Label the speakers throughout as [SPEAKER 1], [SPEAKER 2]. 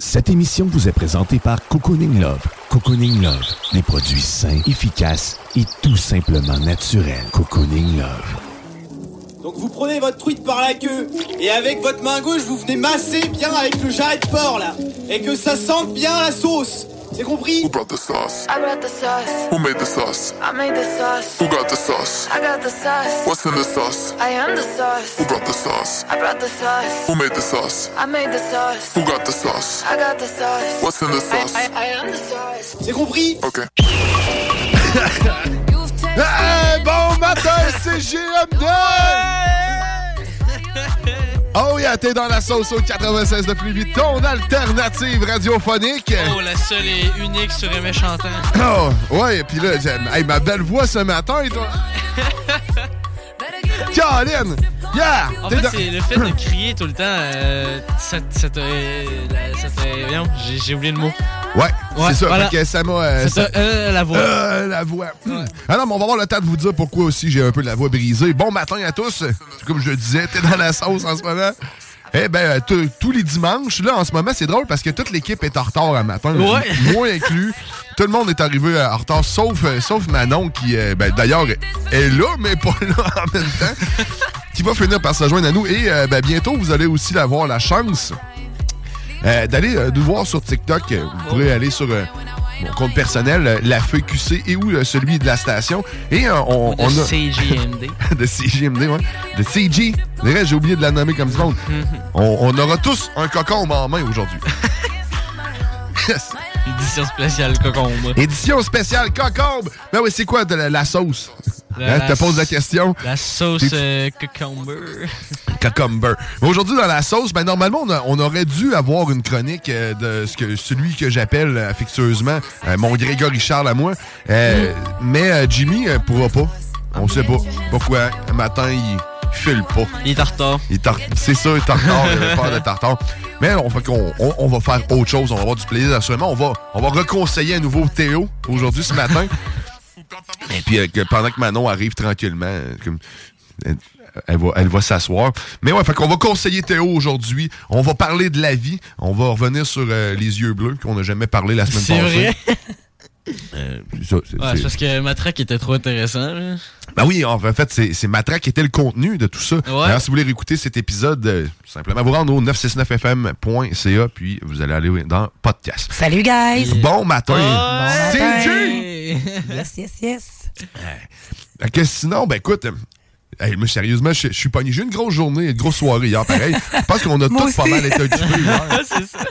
[SPEAKER 1] Cette émission vous est présentée par Cocooning Love. Cocooning Love, des produits sains, efficaces et tout simplement naturels. Cocooning Love.
[SPEAKER 2] Donc vous prenez votre truite par la queue et avec votre main gauche vous venez masser bien avec le jarret de porc là et que ça sente bien la sauce. C'est compris
[SPEAKER 3] Who brought the sauce?
[SPEAKER 4] I brought the sauce.
[SPEAKER 3] Who made the sauce?
[SPEAKER 4] I made the sauce.
[SPEAKER 3] Who got the sauce?
[SPEAKER 4] I got the sauce.
[SPEAKER 3] What's in the sauce?
[SPEAKER 4] I am the
[SPEAKER 3] Who
[SPEAKER 4] sauce.
[SPEAKER 3] brought the sauce?
[SPEAKER 4] I brought the sauce.
[SPEAKER 3] Who made the sauce?
[SPEAKER 4] I made the sauce.
[SPEAKER 3] Who got the sauce?
[SPEAKER 4] I got the sauce.
[SPEAKER 3] What's in the
[SPEAKER 4] I,
[SPEAKER 3] sauce?
[SPEAKER 4] I, I am the sauce.
[SPEAKER 2] C'est compris
[SPEAKER 3] Okay.
[SPEAKER 5] Hey, bon matin, c'est JMD! Oh yeah, t'es dans la sauce au 96 de Pluie, ton alternative radiophonique.
[SPEAKER 6] Oh, la seule et unique sur Aimé Chantant.
[SPEAKER 5] Oh, ouais, puis là, j'aime- hey, ma belle voix ce matin, et toi. Caroline! Yeah!
[SPEAKER 6] Ah, En
[SPEAKER 5] t'es
[SPEAKER 6] fait,
[SPEAKER 5] dans- Hum.
[SPEAKER 6] c'est le fait de crier tout le temps. euh, ça, ça te. la- ça te- voyons, j'ai- j'ai oublié le mot.
[SPEAKER 5] Ouais,
[SPEAKER 6] Ouais,
[SPEAKER 5] c'est ça,
[SPEAKER 6] voilà.
[SPEAKER 5] fait que ça m'a... euh,
[SPEAKER 6] Ça te- euh, la voix.
[SPEAKER 5] Euh, la voix. Ah non, mais on va avoir le temps de vous dire pourquoi aussi j'ai un peu de la voix brisée. Bon matin à tous. Comme je le disais, t'es dans la sauce en ce moment. Eh ben, euh, tous- tous les dimanches, là, en ce moment, c'est drôle parce que toute l'équipe est en retard à matin.
[SPEAKER 6] Ouais.
[SPEAKER 5] M- Moi inclus. Tout le monde est arrivé euh, en retard, sauf, euh, sauf Manon qui, euh, ben, d'ailleurs, est là, mais pas là en même temps, qui va finir par se joindre à nous. Et euh, ben, bientôt, vous allez aussi avoir la chance euh, d'aller euh, nous voir sur TikTok. Euh,
[SPEAKER 6] Ah,
[SPEAKER 5] Vous pourrez aller sur euh, mon compte personnel, euh, la feuille QC et ou euh, celui de la station. Et euh, on,
[SPEAKER 6] de
[SPEAKER 5] on a
[SPEAKER 6] CJMD.
[SPEAKER 5] de CGMD, ouais. De CG. Vrai, j'ai oublié de la nommer comme du monde. on, on aura tous un cocon en main aujourd'hui. Yes.
[SPEAKER 6] Édition spéciale Cocombe.
[SPEAKER 5] Édition spéciale cocombe. Ben oui, c'est quoi de la, la sauce?
[SPEAKER 6] La-
[SPEAKER 5] Hein,
[SPEAKER 6] la
[SPEAKER 5] je te pose la
[SPEAKER 6] s-
[SPEAKER 5] question.
[SPEAKER 6] La sauce
[SPEAKER 5] T'es-
[SPEAKER 6] euh, Cocomber.
[SPEAKER 5] Cucumber. Mais Aujourd'hui, dans la sauce, ben, normalement, on, a- on aurait dû avoir une chronique euh, de ce que, celui que j'appelle euh, affectueusement euh, mon Grégory Charles à moi. Euh, Mais euh, Jimmy euh, pourra pas. On sait pas pourquoi. Un matin, il file pas.
[SPEAKER 6] Les tartares.
[SPEAKER 5] Il tar- C'est ça, il tartare, il avait peur de tartare. Mais on, fait qu'on- on- on va faire autre chose, on va avoir du plaisir assurément. On va, on va reconseiller à nouveau Théo aujourd'hui, ce matin. Et puis euh, que pendant que Manon arrive tranquillement, euh, comme, elle, elle va, elle va s'asseoir. Mais ouais, fait qu'on va conseiller Théo aujourd'hui. On va parler de la vie. On va revenir sur euh, les yeux bleus qu'on n'a jamais parlé la semaine
[SPEAKER 6] C'est
[SPEAKER 5] passée.
[SPEAKER 6] vrai.
[SPEAKER 5] Ça, c'est-
[SPEAKER 6] Ouais,
[SPEAKER 5] hein? c'est-
[SPEAKER 6] c'est parce que ma track était trop intéressant. là.
[SPEAKER 5] ben oui, en fait, c'est c'est Matraque qui était le contenu de tout ça. Alors, si vous voulez réécouter cet épisode, euh, simplement vous rendre au 969fm.ca, puis vous allez aller dans Podcast.
[SPEAKER 7] Salut, guys!
[SPEAKER 5] Bon matin!
[SPEAKER 6] Ouais.
[SPEAKER 5] c'est Jay!
[SPEAKER 6] Hey.
[SPEAKER 7] Yes, yes, yes!
[SPEAKER 5] Fait que sinon, ben écoute, euh, hey, moi, sérieusement, je je suis pogné. J'ai eu une grosse journée, une grosse soirée hier, pareil. Je pense qu'on a
[SPEAKER 7] Moi
[SPEAKER 5] tous pas
[SPEAKER 7] aussi.
[SPEAKER 5] mal été occupés
[SPEAKER 4] hein.
[SPEAKER 5] hier.
[SPEAKER 6] C'est ça.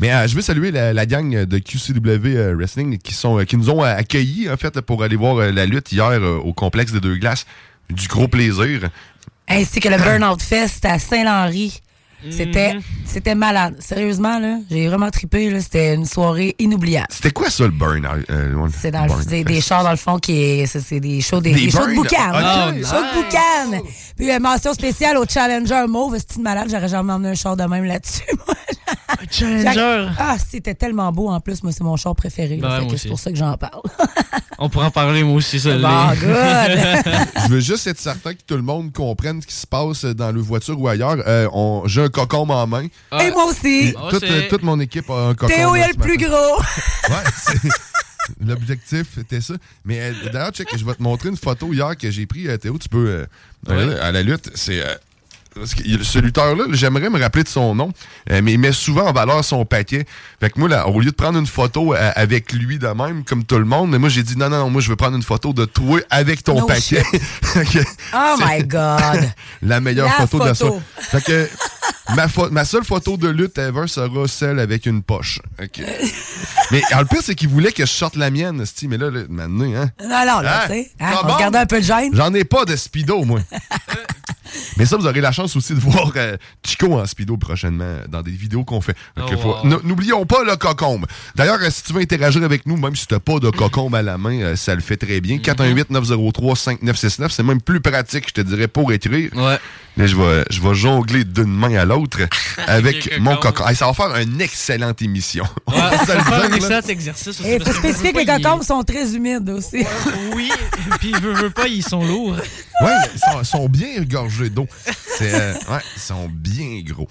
[SPEAKER 5] Mais euh, je veux saluer la, la gang de QCW euh, Wrestling qui, sont, euh, qui nous ont euh, accueillis, en fait, pour aller voir euh, la lutte hier euh, au complexe des Deux Glaces. Du gros plaisir.
[SPEAKER 7] Ainsi que le Burnout Fest à Saint-Henri. C'était
[SPEAKER 6] Mhm.
[SPEAKER 7] c'était malade. Sérieusement, là, j'ai vraiment trippé. là. C'était une soirée inoubliable.
[SPEAKER 5] C'était quoi ça le burn? euh,
[SPEAKER 7] C'est dans le-
[SPEAKER 5] burn
[SPEAKER 7] des,
[SPEAKER 5] fest?
[SPEAKER 7] des chars, dans le fond, qui est, c'est- c'est des shows, des,
[SPEAKER 5] Des
[SPEAKER 7] des shows de
[SPEAKER 5] burns?
[SPEAKER 7] boucan.
[SPEAKER 5] Ah,
[SPEAKER 7] Des
[SPEAKER 6] nice.
[SPEAKER 7] shows de boucan. Puis, euh, mention spéciale au Challenger Mauve. C'est malade, j'aurais jamais emmené un char de même là-dessus, moi.
[SPEAKER 6] Challenger.
[SPEAKER 7] Ah, c'était tellement beau. En plus, moi, c'est mon char préféré. là.
[SPEAKER 6] Ben,
[SPEAKER 7] Fait
[SPEAKER 6] moi
[SPEAKER 7] que
[SPEAKER 6] aussi.
[SPEAKER 7] c'est pour ça que j'en parle.
[SPEAKER 6] On pourra en parler, moi aussi, ça.
[SPEAKER 7] Bon,
[SPEAKER 6] les-
[SPEAKER 7] good!
[SPEAKER 5] Je veux juste être certain que tout le monde comprenne ce qui se passe dans le voiture ou ailleurs. Euh, on- J'ai un cocon en main.
[SPEAKER 6] Ah,
[SPEAKER 7] Et moi aussi!
[SPEAKER 6] Bon,
[SPEAKER 5] toute,
[SPEAKER 6] c'est-
[SPEAKER 5] euh, toute mon équipe a un cocon.
[SPEAKER 7] Théo est le plus gros!
[SPEAKER 5] gros. Ouais, c'est- L'objectif était ça. Mais euh, d'ailleurs, check, je vais te montrer une photo hier que j'ai pris. euh, Théo, tu peux. euh, regarder, À la lutte, c'est. euh, parce que il- ce lutteur-là, j'aimerais me rappeler de son nom, euh, mais il met souvent en valeur son paquet. Fait que moi, là, au lieu de prendre une photo euh, avec lui de même, comme tout le monde, mais moi, j'ai dit non, non, non, moi, je veux prendre une photo de toi avec ton
[SPEAKER 7] No
[SPEAKER 5] paquet. Fait que-
[SPEAKER 7] Oh my God!
[SPEAKER 5] la meilleure
[SPEAKER 7] La
[SPEAKER 5] photo, de la
[SPEAKER 7] photo.
[SPEAKER 5] soirée. Fait que ma, pho- ma seule photo de lutte ever sera celle avec une poche. OK. mais en le pire, c'est qu'il voulait que je sorte la mienne, c'ti, mais là, là maintenant, hein.
[SPEAKER 7] Non, non, là,
[SPEAKER 5] Hein?
[SPEAKER 7] tu sais. hein,
[SPEAKER 5] Pas
[SPEAKER 7] on
[SPEAKER 5] bon?
[SPEAKER 7] se gardait un peu de gêne.
[SPEAKER 5] J'en ai pas de speedo, moi. mais ça, vous aurez la chance aussi de voir euh, Chico en speedo prochainement euh, dans des vidéos qu'on fait. Fait que
[SPEAKER 8] Oh,
[SPEAKER 5] faut-
[SPEAKER 8] wow.
[SPEAKER 5] N- N'oublions pas le cocombe. D'ailleurs, euh, si tu veux interagir avec nous, même si tu n'as pas de cocombe à la main, euh, ça le fait très bien. 418-903-5969, c'est même plus pratique, je te dirais, pour écrire. Là, je vais, je vais jongler d'une main à l'autre avec
[SPEAKER 6] Avec le
[SPEAKER 5] mon
[SPEAKER 6] cocombe.
[SPEAKER 5] cocombe. Hey, ça va faire une excellente émission. On
[SPEAKER 6] Ouais,
[SPEAKER 5] va se
[SPEAKER 6] ça
[SPEAKER 5] Ah, le
[SPEAKER 6] va faire
[SPEAKER 5] dire,
[SPEAKER 6] un
[SPEAKER 5] là.
[SPEAKER 6] excellent exercice aussi.
[SPEAKER 7] Et
[SPEAKER 6] parce
[SPEAKER 7] faut
[SPEAKER 6] que veut
[SPEAKER 7] spécifier que Eh, les
[SPEAKER 6] pas,
[SPEAKER 7] cocombes sont très humides aussi.
[SPEAKER 6] ils- Oui, puis veut, veut pas, ils sont lourds.
[SPEAKER 5] Ouais, ils sont, sont bien gorgés d'eau. C'est, euh, ouais, ils sont bien gros.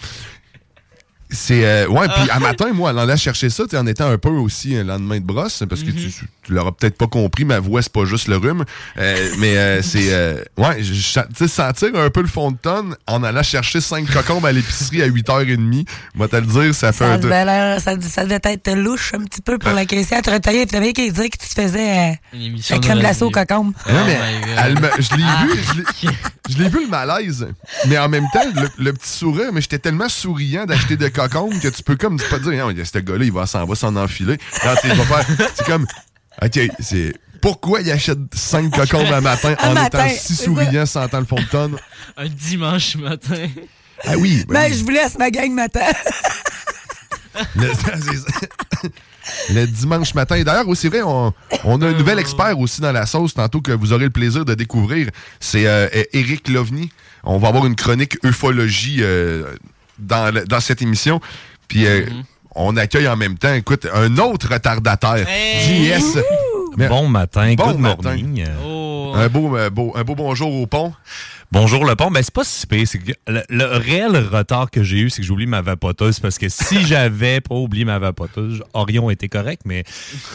[SPEAKER 5] C'est euh, ouais, puis à matin, moi, en allant chercher ça, tu sais, en étant un peu aussi un lendemain de brosse, parce que tu, tu l'auras peut-être pas compris, ma voix c'est pas juste le rhume, Euh, mais euh, c'est euh, ouais, je- je- tu sais, sentir un peu le fond de tonne en allant chercher cinq cocombes à l'épicerie à 8h30, moi te le dire, ça fait
[SPEAKER 7] Ça
[SPEAKER 5] un
[SPEAKER 7] devait, l'air- ça, ça devait être louche un petit peu pour la caissière. Tu retaillais, puis t'avais qui disait que tu te faisais euh, la crème glacée au cocombe.
[SPEAKER 5] Non, mais elle me- je l'ai vu, je l'ai- je l'ai vu le malaise. Mais en même temps, le, le petit sourire, mais j'étais tellement souriant d'acheter des cocombes que tu peux comme pas dire, non, ce gars-là, il va s'en va s'en enfiler. Non, tu sais, il va faire- c'est comme, OK, c'est pourquoi il achète 5 cocombes un matin
[SPEAKER 6] Un
[SPEAKER 5] en
[SPEAKER 6] matin,
[SPEAKER 5] étant si
[SPEAKER 6] c'est
[SPEAKER 5] souriant, sentant le fond de tonne?
[SPEAKER 6] Un dimanche matin.
[SPEAKER 5] Ah oui, ben
[SPEAKER 7] Ben,
[SPEAKER 5] oui.
[SPEAKER 7] je vous laisse ma gang matin.
[SPEAKER 5] Le, c'est- le dimanche matin. Et D'ailleurs, aussi vrai, on, on a un nouvel expert aussi dans la sauce, tantôt que vous aurez le plaisir de découvrir. C'est euh, euh, Éric Lovni. On va avoir une chronique ufologie euh, dans, le- dans cette émission. Puis euh, on accueille en même temps, écoute, un autre retardataire, JS.
[SPEAKER 9] Bon matin,
[SPEAKER 5] Bon
[SPEAKER 9] good
[SPEAKER 5] matin.
[SPEAKER 9] morning.
[SPEAKER 5] Un beau, euh, beau- un beau bonjour au pont.
[SPEAKER 9] Bonjour le pont. Ben, c'est pas si pire. C'est que le, le réel retard que j'ai eu, c'est que j'ai oublié ma vapoteuse parce que si j'avais pas oublié ma vapoteuse, Orion était correct, mais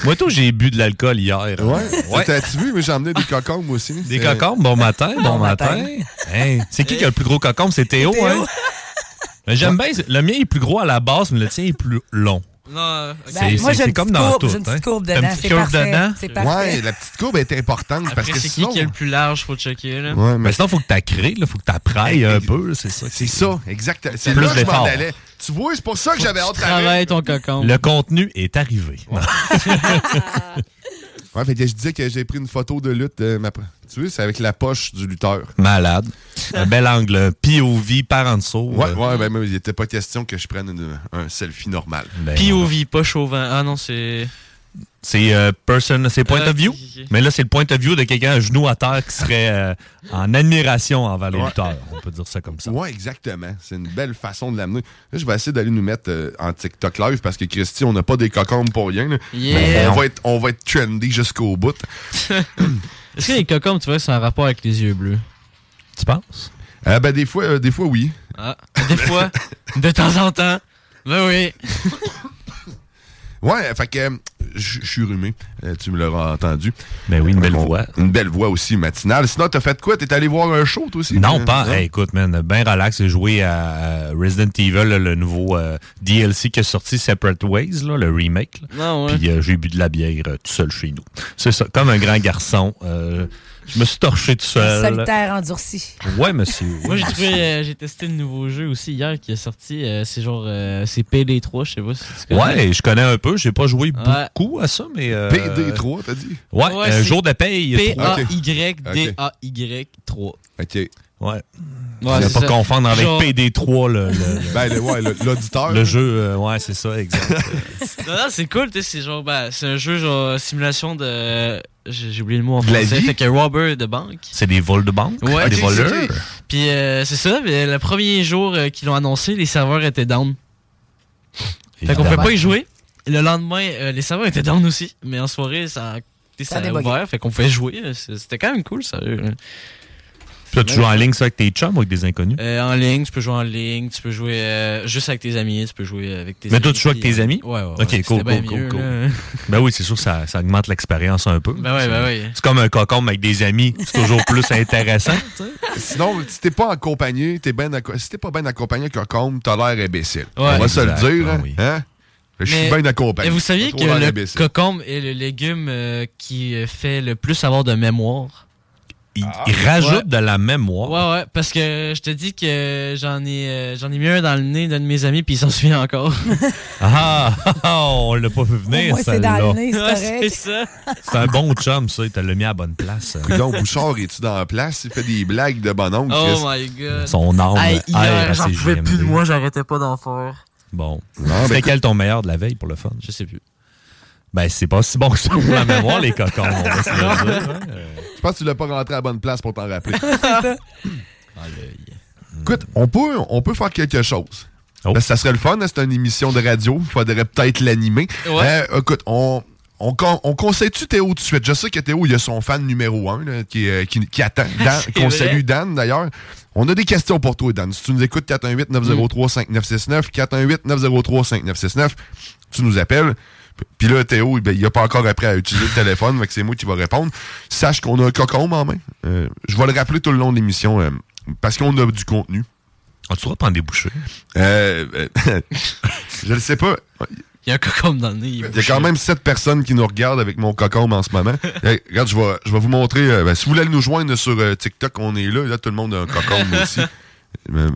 [SPEAKER 9] moi, tout, j'ai bu de l'alcool hier.
[SPEAKER 5] Ouais. T'as-tu vu, mais j'ai emmené des cocombes aussi.
[SPEAKER 9] Des
[SPEAKER 5] C'est-
[SPEAKER 9] cocombes, bon matin, bon,
[SPEAKER 5] Bon
[SPEAKER 9] matin.
[SPEAKER 5] matin.
[SPEAKER 9] Hey, c'est qui qui a le plus gros cocombe? C'est Théo, hein? Mais J'aime bien, c'est- le mien est plus gros à la base, mais le tien est plus long.
[SPEAKER 6] Non,
[SPEAKER 9] C'est- Ben, moi, c'est- j'ai une c'est comme petite dans courbe, tout, j'ai une hein. petite courbe T'as une dedans, petite c'est courbe parfait, dedans? c'est parfait.
[SPEAKER 5] Ouais, la petite courbe est importante parce
[SPEAKER 6] Après,
[SPEAKER 5] que
[SPEAKER 6] c'est qui
[SPEAKER 5] sinon...
[SPEAKER 6] qui est le plus large, faut checker. Là.
[SPEAKER 9] mais... sinon, faut que t'accrées, là, faut que t'apprailles un peu, c'est ça.
[SPEAKER 5] C'est ça, exact. C'est
[SPEAKER 9] Plus
[SPEAKER 5] là que je m'en
[SPEAKER 9] d'efforts.
[SPEAKER 5] allais. Tu vois, c'est pour ça que j'avais hâte d'arriver.
[SPEAKER 6] Travaille ton cocon.
[SPEAKER 9] Le contenu est arrivé.
[SPEAKER 5] Ouais, fait que je disais que j'ai pris une photo de lutte. euh, ma- Tu vois, c'est avec la poche du lutteur.
[SPEAKER 9] Malade. Un bel angle, un POV par en dessous.
[SPEAKER 5] Ouais,
[SPEAKER 6] euh,
[SPEAKER 5] ouais, ben, mais il n'était pas question que je prenne une- un selfie normal.
[SPEAKER 9] Ben,
[SPEAKER 6] Ben, POV, pas chauvin. Ah non, c'est.
[SPEAKER 9] C'est euh, person, c'est point
[SPEAKER 6] Ah,
[SPEAKER 9] of view.
[SPEAKER 6] ok, ok.
[SPEAKER 9] Mais là, c'est le point of view de quelqu'un à genoux à terre qui serait euh, en admiration envers les
[SPEAKER 5] Ouais.
[SPEAKER 9] lutteurs. On peut dire ça comme ça.
[SPEAKER 5] Ouais, exactement. C'est une belle façon de l'amener. Là, je vais essayer d'aller nous mettre euh, en TikTok live parce que Christy, on n'a pas des cocombes pour rien. là.
[SPEAKER 6] Yeah. Ben,
[SPEAKER 5] Mais On, va être, on va être trendy jusqu'au bout.
[SPEAKER 6] Est-ce que les cocombes, tu vois, c'est un rapport avec les yeux bleus
[SPEAKER 9] Tu penses
[SPEAKER 5] Ah ben, des fois, euh, des fois oui.
[SPEAKER 6] Ah, des fois, de temps en temps. Ben oui.
[SPEAKER 5] Ouais, fait que euh, je je suis rhumé. Euh, tu me l'auras entendu.
[SPEAKER 9] Ben oui, une belle
[SPEAKER 5] voix. Une belle voix aussi matinale. Sinon, t'as fait quoi? T'es allé voir un show, toi aussi?
[SPEAKER 9] Non,
[SPEAKER 5] Euh,
[SPEAKER 9] pas. Hey, écoute, man, ben relax. J'ai joué à euh, Resident Evil, là, le nouveau euh, DLC qui est sorti Separate Ways, là, le remake. là.
[SPEAKER 6] Non, ouais.
[SPEAKER 9] Puis euh, j'ai bu de la bière euh, tout seul chez nous. C'est ça, comme un grand garçon. euh, je me suis torché tout seul.
[SPEAKER 7] Solitaire endurci.
[SPEAKER 9] Ouais, monsieur. oui,
[SPEAKER 6] Moi, j'ai
[SPEAKER 9] monsieur.
[SPEAKER 6] trouvé, euh, j'ai testé le nouveau jeu aussi hier qui est sorti. euh, c'est genre. euh, c'est PD3, je sais pas si tu connais.
[SPEAKER 9] Ouais, je connais un peu. J'ai pas joué beaucoup à ça, mais. euh,
[SPEAKER 5] PD3, t'as dit?
[SPEAKER 9] Ouais,
[SPEAKER 6] Ouais,
[SPEAKER 9] euh,
[SPEAKER 6] c'est
[SPEAKER 9] jour de paye. trois.
[SPEAKER 6] P-A-Y-D-A-Y-3.
[SPEAKER 5] OK.
[SPEAKER 9] Ouais.
[SPEAKER 6] Ouais,
[SPEAKER 9] ne
[SPEAKER 6] c'est
[SPEAKER 9] pas
[SPEAKER 6] ça.
[SPEAKER 9] confondre avec
[SPEAKER 6] Genre-
[SPEAKER 9] PD3, le. le-
[SPEAKER 5] Ben, le- ouais, le- l'auditeur.
[SPEAKER 9] Le jeu, euh, ouais, c'est ça, exact.
[SPEAKER 6] Non, non, c'est cool, tu sais, c'est genre, bah, c'est un jeu genre simulation de. J'ai j'ai oublié le mot en
[SPEAKER 9] De la
[SPEAKER 6] français.
[SPEAKER 9] vie?
[SPEAKER 6] Fait que robber de banque.
[SPEAKER 9] c'est des vols de banque?
[SPEAKER 6] Ouais,
[SPEAKER 9] Ah, des
[SPEAKER 6] ok,
[SPEAKER 9] voleurs?
[SPEAKER 6] c'est- Puis euh, c'est ça, mais le premier jour euh, qu'ils l'ont annoncé, les serveurs étaient down. Fait qu'on
[SPEAKER 9] Évidemment.
[SPEAKER 6] peut pas y jouer. Le lendemain, euh, les serveurs étaient down aussi, mais en soirée, ça a, ça a
[SPEAKER 7] débogué.
[SPEAKER 6] ouvert, fait qu'on pouvait jouer. C'est- C'était quand même cool, ça.
[SPEAKER 9] Puis là, tu joues en ligne ça avec tes chums ou avec des inconnus?
[SPEAKER 6] Euh, en ligne, tu peux jouer en ligne, tu peux jouer euh, juste avec tes amis, tu peux jouer avec tes
[SPEAKER 9] Mais toi,
[SPEAKER 6] amis,
[SPEAKER 9] tu joues avec
[SPEAKER 6] puis,
[SPEAKER 9] tes
[SPEAKER 6] euh,
[SPEAKER 9] amis?
[SPEAKER 6] Ouais, ouais.
[SPEAKER 9] Ok,
[SPEAKER 6] ouais,
[SPEAKER 9] cool,
[SPEAKER 6] c'était bien
[SPEAKER 9] cool, cool,
[SPEAKER 6] mieux,
[SPEAKER 9] cool.
[SPEAKER 6] là.
[SPEAKER 9] Ben oui, c'est sûr que ça, ça augmente l'expérience un peu.
[SPEAKER 6] Ben ouais, ben ouais.
[SPEAKER 9] C'est comme un cocombe avec des amis. C'est toujours plus intéressant.
[SPEAKER 5] Sinon, si t'es pas accompagné, t'es ben acco- si t'es pas bien accompagné avec un combe, t'as l'air imbécile.
[SPEAKER 6] Ouais.
[SPEAKER 5] On va se le
[SPEAKER 9] Exact,
[SPEAKER 5] dire.
[SPEAKER 9] ben
[SPEAKER 5] hein, hein? Je suis
[SPEAKER 6] Mais-
[SPEAKER 5] bien accompagné.
[SPEAKER 6] mais vous saviez
[SPEAKER 5] T'as
[SPEAKER 6] que
[SPEAKER 5] trop l'air
[SPEAKER 6] le
[SPEAKER 5] imbécile.
[SPEAKER 6] cocombe est le légume euh, qui euh, fait le plus avoir de mémoire?
[SPEAKER 9] Il,
[SPEAKER 5] Ah.
[SPEAKER 9] il rajoute
[SPEAKER 6] Ouais.
[SPEAKER 9] de la mémoire.
[SPEAKER 6] Ouais, ouais, parce que je te dis que j'en ai, euh, j'en ai mis un dans le nez d'un de mes amis, puis il s'en souvient encore.
[SPEAKER 9] Ah, on l'a pas vu venir, celle-là.
[SPEAKER 6] Ouais, c'est ça.
[SPEAKER 9] C'est un bon chum, ça. Il te l'a mis à la bonne place.
[SPEAKER 5] Coudon, Bouchard, es-tu dans la place? Il fait des blagues de bonhomme.
[SPEAKER 6] Oh
[SPEAKER 5] Chris.
[SPEAKER 6] my god.
[SPEAKER 9] Son âme
[SPEAKER 6] Hey,
[SPEAKER 9] aère à
[SPEAKER 6] hier, j'en
[SPEAKER 9] ses
[SPEAKER 6] pouvais
[SPEAKER 9] GMD.
[SPEAKER 6] plus de moi, j'arrêtais pas d'en faire.
[SPEAKER 9] Bon.
[SPEAKER 6] Non,
[SPEAKER 9] C'était
[SPEAKER 6] ben,
[SPEAKER 9] quel ton meilleur de la veille pour le fun? Je sais plus. Ben, c'est pas si bon que ça pour la mémoire, les cocons. on va se le dire. hein, euh.
[SPEAKER 5] Je pense que tu l'as pas rentré à la bonne place pour t'en rappeler. Écoute, on peut, on peut faire quelque chose.
[SPEAKER 9] Oh.
[SPEAKER 5] Ben, ça serait le fun, hein, c'est une émission de radio. Il faudrait peut-être l'animer.
[SPEAKER 6] Ouais.
[SPEAKER 5] Euh, écoute, on, on, con- on conseille-tu Théo tout de suite? Je sais que Théo, il a son fan numéro un là, qui, euh, qui, qui attend. Dan-
[SPEAKER 9] C'est
[SPEAKER 5] Qu'on
[SPEAKER 9] vrai.
[SPEAKER 5] salue, Dan, d'ailleurs. On a des questions pour toi, Dan. Si tu nous écoutes, 418-903-5969, 418-903-5969, tu nous appelles. P- Puis là, Théo, ben, il n'a pas encore appris à utiliser le téléphone, fait que c'est moi qui va répondre. Sache qu'on a un cocombe en main. Euh, je vais le rappeler tout le long de l'émission euh, parce qu'on a du contenu. Euh,
[SPEAKER 9] On tu prendre des bouchées?
[SPEAKER 5] je ne sais pas.
[SPEAKER 6] Il y a un cocombe dans le nez. Il est
[SPEAKER 5] Il y a quand
[SPEAKER 6] bouché.
[SPEAKER 5] même sept personnes qui nous regardent avec mon cocombe en ce moment. Eh, regarde, je vais, je vais vous montrer. euh, ben, si vous voulez nous joindre sur euh, TikTok, on est là. Là, tout le monde a un cocombe aussi. Euh,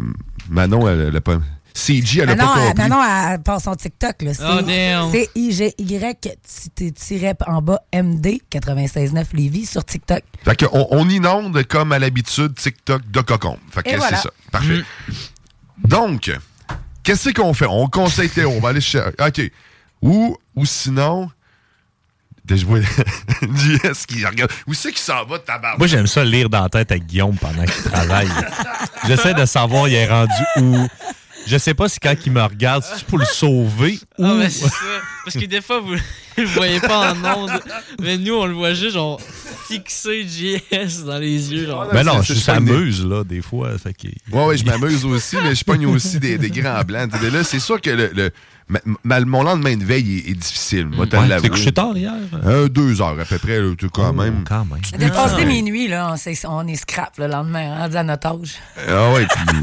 [SPEAKER 5] Manon, elle n'a pas. CG, elle n'a
[SPEAKER 7] Manon,
[SPEAKER 5] pas
[SPEAKER 7] elle-
[SPEAKER 5] compris.
[SPEAKER 7] Manon, elle elle part son TikTok. là. C'est
[SPEAKER 6] Oh, damn.
[SPEAKER 7] c'est I-G-Y-T-T-Rep en bas MD 96.9 Lévis sur TikTok.
[SPEAKER 5] Fait que on, on inonde comme à l'habitude TikTok de cocon. Fait que
[SPEAKER 7] Et
[SPEAKER 5] c'est
[SPEAKER 7] voilà.
[SPEAKER 5] ça. Parfait. Donc, qu'est-ce qu'on fait? On conseille Théo, on va aller chercher. OK. Ou, ou sinon. Dé- Je vois JS qui regarde. Où c'est qu'il s'en va, tabarnak?
[SPEAKER 9] Moi, j'aime ça lire dans la tête à Guillaume pendant qu'il travaille. J'essaie de savoir, il est rendu où. Je sais pas si quand il me regarde, c'est pour le sauver ou.
[SPEAKER 6] Ah, ben, c'est ça. Parce que des fois, vous ne le voyez pas en ondes, mais nous, on le voit juste, genre, fixé JS dans les yeux. Genre.
[SPEAKER 9] Ben non,
[SPEAKER 5] Ah, C'est-
[SPEAKER 9] je
[SPEAKER 5] c'est pas une
[SPEAKER 9] s'amuse, là, des fois. Fait que...
[SPEAKER 5] Ouais, ouais, je m'amuse aussi, mais je pogne aussi des, des grands blancs. Mais là, c'est sûr que le, le- ma- ma- mon lendemain de veille est, est difficile. Moi,
[SPEAKER 9] Ouais, t'es couché tard hier? Oh,
[SPEAKER 5] Euh, deux heures à peu près, là, tout quand même.
[SPEAKER 9] Quand même.
[SPEAKER 7] Elle
[SPEAKER 6] Ah,
[SPEAKER 7] a dépassé minuit, là, on, s'est- on est scrap le lendemain, rendu à notre âge.
[SPEAKER 5] Ah ouais, puis-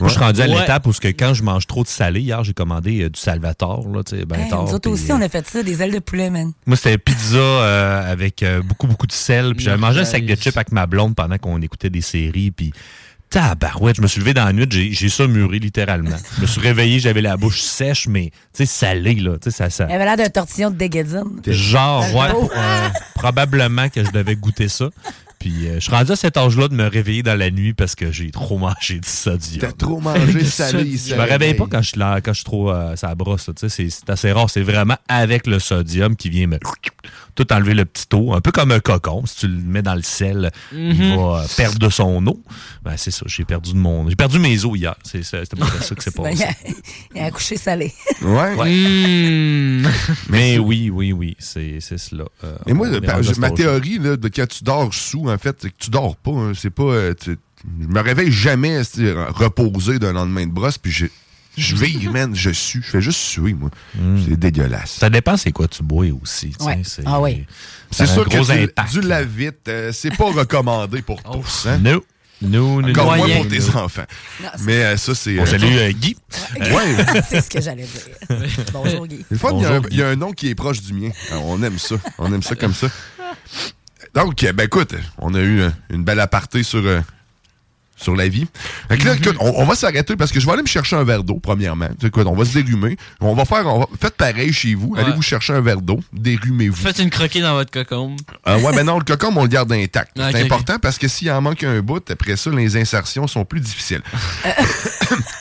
[SPEAKER 9] Moi, je suis
[SPEAKER 5] Ouais.
[SPEAKER 9] rendu à
[SPEAKER 5] Ouais.
[SPEAKER 9] l'étape où, ce que quand je mange trop de salé, hier, j'ai commandé euh, du Salvatore, là, tu sais, ben
[SPEAKER 7] Hey,
[SPEAKER 9] tard,
[SPEAKER 7] nous autres
[SPEAKER 9] puis,
[SPEAKER 7] aussi,
[SPEAKER 9] euh,
[SPEAKER 7] on a fait ça, des ailes de poulet, man.
[SPEAKER 9] Moi, c'était pizza euh, avec euh, beaucoup, beaucoup de sel. Puis j'avais mangé un sac de chips avec ma blonde pendant qu'on écoutait des séries. Puis tabarouette, je me suis levé dans la nuit, j'ai j'ai ça mûri littéralement. Je me suis réveillé, j'avais la bouche sèche, mais tu sais, salée, là. Tu sais, ça, ça.
[SPEAKER 5] Ah.
[SPEAKER 7] Elle avait l'air d'un tortillon de déguédine.
[SPEAKER 9] Genre,
[SPEAKER 7] Dans le
[SPEAKER 9] ouais,
[SPEAKER 7] dos.
[SPEAKER 9] pour, euh, probablement que je devais goûter ça. Puis euh, je suis rendu à cet âge-là de me réveiller dans la nuit parce que j'ai trop mangé du sodium.
[SPEAKER 5] T'as trop mangé salé, il se
[SPEAKER 9] Je me réveille
[SPEAKER 5] réveille.
[SPEAKER 9] pas quand je, suis là- quand je suis trop euh, ça brosse. là, tu sais, C'est c'est assez rare. C'est vraiment avec le sodium qui vient me tout enlever le petit eau. Un peu comme un cocon. Si tu le mets dans le sel, il
[SPEAKER 7] Mm-hmm.
[SPEAKER 6] Mhm.
[SPEAKER 9] va euh, perdre de son eau. Ben, c'est ça. J'ai perdu de mon. J'ai perdu mes os hier. C'est ça- C'était pour ça que c'est
[SPEAKER 7] Ben, il,
[SPEAKER 9] passé.
[SPEAKER 7] a, il a couché salé.
[SPEAKER 5] Ouais.
[SPEAKER 9] Hmm. Mais oui, oui, oui. C'est c'est cela. Euh,
[SPEAKER 5] Mais moi,
[SPEAKER 9] on est
[SPEAKER 5] par-
[SPEAKER 9] rendu à cet
[SPEAKER 5] ma
[SPEAKER 9] âge-là.
[SPEAKER 5] théorie là, de quand tu dors sous, en fait, c'est que tu dors pas. hein, c'est pas. euh, tu- je me réveille jamais c'est-à-dire, reposé d'un lendemain de brosse, puis je, je vire, man, je sue. Je fais juste suer, moi. C'est dégueulasse.
[SPEAKER 9] Hmm. Ça dépend c'est quoi tu bois aussi. tu sais,
[SPEAKER 5] Ouais.
[SPEAKER 9] c'est-
[SPEAKER 5] Ah oui.
[SPEAKER 9] ça
[SPEAKER 5] C'est
[SPEAKER 9] a un
[SPEAKER 5] sûr que
[SPEAKER 9] gros
[SPEAKER 5] du,
[SPEAKER 9] impact, Oh,
[SPEAKER 5] du lavite, euh, c'est pas recommandé pour tous. Hein?
[SPEAKER 9] No. No, no, no.
[SPEAKER 5] Encore moins
[SPEAKER 9] Moyen.
[SPEAKER 5] pour tes
[SPEAKER 9] No.
[SPEAKER 5] enfants.
[SPEAKER 7] Non, c'est-
[SPEAKER 5] Mais euh, ça, c'est.
[SPEAKER 9] On salue, euh, Guy.
[SPEAKER 5] Ouais.
[SPEAKER 7] c'est ce que j'allais dire. Bonjour, Guy.
[SPEAKER 5] Le fun, il y, a
[SPEAKER 9] Bonjour,
[SPEAKER 5] un- il y a un nom qui est proche du mien. Alors, on aime ça. On aime ça comme ça. Donc, euh, ben écoute, on a eu euh, une belle aparté sur, euh, sur la vie. Fait que là, écoute, on, on va s'arrêter parce que je vais aller me chercher un verre d'eau, premièrement. Tu sais, Écoute, on va se dérumer. On va faire. on va- faites pareil chez vous. Allez vous chercher un verre d'eau. Dérumez-vous.
[SPEAKER 6] Faites une croquée dans votre cocombe.
[SPEAKER 5] Ah ouais, mais non, le cocon, on le garde intact.
[SPEAKER 6] Ah, ok,
[SPEAKER 5] c'est
[SPEAKER 6] ok.
[SPEAKER 5] important parce que s'il en manque un bout, après ça, les insertions sont plus difficiles.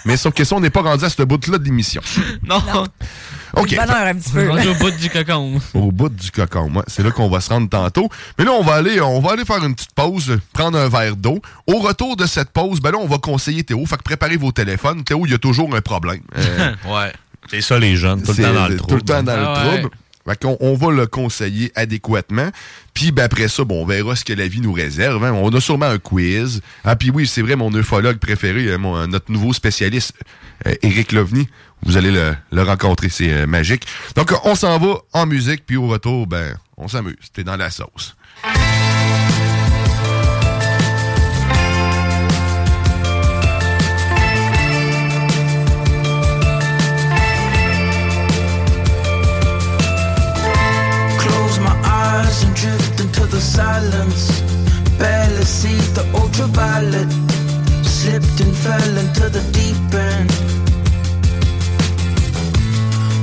[SPEAKER 5] mais sauf que ça, on n'est pas rendu à ce bout-là de l'émission.
[SPEAKER 6] Non.
[SPEAKER 5] OK.
[SPEAKER 6] Ben non, un petit peu. Rendu au bout du cocon.
[SPEAKER 5] Au bout du cocon, ouais. C'est là qu'on va se rendre tantôt. Mais là, on va aller, on va aller faire une petite pause, prendre un verre d'eau. Au retour de cette pause, ben là, on va conseiller Théo. Fait que préparez vos téléphones. Théo, il y a toujours un problème. Euh,
[SPEAKER 6] ouais.
[SPEAKER 9] C'est ça, les jeunes. Tout le
[SPEAKER 5] c'est-
[SPEAKER 9] temps dans le
[SPEAKER 5] tout
[SPEAKER 9] trouble.
[SPEAKER 5] le temps dans le
[SPEAKER 9] Ah ouais.
[SPEAKER 5] trouble. Fait qu'on- on va le conseiller adéquatement. Puis ben, après ça, bon, on verra ce que la vie nous réserve. hein. On a sûrement un quiz. Ah, puis oui, c'est vrai, mon ufologue préféré, euh, mon- notre nouveau spécialiste, euh, Éric Lovny. Vous allez le, le rencontrer, c'est euh, magique. Donc, on s'en va en musique, puis au retour, ben, on s'amuse. T'es dans la sauce.
[SPEAKER 8] Close my eyes and drift into the silence. Barely see the ultraviolet. Slipped and fell into the deep end.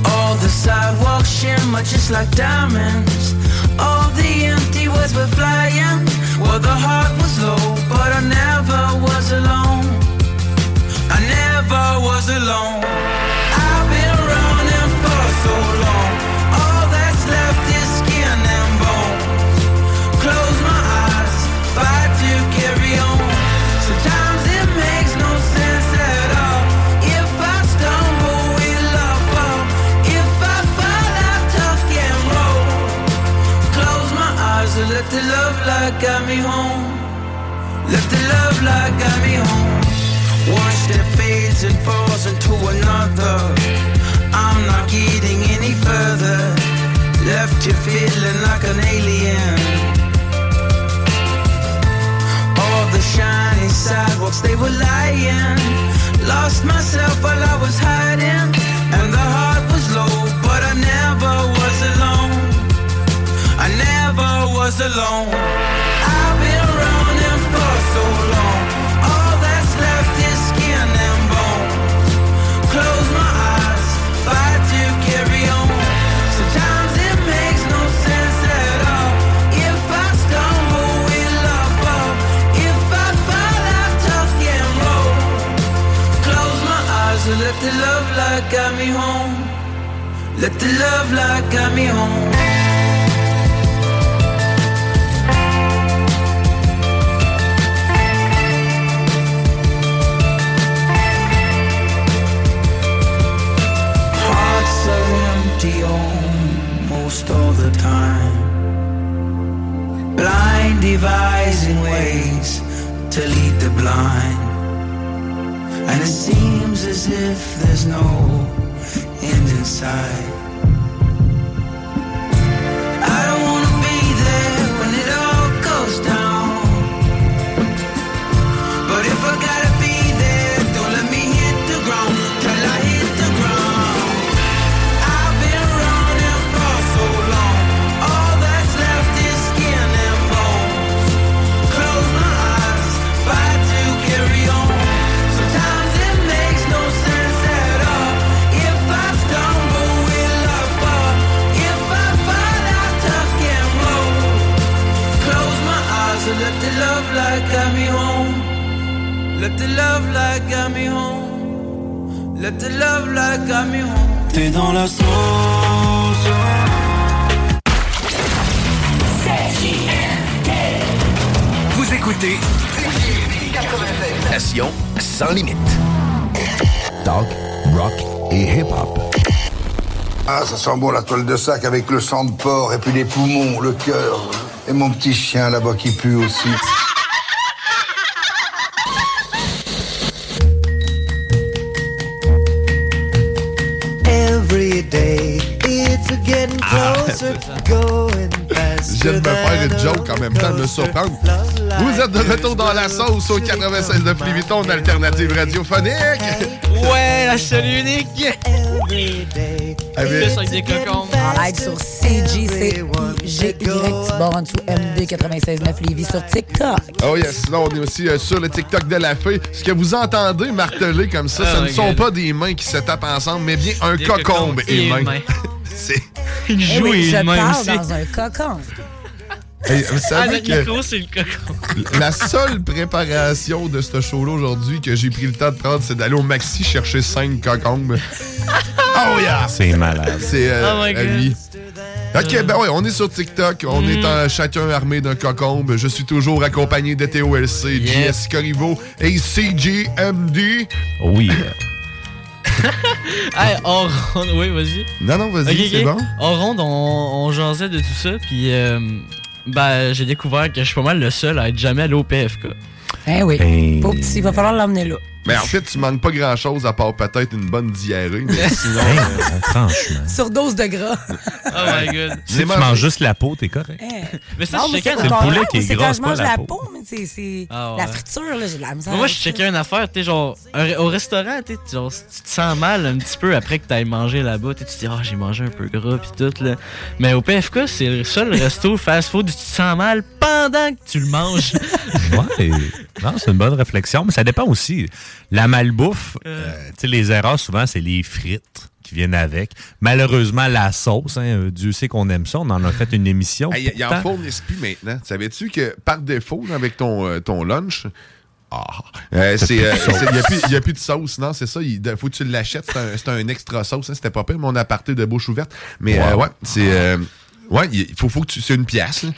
[SPEAKER 8] All the sidewalks shimmer just like diamonds. All the empty words were flying. Well, the heart was low, but I never was alone. I never was alone. I've been running for so long. All that's left is skin and bone. Close my eyes, fight to carry on. Sometimes it makes no sense at all. If I stumble, will I fall? If I fall, I tuck and roll. Close my eyes and let the love light got me home. Let the love light got me home. One step fades and falls into another. I'm not getting any further. Left you feeling like an alien. All the shiny sidewalks, they were lying. Lost myself while I was hiding. And the heart was low, but I never was alone. I never was alone. I've been running for so long. All that's left is skin and bone. Close my eyes, fight to carry on. Sometimes it makes no sense at all. If I stumble, will I fall? If I fall, I tuck and roll. Close my eyes and let the love light got me home. Let the love light got me home. Hearts are empty almost all the time. Blind devising ways to lead the blind. And it seems as if there's no end in sight. I don't wanna be there when it all goes down. But if I gotta be there, don't let me hit the ground till I hit the ground. I've been running for so long. All that's left is skin and bones. Close my eyes, fight to carry on. Sometimes it makes no sense at all. If I stumble, will I fall? If I fall, I tuck and roll. Close my eyes and let the love light got me home. Let the love light got me home. Let the love light got me home. T'es dans la sauce.
[SPEAKER 2] Vous écoutez Nation sans limite.
[SPEAKER 10] Talk, rock et hip-hop.
[SPEAKER 11] Ah, ça sent bon la toile de sac avec le sang de porc et puis les poumons, le cœur. Et mon petit chien là-bas qui pue aussi.
[SPEAKER 4] Every day it's getting
[SPEAKER 9] Ah,
[SPEAKER 4] closer, going
[SPEAKER 5] Je viens de me faire une joke en même temps, de me surprendre. Vous êtes de retour dans la sauce au 96 de Fliviton, en alternative radiophonique.
[SPEAKER 6] Ouais, la seule et unique.
[SPEAKER 5] Avec-
[SPEAKER 6] Avec des cocons.
[SPEAKER 7] En live sur CJCIGY, bord en dessous MD969 Lévis sur TikTok.
[SPEAKER 5] Oh yes, sinon on est aussi euh, sur le TikTok de la fée. Ce que vous entendez marteler comme ça,
[SPEAKER 6] Ah,
[SPEAKER 5] ce ne sont
[SPEAKER 6] regarde.
[SPEAKER 5] pas des mains qui se tapent ensemble, mais bien un
[SPEAKER 6] Des
[SPEAKER 5] cocombe
[SPEAKER 6] cocons et
[SPEAKER 5] et
[SPEAKER 6] une
[SPEAKER 5] main.
[SPEAKER 6] main.
[SPEAKER 5] C'est...
[SPEAKER 6] Il
[SPEAKER 7] Eh oui, je parle dans un cocon.
[SPEAKER 5] Hey, vous savez
[SPEAKER 6] Avec
[SPEAKER 5] que-
[SPEAKER 6] micro, c'est le cocon.
[SPEAKER 5] La seule préparation de ce show-là aujourd'hui que j'ai pris le temps de prendre, c'est d'aller au maxi chercher 5 cocombes. Oh yeah!
[SPEAKER 9] C'est malade.
[SPEAKER 5] C'est euh,
[SPEAKER 9] Oh my
[SPEAKER 5] à
[SPEAKER 9] God.
[SPEAKER 5] lui. Ok, ben ouais, on est sur TikTok, on est en- chacun armé d'un cocombe. Je suis toujours accompagné de TOLC, JS Corriveau et CJMD.
[SPEAKER 9] Oui.
[SPEAKER 6] Hey, on ronde. Oui, vas-y.
[SPEAKER 5] Non, non, vas-y,
[SPEAKER 6] Ok, ok.
[SPEAKER 5] c'est bon.
[SPEAKER 6] On ronde, on, on jasait de tout ça, puis euh, ben, j'ai découvert que je suis pas mal le seul à être jamais allé au PFK.
[SPEAKER 7] Eh oui.
[SPEAKER 5] Ben.
[SPEAKER 7] Beau petit, il va falloir l'emmener là.
[SPEAKER 5] Mais en fait, tu manques pas grand-chose à part peut-être une bonne diarrhée, mais sinon... euh, Ah,
[SPEAKER 9] Franchement.
[SPEAKER 7] Surdose de gras.
[SPEAKER 6] Oh my god.
[SPEAKER 9] Si tu manges juste la peau, t'es correct.
[SPEAKER 6] Mais ça, je checkais
[SPEAKER 7] c'est
[SPEAKER 6] le
[SPEAKER 7] au
[SPEAKER 6] poulet
[SPEAKER 7] contraire,
[SPEAKER 6] qui est
[SPEAKER 7] c'est quand
[SPEAKER 6] grasse,
[SPEAKER 7] je
[SPEAKER 6] pas
[SPEAKER 7] mange
[SPEAKER 6] la
[SPEAKER 7] la
[SPEAKER 6] peau.
[SPEAKER 7] peau, mais c'est- c'est
[SPEAKER 6] Ah ouais.
[SPEAKER 7] la friture, là, j'ai de la misère.
[SPEAKER 6] Moi, je checkais une affaire, tu sais, genre, un- au restaurant, tu sais, genre, si tu te sens mal un petit peu après que t'ailles manger là-bas, tu sais, tu te dis, ah, j'ai mangé un peu gras, pis tout, là. Mais au PFK, c'est le seul resto fast-food où tu te sens mal pendant que tu le manges.
[SPEAKER 9] Ouais, non, c'est une bonne réflexion, mais ça dépend aussi. La malbouffe, euh, tu sais, les erreurs, souvent, c'est les frites qui viennent avec. Malheureusement, la sauce, hein, euh, Dieu sait qu'on aime ça, on en a fait une émission.
[SPEAKER 5] Hey, Il y en
[SPEAKER 9] pourtant.
[SPEAKER 5] fournissent plus maintenant. Savais-tu que par défaut, là, avec ton, euh, ton lunch, ah, euh,
[SPEAKER 9] T'as
[SPEAKER 5] c'est,
[SPEAKER 9] plus de
[SPEAKER 5] euh,
[SPEAKER 9] sauce.
[SPEAKER 5] c'est- il n'y a, plus- il y a plus de sauce. Non, c'est ça. Il faut que tu l'achètes. C'est un, c'est un extra sauce. hein. C'était pas pire, mon aparté de bouche ouverte. Mais euh,
[SPEAKER 9] Wow.
[SPEAKER 5] ouais, c'est. euh, ouais, il faut, faut que tu. C'est une pièce. là.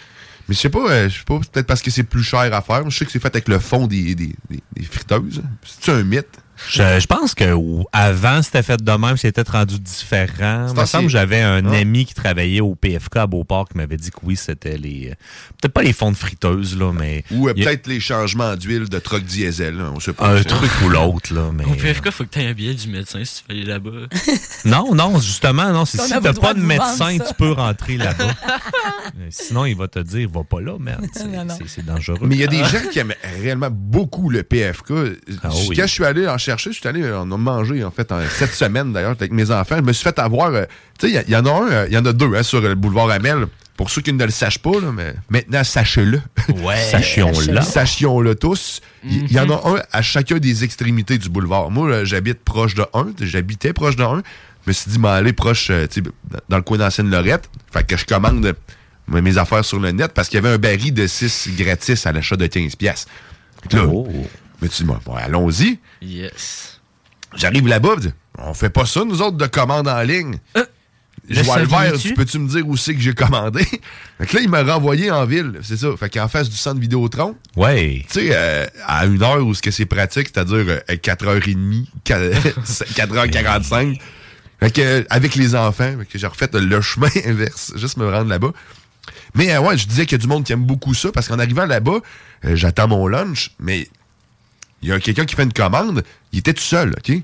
[SPEAKER 5] Mais je sais pas, euh, je sais pas, peut-être parce que c'est plus cher à faire. Je sais que c'est fait avec le fond des, des, des- des friteuses. hein. C'est-tu un mythe?
[SPEAKER 9] Je, je pense que ou- avant c'était fait de même, c'était rendu différent. Il me
[SPEAKER 5] assez-
[SPEAKER 9] semble que j'avais un
[SPEAKER 5] Ah.
[SPEAKER 9] ami qui travaillait au PFK à Beauport qui m'avait dit que oui, c'était les. euh, Peut-être pas les fonds de friteuses, là, mais.
[SPEAKER 5] Ou euh,
[SPEAKER 9] il y a
[SPEAKER 5] peut-être les changements d'huile de troc diesel. là, on sait pas.
[SPEAKER 9] Un truc ou l'autre, là, mais.
[SPEAKER 6] Au PFK, faut que t'aies un billet du médecin si tu veux aller là-bas.
[SPEAKER 9] Non, non, justement, non. c'est
[SPEAKER 6] On
[SPEAKER 9] Si
[SPEAKER 6] a pas
[SPEAKER 9] t'as
[SPEAKER 6] le droit
[SPEAKER 9] pas de
[SPEAKER 6] de vous vendre
[SPEAKER 9] médecin,
[SPEAKER 6] ça.
[SPEAKER 9] tu peux rentrer là-bas. Euh, Sinon, il va te dire, va pas là, merde. C'est-
[SPEAKER 5] Non, non.
[SPEAKER 9] c'est- C'est dangereux. Ah.
[SPEAKER 5] Mais il y a des gens qui aiment euh, réellement beaucoup le PFK.
[SPEAKER 9] oui.
[SPEAKER 5] Quand je suis allé en chercher, je suis allé euh, en manger, en fait, en- cette semaine d'ailleurs, avec mes enfants. Je me suis fait avoir. euh, tu sais, il y a- il y, en a un, euh, il y en a deux hein, sur le boulevard Amel. Pour ceux qui ne le sachent pas, là, mais maintenant, sachez-le.
[SPEAKER 9] Ouais. Sachions-le.
[SPEAKER 5] Sachions-le tous. Il il y, en a un à chacun des extrémités du boulevard. Moi, là, j'habite proche de un. J'habitais proche de un. Je me suis dit, m'en aller proche, euh, tu sais, dans- dans le coin d'ancienne Lorette. Fait que je commande euh, mes mes affaires sur le net parce qu'il y avait un baril de 6 gratis à l'achat de 15 pièces. Là, mais tu dis, bon, bon, allons-y.
[SPEAKER 6] Yes.
[SPEAKER 5] J'arrive là-bas, je dis, on fait pas ça, nous autres, de commande en ligne. Je
[SPEAKER 9] Euh, le
[SPEAKER 5] vois le vert,
[SPEAKER 9] saviez-tu?
[SPEAKER 5] tu peux-tu me dire où c'est que j'ai commandé? fait que là, il m'a renvoyé en ville, c'est ça. Fait qu'en face du centre Vidéotron.
[SPEAKER 9] Ouais.
[SPEAKER 5] Tu sais, euh, à une heure où ce que c'est pratique, c'est-à-dire euh, 4h30, 4h45. Fait que, euh, avec les enfants, fait que j'ai refait le chemin inverse, juste me rendre là-bas. Mais euh, ouais, je disais qu'il y a du monde qui aime beaucoup ça, parce qu'en arrivant là-bas, euh, j'attends mon lunch, mais il y a quelqu'un qui fait une commande, il était tout seul, OK?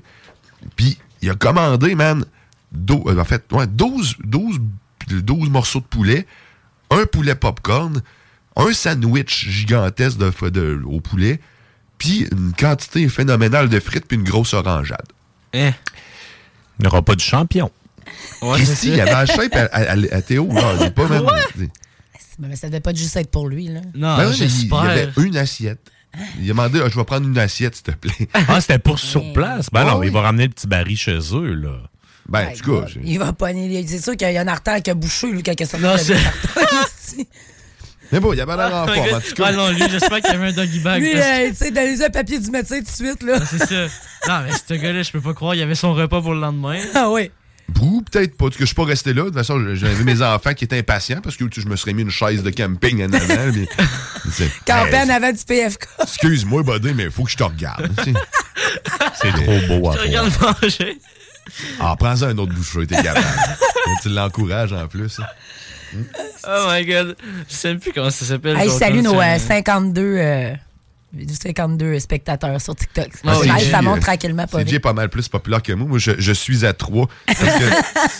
[SPEAKER 5] Puis il a commandé, man, dou- euh, en fait, ouais, 12, 12, 12 morceaux de poulet, un poulet popcorn, un sandwich gigantesque de, f- de- au poulet, puis une quantité phénoménale de frites, puis une grosse orangeade.
[SPEAKER 6] Eh.
[SPEAKER 9] Il n'y aura pas du champion.
[SPEAKER 5] Christy, il y avait la shape à, à- à- à Théo. là, c'est Ah, pas même.
[SPEAKER 7] Mais ça devait pas juste être pour lui, là.
[SPEAKER 6] Non,
[SPEAKER 5] Ben oui, mais il- il y avait une assiette. Il a demandé, Ah, je vais prendre une assiette, s'il te plaît.
[SPEAKER 9] Ah, c'était pour sur place. Ben
[SPEAKER 5] Ah
[SPEAKER 9] non,
[SPEAKER 5] oui.
[SPEAKER 9] il va ramener le petit baril chez eux, là.
[SPEAKER 5] Ben,
[SPEAKER 7] My God. Il va pas nier. C'est sûr qu'il y a un artère qui a bouché, lui, quand il a sorti
[SPEAKER 6] Non,
[SPEAKER 7] le
[SPEAKER 6] c'est-
[SPEAKER 7] artère ici.
[SPEAKER 5] Mais bon, il y avait l'air en
[SPEAKER 6] Ah,
[SPEAKER 5] forme,
[SPEAKER 6] God.
[SPEAKER 5] en tout cas.
[SPEAKER 6] Ah non, lui, j'espère qu'il y avait un doggy bag.
[SPEAKER 7] Lui,
[SPEAKER 6] parce que-
[SPEAKER 7] euh, tu sais, dans les yeux, papier du médecin tout de suite, là.
[SPEAKER 6] C'est ça. Non, mais ce gars-là, je peux pas croire, il avait son repas pour le lendemain.
[SPEAKER 7] Ah oui.
[SPEAKER 5] Ou peut-être pas, parce que je suis pas resté là. De toute façon, j'avais mes enfants qui étaient impatients parce que tu sais, je me serais mis une chaise de camping en avant. mais- C'est-
[SPEAKER 7] Campagne
[SPEAKER 5] Hey,
[SPEAKER 7] avant du PFK.
[SPEAKER 5] Excuse-moi, Buddy, mais il faut que je te regarde. tu sais.
[SPEAKER 9] C'est trop beau à
[SPEAKER 5] Je
[SPEAKER 9] voir.
[SPEAKER 5] te regarde.
[SPEAKER 6] Manger.
[SPEAKER 5] Ah, prends-en un autre bouchon, t'es capable. tu l'encourages en plus. hein.
[SPEAKER 6] Oh my god. Je sais même plus comment ça s'appelle.
[SPEAKER 7] Hey,
[SPEAKER 6] genre,
[SPEAKER 7] salut
[SPEAKER 6] comme
[SPEAKER 7] nos
[SPEAKER 6] ça.
[SPEAKER 7] euh,
[SPEAKER 9] Ah,
[SPEAKER 7] 52, euh, 52 spectateurs sur TikTok.
[SPEAKER 5] Ah, c'est
[SPEAKER 7] Hey,
[SPEAKER 5] Jay,
[SPEAKER 7] ça
[SPEAKER 5] euh,
[SPEAKER 7] monte tranquillement pas
[SPEAKER 5] C'est déjà
[SPEAKER 7] vite.
[SPEAKER 5] pas mal plus populaire que moi. Moi, je, je suis à trois. Parce que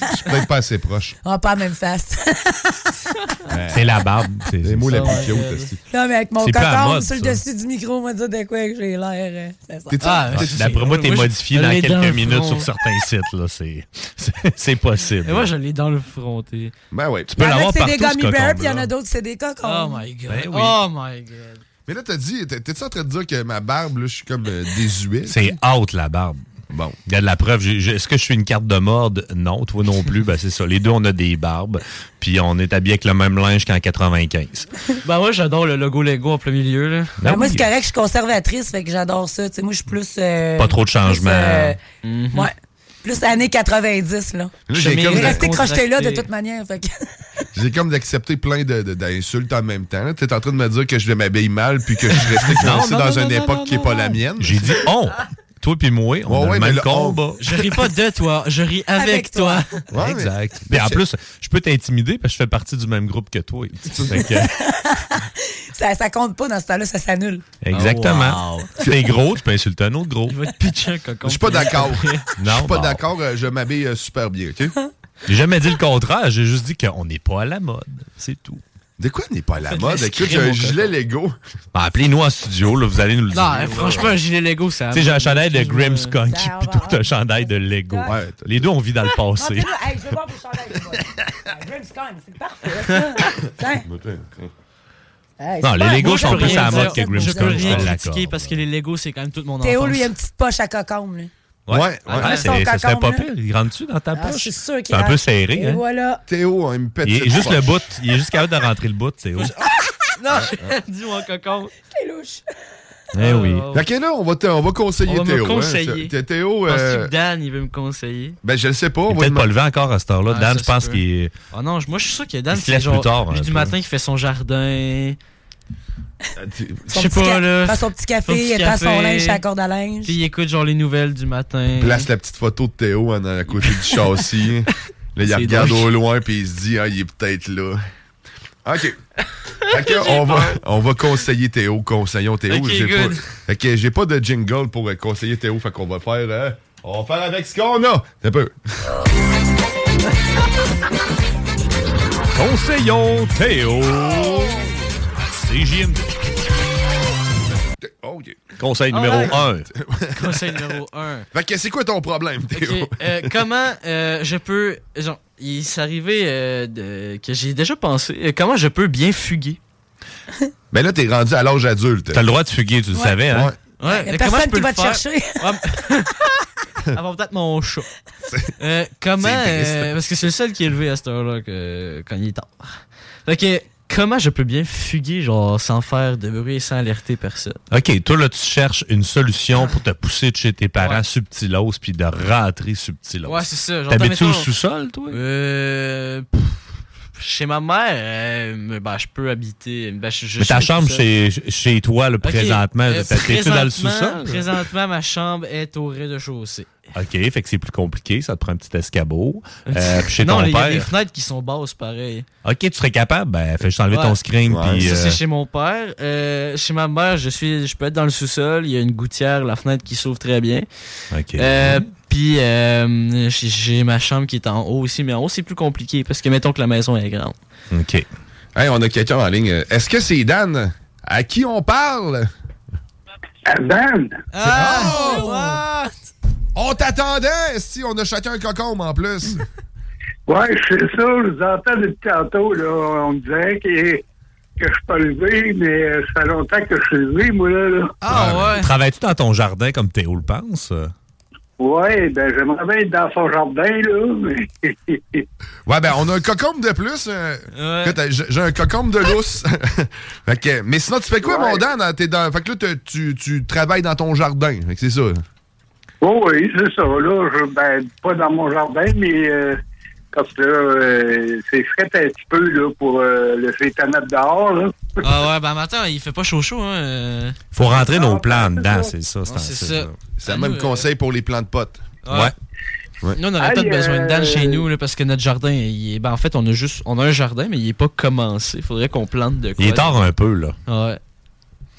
[SPEAKER 5] je suis peut-être pas assez proche.
[SPEAKER 7] On pas la même face.
[SPEAKER 9] C'est la barbe. C'est
[SPEAKER 5] moi la
[SPEAKER 9] ça,
[SPEAKER 5] plus
[SPEAKER 9] ouais.
[SPEAKER 5] cute, aussi.
[SPEAKER 7] non, mais avec mon
[SPEAKER 9] C'est pas à
[SPEAKER 7] coton
[SPEAKER 9] mode,
[SPEAKER 7] sur le
[SPEAKER 9] ça.
[SPEAKER 7] dessus du micro, on va dire de quoi que j'ai l'air. euh, c'est ça.
[SPEAKER 9] Ah, D'après moi, t'es
[SPEAKER 6] moi, je-
[SPEAKER 9] modifié
[SPEAKER 6] je
[SPEAKER 9] dans
[SPEAKER 6] l'ai dans le
[SPEAKER 9] quelques minutes
[SPEAKER 6] front.
[SPEAKER 9] sur certains sites, là. C'est- c'est- C'est possible.
[SPEAKER 6] Et moi, je l'ai dans le fronté.
[SPEAKER 5] Ben ouais. Tu
[SPEAKER 9] peux
[SPEAKER 7] Il y en a
[SPEAKER 9] l'avoir
[SPEAKER 7] que c'est des
[SPEAKER 9] partout, ce
[SPEAKER 7] gummy bears, puis il y en
[SPEAKER 9] cocon-là.
[SPEAKER 7] a d'autres, c'est des cocons.
[SPEAKER 6] Oh my god.
[SPEAKER 9] Ben oui.
[SPEAKER 6] Oh my god.
[SPEAKER 5] Mais là, t'as dit, t'es- t'es-tu en train de dire que ma barbe, là, je suis comme euh, désuet?
[SPEAKER 9] C'est haute, la barbe.
[SPEAKER 5] Bon.
[SPEAKER 9] Il y a de la preuve. J'ai- j'ai- Est-ce que je suis une carte de morde? Non, toi non plus. Ben, c'est ça. Les deux, on a des barbes. Puis on est habillés avec le même linge qu'en 95.
[SPEAKER 6] Ben moi, j'adore le logo Lego en plein milieu, là.
[SPEAKER 7] Ben, moi, c'est correct, je suis conservatrice, fait que j'adore ça. Tu sais, moi, je suis plus. euh,
[SPEAKER 9] Pas trop de changements.
[SPEAKER 7] Plus,
[SPEAKER 9] Mm-hmm.
[SPEAKER 7] euh, Ouais. Plus années 90, là.
[SPEAKER 5] Là, j'ai
[SPEAKER 7] Mais
[SPEAKER 5] comme-
[SPEAKER 7] resté crocheté là de
[SPEAKER 5] contracté.
[SPEAKER 7] toute manière. Fait que...
[SPEAKER 5] J'ai comme d'accepter plein de- de- d'insultes en même temps. là. T'es en train de me dire que je vais m'habiller mal puis que je suis resté
[SPEAKER 9] Non,
[SPEAKER 5] coincé
[SPEAKER 9] non,
[SPEAKER 5] dans
[SPEAKER 9] non,
[SPEAKER 5] une
[SPEAKER 9] non,
[SPEAKER 5] époque
[SPEAKER 9] non,
[SPEAKER 5] qui n'est
[SPEAKER 9] non,
[SPEAKER 5] pas
[SPEAKER 9] non.
[SPEAKER 5] la mienne.
[SPEAKER 9] J'ai dit on. toi puis moi, on a
[SPEAKER 5] ouais,
[SPEAKER 9] le
[SPEAKER 5] mais
[SPEAKER 9] même
[SPEAKER 5] le
[SPEAKER 9] combat.
[SPEAKER 5] on-
[SPEAKER 6] Je ris pas de toi, je ris avec,
[SPEAKER 9] Avec
[SPEAKER 6] toi.
[SPEAKER 9] Ouais, exact. Mais en plus, je peux t'intimider parce que je fais partie du même groupe que toi. Fait que-
[SPEAKER 7] Ça, ça compte pas dans ce temps-là, ça s'annule. Ah
[SPEAKER 9] exactement.
[SPEAKER 5] wow.
[SPEAKER 9] T'es gros, tu peux insulter un autre gros.
[SPEAKER 5] Je suis pas d'accord. Je
[SPEAKER 9] Non,
[SPEAKER 5] suis pas
[SPEAKER 9] bon.
[SPEAKER 5] d'accord. euh, Je m'habille euh, super bien, OK?
[SPEAKER 9] J'ai jamais dit le contraire, j'ai juste dit qu'on n'est pas à la mode. C'est tout.
[SPEAKER 5] De quoi on n'est pas à la
[SPEAKER 9] Faites
[SPEAKER 5] mode?
[SPEAKER 9] l'escrime
[SPEAKER 5] Écoute, j'ai
[SPEAKER 9] au
[SPEAKER 5] un gilet Lego.
[SPEAKER 9] Ben, Appelez-nous en studio, là, vous allez nous le
[SPEAKER 6] Non,
[SPEAKER 9] dire.
[SPEAKER 6] hein, franchement, un gilet Lego, ça.
[SPEAKER 9] Tu sais, j'ai un chandail de Grimmskunk puis toi, t'as un chandail de Lego. Les deux, on vit dans le passé.
[SPEAKER 7] Hey, je veux voir vos chandails, les boys. Ah, Grimmskong, c'est parfait, ça. Tiens. Ah. Hey,
[SPEAKER 9] Non,
[SPEAKER 7] c'est
[SPEAKER 9] les
[SPEAKER 7] pas-
[SPEAKER 9] Legos
[SPEAKER 7] Moi,
[SPEAKER 9] sont
[SPEAKER 7] je peux
[SPEAKER 9] plus
[SPEAKER 7] rien
[SPEAKER 9] à la mode
[SPEAKER 7] dire.
[SPEAKER 9] que
[SPEAKER 6] Je
[SPEAKER 9] Grimmskong,
[SPEAKER 6] peux rien
[SPEAKER 9] je te
[SPEAKER 6] critiquer
[SPEAKER 9] l'accorde.
[SPEAKER 6] parce que les Lego, c'est quand même toute mon enfance.
[SPEAKER 7] Théo, lui, il a une petite poche à cocombe, lui.
[SPEAKER 9] Ouais, ouais.
[SPEAKER 6] Ah,
[SPEAKER 9] ouais,
[SPEAKER 6] son
[SPEAKER 9] c'est- ça serait
[SPEAKER 7] cocon,
[SPEAKER 9] pas
[SPEAKER 7] là.
[SPEAKER 9] pire. Il rentre-tu dans ta
[SPEAKER 7] Ah,
[SPEAKER 9] poche?
[SPEAKER 7] je suis sûr qu'il
[SPEAKER 9] C'est un
[SPEAKER 7] rentre.
[SPEAKER 9] peu serré,
[SPEAKER 7] Et
[SPEAKER 9] hein?
[SPEAKER 7] voilà.
[SPEAKER 5] Théo a une
[SPEAKER 9] Il
[SPEAKER 5] petite
[SPEAKER 9] est juste le
[SPEAKER 5] poche.
[SPEAKER 9] bout. Il est juste capable de rentrer le bout, Théo.
[SPEAKER 6] Non, j'ai dit mon cocon.
[SPEAKER 7] C'est louche.
[SPEAKER 9] Eh oui.
[SPEAKER 5] Fait que là, on va, te- on va conseiller
[SPEAKER 6] Oh. On va me
[SPEAKER 5] Théo. hein.
[SPEAKER 6] conseiller.
[SPEAKER 5] Thé- Théo,
[SPEAKER 6] Penses-tu
[SPEAKER 5] euh,
[SPEAKER 6] que Dan, il veut me conseiller.
[SPEAKER 5] ben, je le sais pas.
[SPEAKER 9] Il
[SPEAKER 5] on
[SPEAKER 9] est
[SPEAKER 5] va
[SPEAKER 9] peut-être
[SPEAKER 5] demander-
[SPEAKER 9] pas levé encore à cette heure-là.
[SPEAKER 6] Ah,
[SPEAKER 9] Dan,
[SPEAKER 6] ça
[SPEAKER 9] je
[SPEAKER 6] se
[SPEAKER 9] pense
[SPEAKER 6] peut.
[SPEAKER 9] qu'il est.
[SPEAKER 6] Oh non, moi, je suis sûr que Dan,
[SPEAKER 9] Il se
[SPEAKER 6] c'est
[SPEAKER 9] lève
[SPEAKER 6] genre,
[SPEAKER 9] plus tard,
[SPEAKER 6] lui
[SPEAKER 9] un
[SPEAKER 6] du
[SPEAKER 9] peu.
[SPEAKER 6] matin, qui fait son
[SPEAKER 5] Euh,
[SPEAKER 6] jardin. Je
[SPEAKER 7] Son
[SPEAKER 6] sais
[SPEAKER 7] petit
[SPEAKER 6] pas,
[SPEAKER 7] ca-
[SPEAKER 6] là.
[SPEAKER 7] prend son petit café, il prend son linge à la corde à linge.
[SPEAKER 6] Puis il écoute, genre, les nouvelles du matin.
[SPEAKER 5] Place la petite photo de Théo en- à côté du châssis. Là, il
[SPEAKER 6] C'est
[SPEAKER 5] regarde
[SPEAKER 6] drôle.
[SPEAKER 5] au loin puis il se dit, ah, il est peut-être là. OK. Fait que on, va, on va conseiller Théo. Conseillons Théo.
[SPEAKER 6] Ok,
[SPEAKER 5] J'ai
[SPEAKER 6] good.
[SPEAKER 5] pas, fait que j'ai pas de jingle pour euh, conseiller Théo. Fait qu'on va faire. euh, on va faire avec ce qu'on a. C'est peu.
[SPEAKER 9] Conseillons Oh, Théo. CJMD. Oh, Conseil numéro
[SPEAKER 6] Alright.
[SPEAKER 9] 1.
[SPEAKER 6] Conseil numéro 1.
[SPEAKER 5] Fait que c'est quoi ton problème, Théo?
[SPEAKER 6] comment euh, je peux. Genre, il s'est arrivé euh, de- que j'ai déjà pensé. euh, comment je peux bien fuguer
[SPEAKER 5] Mais Ben là, t'es rendu à l'âge adulte.
[SPEAKER 9] T'as le droit de fuguer, tu le
[SPEAKER 6] Ouais.
[SPEAKER 9] savais, hein?
[SPEAKER 6] Ouais,
[SPEAKER 7] Il y a
[SPEAKER 6] mais
[SPEAKER 7] personne
[SPEAKER 6] comment je peux
[SPEAKER 7] qui va
[SPEAKER 6] le
[SPEAKER 7] te
[SPEAKER 6] faire?
[SPEAKER 7] chercher.
[SPEAKER 6] Ouais, mais- Avant peut-être mon chat. Euh, comment.
[SPEAKER 7] C'est triste.
[SPEAKER 6] euh, parce que c'est le seul qui est levé à cette heure-là que- quand il est tard. Fait que, comment je peux bien fuguer, genre, sans faire de bruit et sans alerter personne
[SPEAKER 9] OK, toi, là, tu cherches une solution pour te pousser de chez tes parents subtilos puis de rentrer subtilos.
[SPEAKER 6] Ouais, c'est ça. genre,
[SPEAKER 9] T'habites-tu
[SPEAKER 6] mettons-
[SPEAKER 9] au sous-sol, toi?
[SPEAKER 6] Euh. pff, Chez ma mère, euh, mais ben, je peux habiter. Ben, je, je
[SPEAKER 9] Mais ta
[SPEAKER 6] suis
[SPEAKER 9] chambre
[SPEAKER 6] seul.
[SPEAKER 9] chez, chez toi, le
[SPEAKER 6] Ok,
[SPEAKER 9] présentement,
[SPEAKER 6] euh,
[SPEAKER 9] t'es- t'es-tu dans le
[SPEAKER 6] présentement-
[SPEAKER 9] sous-sol?
[SPEAKER 6] Présentement, ma chambre est au rez-de-chaussée.
[SPEAKER 9] OK, fait que c'est plus compliqué, ça te prend un petit escabeau. Euh, puis chez
[SPEAKER 6] non,
[SPEAKER 9] ton
[SPEAKER 6] il y a des
[SPEAKER 9] père.
[SPEAKER 6] fenêtes qui sont basses, pareil.
[SPEAKER 9] OK, tu serais capable, ben, fais juste enlever
[SPEAKER 6] Ouais.
[SPEAKER 9] ton screen puis.
[SPEAKER 6] Ça,
[SPEAKER 9] euh,
[SPEAKER 6] c'est chez mon père. Euh, chez ma mère, je suis, je peux être dans le sous-sol. Il y a une gouttière, la fenêtre qui s'ouvre très bien.
[SPEAKER 9] OK.
[SPEAKER 6] Euh, puis euh, j'ai- j'ai ma chambre qui est en haut aussi, mais en haut c'est plus compliqué parce que mettons que la maison est grande.
[SPEAKER 9] OK.
[SPEAKER 5] Hey, on a quelqu'un en ligne. Est-ce que c'est Dan? À qui on parle?
[SPEAKER 12] Euh,
[SPEAKER 5] Dan! Ah,
[SPEAKER 6] Oh!
[SPEAKER 5] On t'attendait! Si on a chacun un cocombe en plus.
[SPEAKER 12] Ouais, c'est ça, je vous entends depuis tantôt, là. On me disait que, que je suis pas levé, mais ça fait longtemps que je suis levé, moi, là. là.
[SPEAKER 9] ouais. Travailles-tu dans ton jardin comme Théo le pense?
[SPEAKER 12] Ouais, ben, j'aimerais bien être dans son jardin, là, mais.
[SPEAKER 5] ouais, ben, on a un cocombe de plus. euh, écoute, j'ai- J'ai un cocombe de lousse. Fait que, mais sinon, tu fais quoi, mon Dan? hein? T'es dans- fait que là, t'as- tu, tu travailles dans ton jardin. Fait que c'est ça.
[SPEAKER 12] Oh, oui, c'est ça, là. Je, ben, pas dans mon jardin, mais. euh, parce que là, euh, c'est frais un petit peu, là, pour euh, laisser ta mettre dehors, là.
[SPEAKER 6] Ah ouais, ben matin, il fait pas chaud chaud. Hein. euh.
[SPEAKER 9] Faut rentrer nos plans dedans, c'est ça.
[SPEAKER 6] Non, c'est
[SPEAKER 9] c'est
[SPEAKER 6] ça.
[SPEAKER 9] ça.
[SPEAKER 5] C'est le
[SPEAKER 6] Ah,
[SPEAKER 5] même
[SPEAKER 6] nous, euh,
[SPEAKER 5] conseil pour les plants de potes.
[SPEAKER 6] Ouais. Nous, on n'aurait pas
[SPEAKER 12] Aïe,
[SPEAKER 6] besoin de Dan
[SPEAKER 12] euh,
[SPEAKER 6] chez nous là, parce que notre jardin, il est... ben, en fait, on a juste on a un jardin, mais il est pas commencé. faudrait qu'on plante de quoi.
[SPEAKER 9] Il est tard un peu, là.
[SPEAKER 6] Ouais.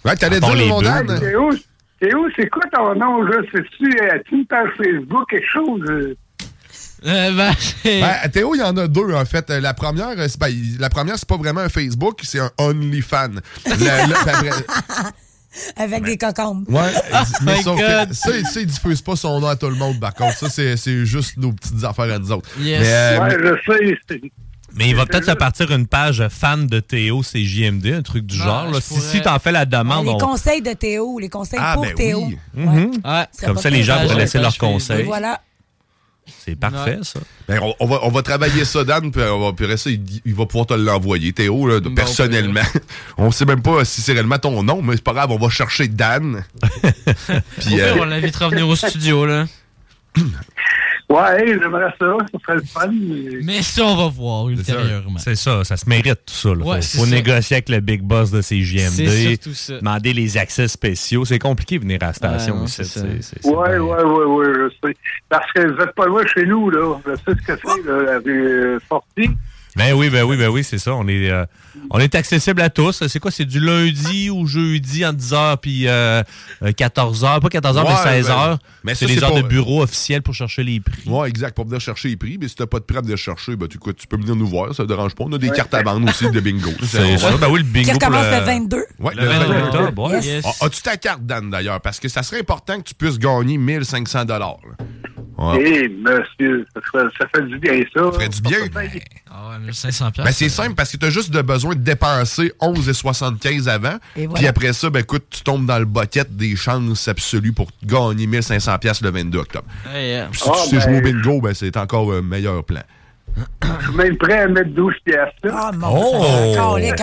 [SPEAKER 5] Ouais,
[SPEAKER 12] t'allais
[SPEAKER 9] dire, mon
[SPEAKER 12] Dan? Théo, Théo, c'est quoi ton nom, là? C'est-tu as-tu une page Facebook, quelque chose? euh?
[SPEAKER 7] Euh,
[SPEAKER 6] ben,
[SPEAKER 5] Théo, il y en a deux, en fait. Euh, La première, euh, c'est ben, il- la première, c'est pas vraiment un Facebook, c'est un OnlyFan. Le- le- après-
[SPEAKER 7] Avec des cocombes.
[SPEAKER 5] Ouais,
[SPEAKER 7] Oh
[SPEAKER 5] mais
[SPEAKER 9] Oh
[SPEAKER 7] my
[SPEAKER 5] sauf
[SPEAKER 7] God.
[SPEAKER 5] que ça, il- ça, il diffuse pas son nom à tout le monde, par contre. Ça, c'est c'est juste nos petites affaires à nous autres. Mais, euh, mais-
[SPEAKER 12] je sais.
[SPEAKER 9] Mais il va peut-être se partir une page fan de Théo, c'est JMD, un truc du genre. là. Si, si t'en fais la demande,
[SPEAKER 7] Les
[SPEAKER 9] on...
[SPEAKER 7] conseils de Théo, les conseils
[SPEAKER 9] Ah,
[SPEAKER 7] pour
[SPEAKER 9] ben
[SPEAKER 7] Théo.
[SPEAKER 9] oui.
[SPEAKER 7] Ouais.
[SPEAKER 9] Mhm.
[SPEAKER 7] Ce serait
[SPEAKER 9] Comme
[SPEAKER 7] pas
[SPEAKER 9] ça,
[SPEAKER 7] pire.
[SPEAKER 9] les gens
[SPEAKER 5] page,
[SPEAKER 9] pourraient laisser
[SPEAKER 5] page
[SPEAKER 9] leurs
[SPEAKER 5] Facebook.
[SPEAKER 7] Et
[SPEAKER 9] conseils.
[SPEAKER 7] Voilà.
[SPEAKER 9] C'est parfait, ça.
[SPEAKER 5] Ben, on, on va, on va travailler ça, Dan, puis, on va, puis après ça, il, il va pouvoir te l'envoyer, Théo, là, de- personnellement.
[SPEAKER 7] ben
[SPEAKER 5] On sait même pas si c'est réellement ton nom, mais c'est pas grave, on va chercher Dan.
[SPEAKER 6] Au
[SPEAKER 5] puis,
[SPEAKER 6] pire,
[SPEAKER 5] euh,
[SPEAKER 6] on l'invitera à venir au studio là.
[SPEAKER 12] Ouais, j'aimerais ça, ça serait le fun. mais-
[SPEAKER 6] Mais ça, on va voir ultérieurement.
[SPEAKER 9] C'est ça, ça se mérite tout ça. là.
[SPEAKER 6] Ouais,
[SPEAKER 9] faut
[SPEAKER 6] c'est
[SPEAKER 9] faut
[SPEAKER 6] ça.
[SPEAKER 9] négocier avec le big boss de
[SPEAKER 6] C'est
[SPEAKER 9] CJMD,
[SPEAKER 6] surtout ça.
[SPEAKER 9] demander les accès spéciaux. C'est compliqué de venir à la station
[SPEAKER 6] Ouais, non,
[SPEAKER 9] ici.
[SPEAKER 6] c'est
[SPEAKER 9] tu sais, c'est-
[SPEAKER 12] Ouais, ouais, ouais, ouais, je sais. Parce que vous êtes pas loin chez nous, là. Je sais ce que c'est, là, la rue euh, Forti.
[SPEAKER 9] Ben oui, ben oui, ben oui, c'est ça. On est, euh, on est accessible à tous. C'est quoi? C'est du lundi au jeudi entre 10h puis euh, euh, 14h. Pas 14h,
[SPEAKER 5] Ouais,
[SPEAKER 9] mais 16h.
[SPEAKER 5] ben, mais
[SPEAKER 9] c'est
[SPEAKER 5] ça,
[SPEAKER 9] les
[SPEAKER 5] c'est
[SPEAKER 9] heures
[SPEAKER 5] pas-
[SPEAKER 9] de bureau officielles pour chercher les prix.
[SPEAKER 5] Ouais, exact. Pour venir chercher les prix, mais si t'as pas de prêt à venir chercher, ben, tu, quoi, tu peux venir nous voir, ça te dérange pas. On a des cartes à vendre aussi de bingo.
[SPEAKER 9] C'est ça. Ben oui, le bingo Qui recommence pour le- le 22.
[SPEAKER 5] Ouais,
[SPEAKER 9] Le 22 octobre, ouais. Yes.
[SPEAKER 5] Ah, As-tu ta carte, Dan, d'ailleurs? Parce que ça serait important que tu puisses gagner 1500 là. Ouais.
[SPEAKER 12] Eh, monsieur, ça, serait- ça fait du bien, ça. Ça fait du bien?
[SPEAKER 6] Ah ouais, 1500
[SPEAKER 5] Ben, c'est simple parce que tu as juste de besoin de dépenser 11,75 avant.
[SPEAKER 6] Et voilà.
[SPEAKER 5] Puis après ça, ben écoute, tu tombes dans le bucket des chances absolues pour gagner 1500 pièces le 22 octobre. Puis si tu
[SPEAKER 12] Ah,
[SPEAKER 5] sais
[SPEAKER 12] ben-
[SPEAKER 5] jouer au bingo, ben c'est encore un meilleur plan.
[SPEAKER 12] Je suis ben, même prêt à mettre 12 piastres. Ah,
[SPEAKER 5] Oh!
[SPEAKER 7] ben,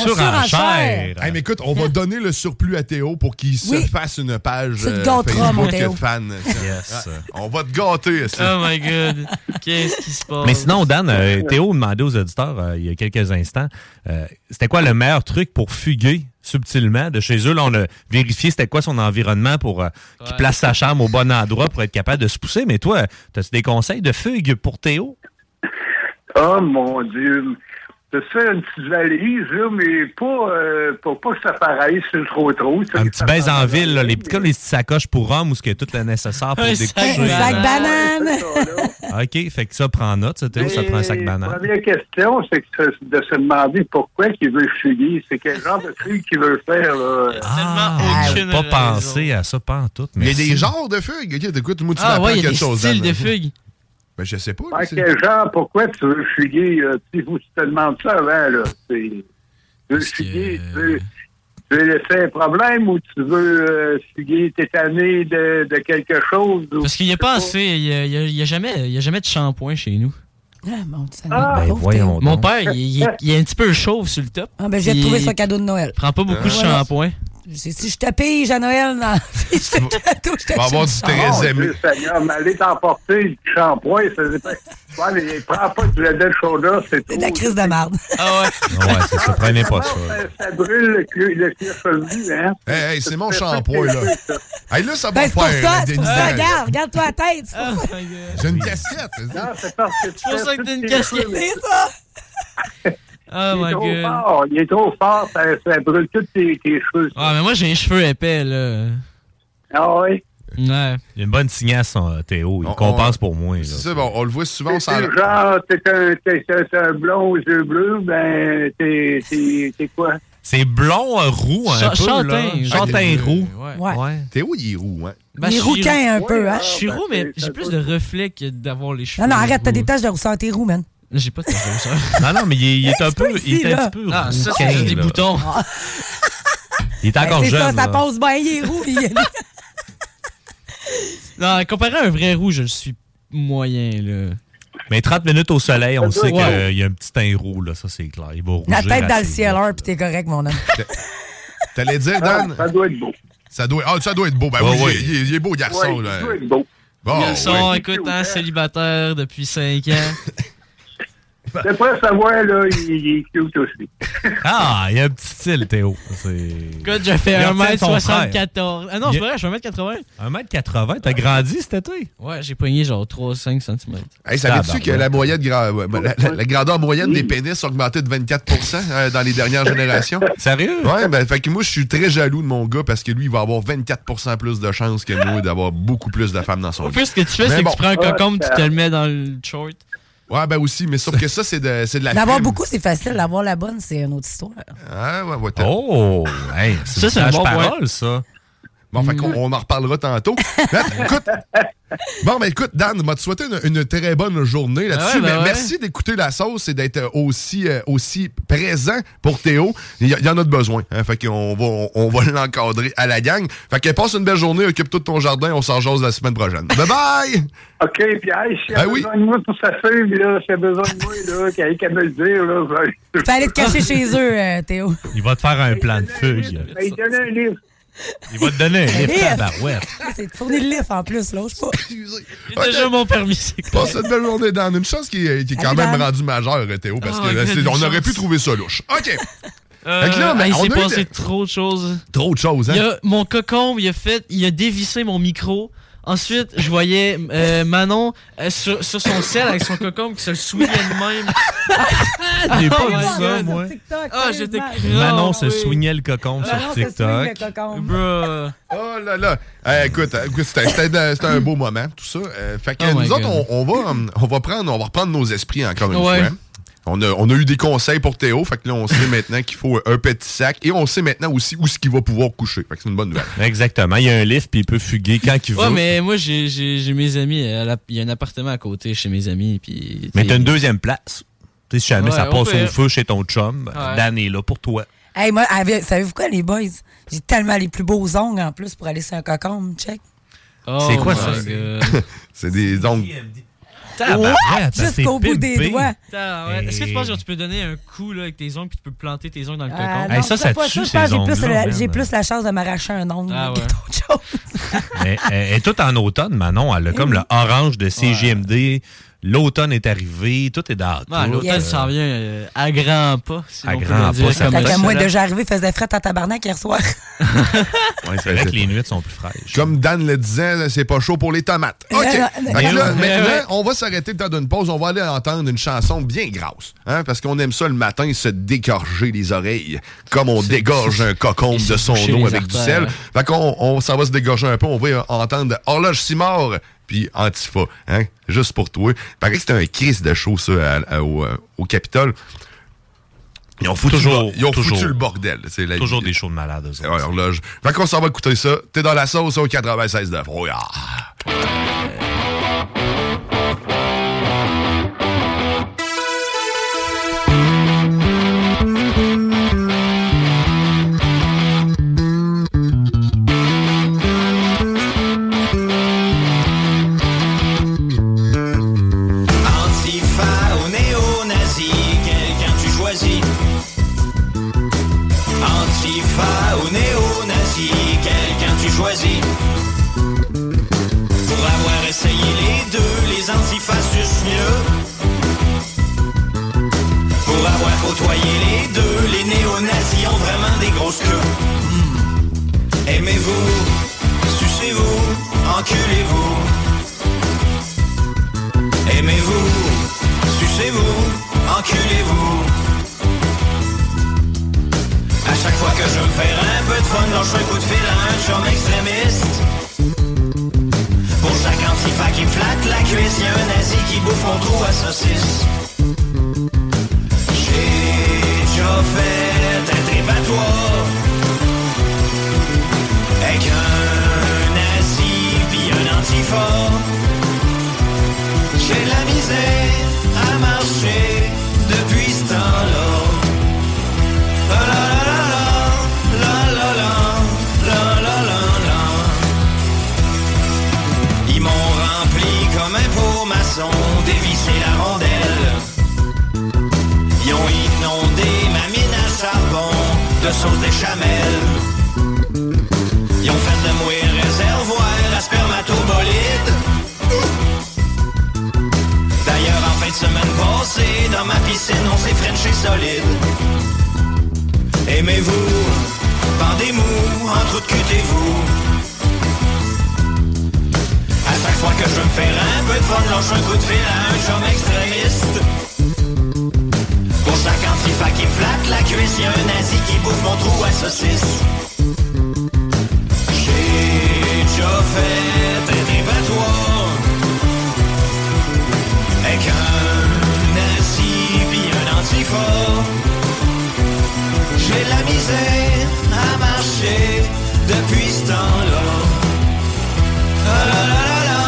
[SPEAKER 5] Hey, mais écoute, on va donner le surplus à Théo pour qu'il
[SPEAKER 12] Oui.
[SPEAKER 5] se fasse une page
[SPEAKER 12] Tu te
[SPEAKER 5] euh,
[SPEAKER 12] gâteras, mon
[SPEAKER 5] Facebook
[SPEAKER 12] Théo.
[SPEAKER 5] fan.
[SPEAKER 9] Yes.
[SPEAKER 5] Ouais. On va te gâter.
[SPEAKER 6] Oh my god. Qu'est-ce qui se passe?
[SPEAKER 9] Mais sinon, Dan, euh, Théo demandait aux auditeurs euh, il y a quelques instants, euh, c'était quoi le meilleur truc pour fuguer subtilement de chez eux? Là, on a vérifié c'était quoi son environnement pour euh, qu'il place sa chambre au bon endroit pour être capable de se pousser. Mais toi, as-tu des conseils de fugue pour Théo?
[SPEAKER 12] Oh mon Dieu. Je fais une petite valise, là, mais pas, euh, pour pas que ça paraisse sur trop trop.
[SPEAKER 9] Un petit baise en ville, là, les petits comme les petites sacoches pour hommes où ce que tout le nécessaire pour
[SPEAKER 12] Un
[SPEAKER 9] découcher.
[SPEAKER 12] sac banane. Un sac
[SPEAKER 9] OK, fait que ça prend note, ça, Théo, ça prend un sac
[SPEAKER 6] Hein?
[SPEAKER 12] La
[SPEAKER 9] banane.
[SPEAKER 12] première question, c'est que se- de se demander pourquoi qu'il veut fuguer. C'est quel genre de truc qu'il veut faire, là.
[SPEAKER 9] Ah, j'ai pas pensé à ça, pas en tout.
[SPEAKER 5] Il y a
[SPEAKER 9] merci.
[SPEAKER 5] des genres de fugues. Ok, écoute, moi, tu
[SPEAKER 9] Ah
[SPEAKER 5] m'apprends
[SPEAKER 9] ouais, il y a
[SPEAKER 5] quelque
[SPEAKER 9] des
[SPEAKER 5] chose.
[SPEAKER 9] styles
[SPEAKER 5] Dan.
[SPEAKER 9] de fugues.
[SPEAKER 5] Ben, je sais pas.
[SPEAKER 12] Ouais,
[SPEAKER 5] là, c'est-
[SPEAKER 12] quel genre, pourquoi tu veux fuguer? euh, tu sais, faut que tu te demandes ça avant, là. C'est- Tu veux fuguer, tu veux, tu veux laisser un problème ou tu veux euh, fuguer, t'es tanné de, de quelque chose? ou-
[SPEAKER 6] Parce qu'il n'y a pas assez, il n'y a, il y a- il y a jamais il y a jamais de shampoing chez nous.
[SPEAKER 7] Ah, mon Dieu, ça
[SPEAKER 6] Ah,
[SPEAKER 7] va.
[SPEAKER 6] ben
[SPEAKER 7] Pauvre
[SPEAKER 6] voyons
[SPEAKER 7] Théo.
[SPEAKER 6] Mon père, il, il- il est un petit peu chauve sur le top.
[SPEAKER 7] Ah, ben, je
[SPEAKER 6] Puis
[SPEAKER 7] vais trouver
[SPEAKER 6] il
[SPEAKER 7] son cadeau de Noël. Ah,
[SPEAKER 6] Prend pas beaucoup de
[SPEAKER 7] Voilà.
[SPEAKER 6] shampoing.
[SPEAKER 7] Je sais, Si je te pige à Noël, non. si je te cadeau, je te fais
[SPEAKER 12] va
[SPEAKER 7] une chambre.
[SPEAKER 12] Mon Ah, Dieu, Seigneur, mais allez t'emporter du shampoing, ça c'est pas. Ouais, mais prends pas du Ladel Soda, c'est trop.
[SPEAKER 7] C'est de la crise de marde.
[SPEAKER 6] Ah ouais.
[SPEAKER 9] Ouais, c'est ça, prenez pas ça.
[SPEAKER 12] Ça, ça brûle le cuir, le cuir chevelu, hein.
[SPEAKER 5] Hey, hey, c'est mon shampoing, là. Hey, là, ça va
[SPEAKER 7] Ben, c'est pour
[SPEAKER 5] faire, hein,
[SPEAKER 7] ça,
[SPEAKER 5] là,
[SPEAKER 7] c'est pour
[SPEAKER 5] des-
[SPEAKER 7] ça. Regarde, regarde-toi la tête. c'est pour
[SPEAKER 6] Ah,
[SPEAKER 7] ça.
[SPEAKER 5] J'ai une casquette.
[SPEAKER 12] Non, c'est parce que tu
[SPEAKER 7] C'est pour
[SPEAKER 12] fais
[SPEAKER 7] ça que
[SPEAKER 12] tout
[SPEAKER 7] t'as une
[SPEAKER 12] tes
[SPEAKER 7] casquette.
[SPEAKER 12] cheveux.
[SPEAKER 7] C'est ça.
[SPEAKER 9] Ah,
[SPEAKER 6] Oh
[SPEAKER 12] il est
[SPEAKER 6] my
[SPEAKER 12] trop
[SPEAKER 6] God.
[SPEAKER 12] fort, il est trop fort, ça, ça brûle tous tes, tes cheveux.
[SPEAKER 6] Ah, mais moi, j'ai les cheveux épais, là.
[SPEAKER 12] Ah oui?
[SPEAKER 6] Ouais.
[SPEAKER 9] Il y a Une bonne signasse, hein, Théo. Il compense pour moi. là.
[SPEAKER 5] C'est ça, bon, on le voit souvent, on
[SPEAKER 12] C'est
[SPEAKER 5] s'en-
[SPEAKER 12] genre, t'es un, t'es- t'es un blond aux yeux bleus, ben, t'es, t'es, t'es quoi?
[SPEAKER 9] C'est blond euh, roux, un
[SPEAKER 12] Cha-
[SPEAKER 9] peu.
[SPEAKER 12] châtain,
[SPEAKER 9] là.
[SPEAKER 12] genre.
[SPEAKER 9] Châtain
[SPEAKER 12] Ouais.
[SPEAKER 9] roux.
[SPEAKER 6] Ouais.
[SPEAKER 5] Théo, il est roux, hein?
[SPEAKER 6] Ben,
[SPEAKER 7] Il est
[SPEAKER 6] je suis
[SPEAKER 7] rouquin un
[SPEAKER 6] roux.
[SPEAKER 7] peu,
[SPEAKER 4] ah,
[SPEAKER 6] Je
[SPEAKER 7] hein?
[SPEAKER 4] bah,
[SPEAKER 6] suis
[SPEAKER 4] ben,
[SPEAKER 6] roux, mais j'ai plus de reflets que d'avoir les cheveux.
[SPEAKER 7] Non, non, arrête, t'as
[SPEAKER 6] roux.
[SPEAKER 7] des taches de rousseur, t'es roux, man.
[SPEAKER 6] J'ai pas de ça.
[SPEAKER 9] Non, non, mais il, est- il est un peu.
[SPEAKER 7] ici,
[SPEAKER 9] il est
[SPEAKER 7] là.
[SPEAKER 9] un petit peu.
[SPEAKER 6] Ah, ça,
[SPEAKER 9] rouquin,
[SPEAKER 6] c'est juste des
[SPEAKER 9] là.
[SPEAKER 6] boutons.
[SPEAKER 7] Ah.
[SPEAKER 9] Il est
[SPEAKER 7] Ben,
[SPEAKER 9] encore
[SPEAKER 7] c'est
[SPEAKER 9] jeune.
[SPEAKER 7] ça, ça
[SPEAKER 9] là.
[SPEAKER 7] passe bien, il est roux. puis il est-
[SPEAKER 6] Non, comparé à un vrai roux, je le suis moyen, là.
[SPEAKER 9] Mais 30 minutes au soleil, on
[SPEAKER 6] Ça
[SPEAKER 9] sait
[SPEAKER 6] doit-
[SPEAKER 9] qu'il
[SPEAKER 6] Ouais.
[SPEAKER 9] y a un petit teint roux, là. Ça, c'est clair. Il va rougir.
[SPEAKER 7] La tête dans le
[SPEAKER 9] assez.
[SPEAKER 7] ciel, hein, puis t'es correct, mon homme.
[SPEAKER 5] T'allais dire, Dan?
[SPEAKER 12] Ah, Ça doit être beau.
[SPEAKER 5] Ça doit, ah, ça doit être beau. Ben
[SPEAKER 9] Ouais,
[SPEAKER 5] oui,
[SPEAKER 9] ouais.
[SPEAKER 5] Il, est, il est beau, garçon.
[SPEAKER 12] Ouais,
[SPEAKER 5] là.
[SPEAKER 12] ça doit être beau.
[SPEAKER 5] Bon,
[SPEAKER 6] Ils le sont,
[SPEAKER 5] ouais.
[SPEAKER 6] écoute, hein, célibataire depuis 5 ans.
[SPEAKER 12] T'es prêt à savoir, là, il, il est cute aussi.
[SPEAKER 9] Ah, il y a un petit style, Théo. C'est-
[SPEAKER 6] Écoute, je fais
[SPEAKER 9] Il retient de son frère.
[SPEAKER 6] 1m74. Ah non, c'est
[SPEAKER 9] Il-
[SPEAKER 6] vrai, je fais 1m80.
[SPEAKER 9] 1m80, t'as grandi cet été?
[SPEAKER 6] Ouais, j'ai pogné genre 3-5 cm.
[SPEAKER 5] Hey, savais-tu que la, moyenne, gra- ben, la, la- la grandeur moyenne des pénis a augmenté de 24 euh, dans les dernières générations?
[SPEAKER 9] Sérieux?
[SPEAKER 5] Ouais, ben, fait que moi, je suis très jaloux de mon gars parce que lui, il va avoir 24 plus de chances que moi d'avoir beaucoup plus de femmes dans son
[SPEAKER 6] En
[SPEAKER 5] lit.
[SPEAKER 6] plus, ce que tu fais,
[SPEAKER 5] Mais
[SPEAKER 6] c'est que
[SPEAKER 5] bon.
[SPEAKER 6] tu prends un cocombe, tu te le mets dans le short.
[SPEAKER 5] Ouais, ben aussi, mais sauf que ça, c'est de, c'est de la
[SPEAKER 7] D'avoir
[SPEAKER 5] crème.
[SPEAKER 7] beaucoup, c'est facile. D'avoir la bonne, c'est une autre histoire.
[SPEAKER 5] Ah, ouais, ouais, t'as-
[SPEAKER 9] Oh! Hey, c'est
[SPEAKER 5] Ça,
[SPEAKER 9] une
[SPEAKER 5] c'est un
[SPEAKER 9] sage
[SPEAKER 5] bon point.
[SPEAKER 9] parole, ça.
[SPEAKER 5] Bon, fait
[SPEAKER 6] Mm.
[SPEAKER 5] qu'on on en reparlera tantôt. Mais attends, écoute, bon, ben écoute, Dan, m'a te souhaité une, une très bonne journée là-dessus.
[SPEAKER 6] Ah ouais, ben
[SPEAKER 5] Mais
[SPEAKER 6] ouais.
[SPEAKER 5] Merci d'écouter la sauce et d'être aussi, euh, aussi présent pour Théo. Il y, a- il y en a de besoin. hein. fait qu'on va, on, on va l'encadrer à la gang. Fait que passe une belle journée, occupe tout ton jardin, on s'en jase la semaine prochaine. Bye bye!
[SPEAKER 12] OK, puis, hey, s'il y a
[SPEAKER 5] Ben oui.
[SPEAKER 12] besoin de moi pour sa fille, là, s'il y a besoin de moi, là, qu'il y a qu'à me le dire, là. je-
[SPEAKER 7] Tu peux aller te cacher chez eux, euh, Théo.
[SPEAKER 9] Il va te faire un plan de fugue.
[SPEAKER 12] Ben, il donnait un livre.
[SPEAKER 9] Il va te donner un lift,
[SPEAKER 7] Lift.
[SPEAKER 9] tabarouette.
[SPEAKER 7] Ah, C'est fourni le lift en plus, là, je sais pas.
[SPEAKER 9] déjà mon permis, c'est quoi?
[SPEAKER 5] Passe une belle journée, Dan. Une chance qui est, qui est quand
[SPEAKER 7] Salut,
[SPEAKER 5] même
[SPEAKER 7] Dan.
[SPEAKER 5] rendue majeure, euh, Théo, parce
[SPEAKER 6] Oh,
[SPEAKER 5] que là,
[SPEAKER 6] God,
[SPEAKER 5] c'est-
[SPEAKER 6] une
[SPEAKER 5] on aurait
[SPEAKER 6] chance.
[SPEAKER 5] pu trouver ça louche. OK.
[SPEAKER 6] Euh,
[SPEAKER 5] Fait que là, ben,
[SPEAKER 6] hey, il
[SPEAKER 5] on
[SPEAKER 6] s'est
[SPEAKER 5] a eu
[SPEAKER 6] passé
[SPEAKER 5] de-
[SPEAKER 6] trop de choses.
[SPEAKER 5] Trop de choses, hein?
[SPEAKER 6] Il y a- mon cocon, il a fait, il a dévissé mon micro. Ensuite, je voyais euh, Manon euh, sur, sur son sel avec son cocon qui se le souillait de même.
[SPEAKER 9] J'ai pas
[SPEAKER 6] Oh
[SPEAKER 9] vu
[SPEAKER 6] my
[SPEAKER 9] ça,
[SPEAKER 6] God.
[SPEAKER 9] moi.
[SPEAKER 6] Ah, j'étais
[SPEAKER 9] Manon se
[SPEAKER 6] crampé.
[SPEAKER 9] soignait le cocon sur TikTok.
[SPEAKER 5] Oh là là. Eh, écoute, euh, écoute, c'était- c'était un- c'était un beau moment, tout ça. Euh, fait que
[SPEAKER 9] Oh my
[SPEAKER 5] nous autres,
[SPEAKER 9] God.
[SPEAKER 5] on, on va, euh, on, va prendre, on va reprendre nos esprits encore une
[SPEAKER 9] Ouais.
[SPEAKER 5] fois. On a, on a eu des conseils pour Théo, fait que là, on sait maintenant qu'il faut un petit sac et on sait maintenant aussi où ce qu'il va pouvoir coucher. Fait que c'est une bonne nouvelle.
[SPEAKER 9] Exactement. Il y a un lift, puis il peut fuguer quand il veut.
[SPEAKER 6] Ouais, mais moi, j'ai- j'ai j'ai mes amis. euh, à la- Il y a un appartement à côté chez mes amis. Puis,
[SPEAKER 9] Mais t'as une deuxième place. Tu sais, si jamais
[SPEAKER 6] Ouais,
[SPEAKER 9] ça
[SPEAKER 6] au
[SPEAKER 9] passe au
[SPEAKER 6] pire.
[SPEAKER 9] feu chez ton chum,
[SPEAKER 6] Ouais.
[SPEAKER 9] Dan est là pour toi.
[SPEAKER 7] Hey, moi, avec- savez-vous quoi, les boys? J'ai tellement les plus beaux ongles en plus pour aller sur un cocombe, check.
[SPEAKER 9] C'est quoi ça?
[SPEAKER 5] C'est des ongles.
[SPEAKER 9] Tabarouette,
[SPEAKER 7] What?
[SPEAKER 9] ça, c'est
[SPEAKER 7] Jusqu'au bout des
[SPEAKER 9] pimpé.
[SPEAKER 7] doigts.
[SPEAKER 6] Attends, ouais. Est-ce que tu penses que tu peux donner un coup là, avec tes ongles puis tu peux planter tes ongles dans le cocon?
[SPEAKER 7] Ah, non, je sais pas, je pense que j'ai plus la- J'ai plus la chance de m'arracher un ongle.
[SPEAKER 6] Ah,
[SPEAKER 7] que
[SPEAKER 6] ouais.
[SPEAKER 7] d'autres choses.
[SPEAKER 9] Mais euh, elle est toute en automne, Manon. Elle a comme le orange de CGMD. L'automne est arrivé. Tout est dans
[SPEAKER 6] Ouais,
[SPEAKER 9] tout.
[SPEAKER 6] Ah, L'hôtel s'en vient euh, à grands pas. si
[SPEAKER 9] À
[SPEAKER 6] on peut
[SPEAKER 9] grands
[SPEAKER 6] le dire
[SPEAKER 9] pas, ça
[SPEAKER 6] comme
[SPEAKER 9] va.
[SPEAKER 7] Fait que moi,
[SPEAKER 6] cela.
[SPEAKER 7] déjà arrivé, faisait fret en tabarnak hier soir.
[SPEAKER 9] c'est vrai que les nuits sont plus fraîches.
[SPEAKER 5] Comme Dan le disait, là, c'est pas chaud pour les tomates. OK.
[SPEAKER 7] non,
[SPEAKER 9] euh,
[SPEAKER 5] Fait que là,
[SPEAKER 7] non.
[SPEAKER 5] maintenant, on va s'arrêter le temps d'une pause. On va aller entendre une chanson bien grasse. hein, parce qu'on aime ça le matin, se dégorger les oreilles. Comme on dégorge un cocombe de son
[SPEAKER 9] boucher
[SPEAKER 5] eau
[SPEAKER 9] les
[SPEAKER 5] avec du
[SPEAKER 9] artères.
[SPEAKER 5] sel. Fait qu'on on, ça va se dégorger un peu. On va entendre Horloge Simard puis Antifa. Hein, juste pour toi. Pareil que c'était un crise de show, ça, à- à- au, euh, au Capitole. Ils ont foutu,
[SPEAKER 9] Toujours,
[SPEAKER 5] le, ils ont foutu
[SPEAKER 9] toujours.
[SPEAKER 5] le bordel. C'est la-
[SPEAKER 9] Toujours des shows de malades, eux
[SPEAKER 5] Ouais, horloge. Fait qu'on s'en va écouter ça. T'es dans la sauce au 96.9. Oh, yeah.
[SPEAKER 2] Antifa ou néo-nazi, quelqu'un tu choisis. Antifa ou néo-nazi, quelqu'un tu choisis. Pour avoir essayé les deux, les antifas sucent mieux. Pour avoir côtoyé les deux, les néo-nazis ont vraiment des grosses queues. Hmm. Aimez-vous, sucez-vous, enculez-vous. Aimez-vous, sucez-vous, enculez-vous. À chaque fois que je me fais un peu de fun, lâche un coup de fil à un chum extrémiste. Pour chaque antifa qui me flatte la cuisse, y'a un nazi qui bouffe mon trou à saucisse. J'ai déjà fait un trépatoire avec un nazi pis un antifa. J'ai de la misère à marcher depuis ce temps-là. La la la la la, la la la, la la la la. Ils m'ont rempli comme un pot maçon, dévissé la rondelle. Ils ont inondé ma mine à charbon de sauce d'échamel. Ils ont fait de moi un réservoir à spermatobolide. D'ailleurs, en fin de semaine passée, dans ma piscine, on s'est frenché solide. Aimez-vous, pendez-vous, entrecutez-vous. À chaque fois que je me fais un peu de fun, lâche un coup de fil à un chum extrémiste. Pour chaque antifa qui me flatte la cuisse, y'a un nazi qui bouffe mon trou à saucisse. J'ai déjà fait un débattoir avec un nazi puis un antifa. J'ai de la misère à marcher depuis ce temps-là. La la la la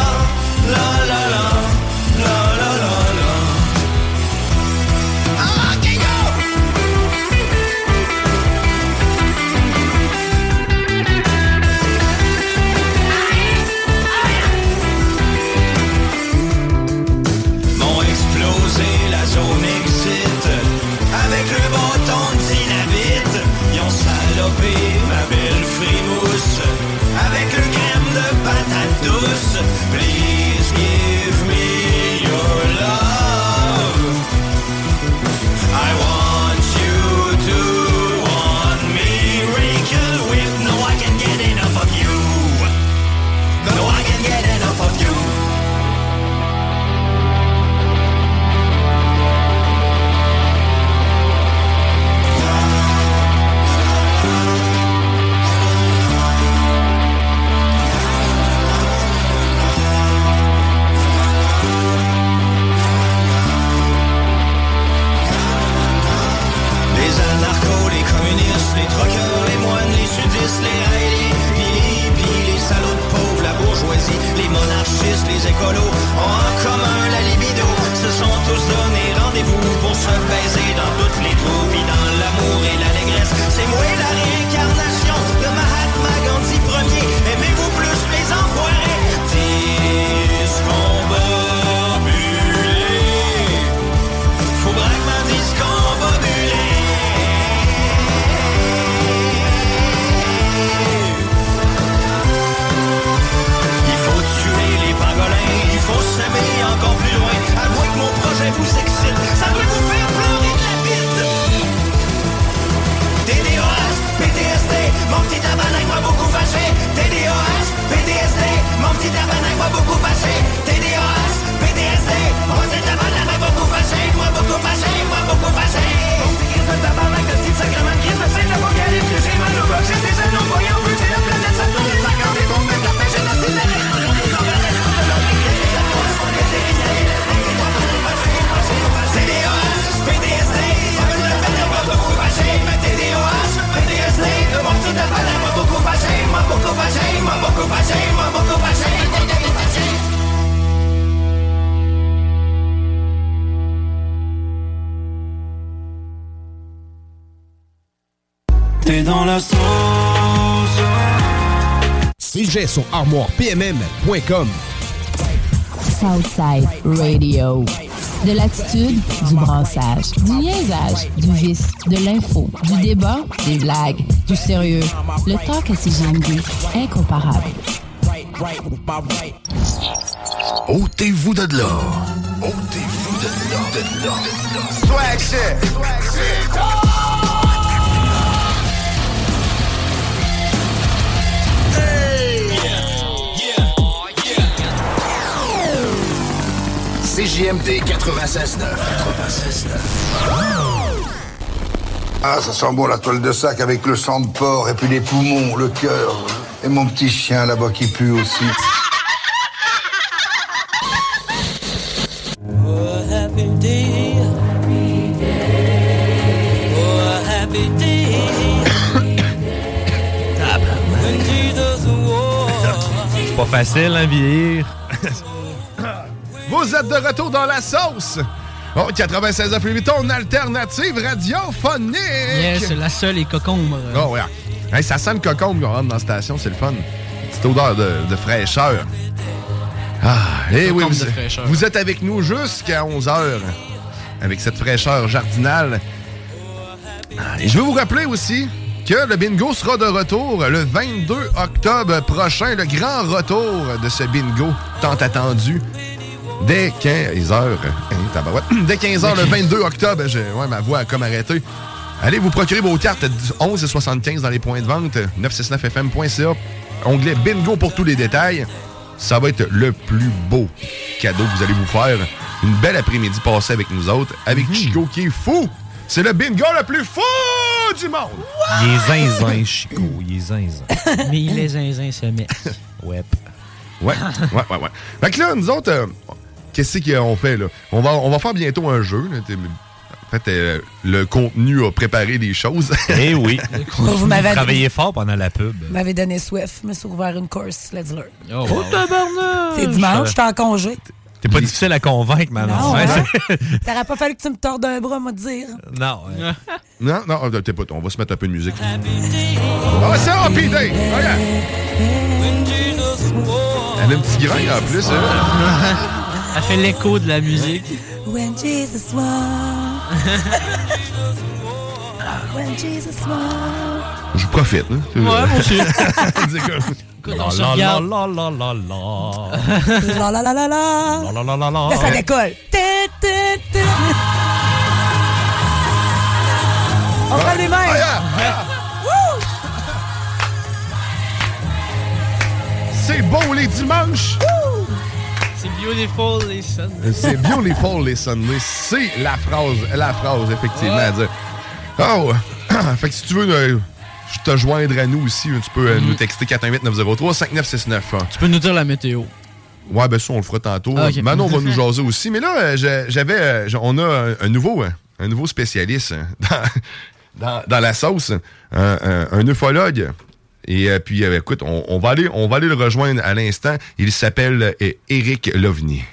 [SPEAKER 2] la, la la la, la la la la. Ah, okay, go! tous les écolos ont en commun la libido. Se sont tous donné rendez-vous pour se baiser dans toutes les troupes, puis dans l'amour et l'allégresse. C'est moi la réincarnation de Mahatma Gandhi premier. Aimez-vous plus les enfoirés? Dis combobulés. Faut braquement dis Il faut tuer les pangolins, il faut s'aimer encore plus loin. Avouez que mon projet vous excite, ça doit vous faire pleurer de la bite. TDOH, PTSD, mon petit tabarnak m'a beaucoup fâché. TDOH, PTSD, mon petit tabarnak m'a beaucoup fâché. TDOH, PTSD, mon petit tabarnak m'a beaucoup fâché. Moi beaucoup fâché, moi beaucoup fâché. Mon petit crise de tabarnak, le type sacrement crise de saint apocalypse. que J'ai mal au bloc, j'ai des jeunes, on voyait en plus, c'est la planète, ça tourne les vacances, les bombes, la paix, j'ai la
[SPEAKER 13] T'es dans la sauce.
[SPEAKER 14] CJ sur armoirepmm.com.
[SPEAKER 15] Southside Radio. De l'attitude, du brassage, du niaisage, du vice, de l'info, du débat, des blagues, du sérieux. Le talk à CGMD, incomparable.
[SPEAKER 10] Ôtez-vous de là.
[SPEAKER 2] Swag shit. Swag shit.
[SPEAKER 10] CJMD 96.9. 96.9.
[SPEAKER 11] Ah, ça sent bon la toile de sac avec le sang de porc et puis les poumons, le cœur et mon petit chien là-bas qui pue aussi.
[SPEAKER 2] Oh, happy day. Oh, happy day. When Jesus was-
[SPEAKER 9] C'est pas facile, hein, vieillir.
[SPEAKER 5] Vous êtes de retour dans la sauce! Oh, 96 8, ton alternative radiophonique!
[SPEAKER 6] Yes, la seule et cocombre. euh.
[SPEAKER 5] Oh, ouais. Hey, ça sent le cocon qu'on rentre dans la station, c'est le fun. Petite odeur de, de fraîcheur. Ah, et oui,
[SPEAKER 9] Cocombe
[SPEAKER 5] vous,
[SPEAKER 9] de fraîcheur.
[SPEAKER 5] vous êtes avec nous jusqu'à 11h avec cette fraîcheur jardinale. Ah, Et je veux vous rappeler aussi que le bingo sera de retour le 22 octobre prochain, le grand retour de ce bingo tant attendu. Dès 15h, hein, tabarouette. dès 15h le 22 octobre, j'ai- ouais, ma voix a comme arrêté. Allez vous procurer vos cartes 11 et 75 dans les points de vente, 969fm.ca, onglet bingo pour tous les détails. Ça va être le plus beau cadeau que vous allez vous faire. Une belle après-midi passée avec nous autres, avec
[SPEAKER 9] Mhm.
[SPEAKER 5] Chico qui est fou. C'est le bingo le plus fou du monde.
[SPEAKER 9] Il est zinzin, Chico. Il est zinzin.
[SPEAKER 6] Mais il est zinzin, ce mec.
[SPEAKER 9] Ouais.
[SPEAKER 5] Ouais, ouais, ouais, ouais. Fait que là, nous autres, euh, qu'est-ce qu'on fait là? On va, on va faire bientôt un jeu. là. T'es- En fait, euh, le contenu a préparé des choses.
[SPEAKER 9] Eh oui.
[SPEAKER 7] Vous m'avez- Travaillez
[SPEAKER 9] fort pendant la pub.
[SPEAKER 7] Vous m'avez donné soif, je me suis ouvert une course, let's learn.
[SPEAKER 9] Oh, wow.
[SPEAKER 6] tabarnak!
[SPEAKER 7] C'est dimanche, je suis en congé.
[SPEAKER 9] T'es pas difficile à convaincre, maman.
[SPEAKER 7] Non,
[SPEAKER 9] Ouais,
[SPEAKER 7] hein?
[SPEAKER 9] c'est-
[SPEAKER 7] T'aurais pas fallu que tu me tordes un bras, moi, te dire.
[SPEAKER 9] non. ouais.
[SPEAKER 5] non, non, euh, t'es pas, on va se mettre un peu de musique. Ah, c'est Happy Day! Regarde! Elle a un petit grain en plus. hein.
[SPEAKER 6] Elle fait l'écho de la musique.
[SPEAKER 7] When Jesus walked. When Jesus walked.
[SPEAKER 5] Je profite. Hein? Ouais,
[SPEAKER 6] moi aussi.
[SPEAKER 7] Écoute, on se regarde.
[SPEAKER 9] La, la, la, la, la.
[SPEAKER 7] La la la la la.
[SPEAKER 9] La, la, la, la, la.
[SPEAKER 7] Là,
[SPEAKER 2] euh,
[SPEAKER 7] ça décolle. Ta, ta, ta. On prend les mains. Wouh!
[SPEAKER 5] C'est beau les dimanches! Euh,
[SPEAKER 6] C'est beautiful, les sons.
[SPEAKER 5] C'est beautiful les Sundays. C'est la phrase, la phrase, effectivement, à dire. Oh! fait que si tu veux euh, je te joindre à nous aussi, tu peux euh, nous texter 418-903-5969.
[SPEAKER 6] Mhm. Tu peux nous dire la météo.
[SPEAKER 5] hein. Ouais, ben ça, on le fera tantôt.
[SPEAKER 6] Ah, ok.
[SPEAKER 5] Manon va nous jaser aussi. Mais là, euh, j'ai- j'avais. euh, j'ai- on a un- un nouveau, euh, un nouveau hein, spécialiste euh, dans, dans- dans la sauce. Un, un- un hein, ufologue Et euh, puis, euh, écoute, on, on va aller, on va aller le rejoindre à l'instant. Il s'appelle euh, Eric Lovni.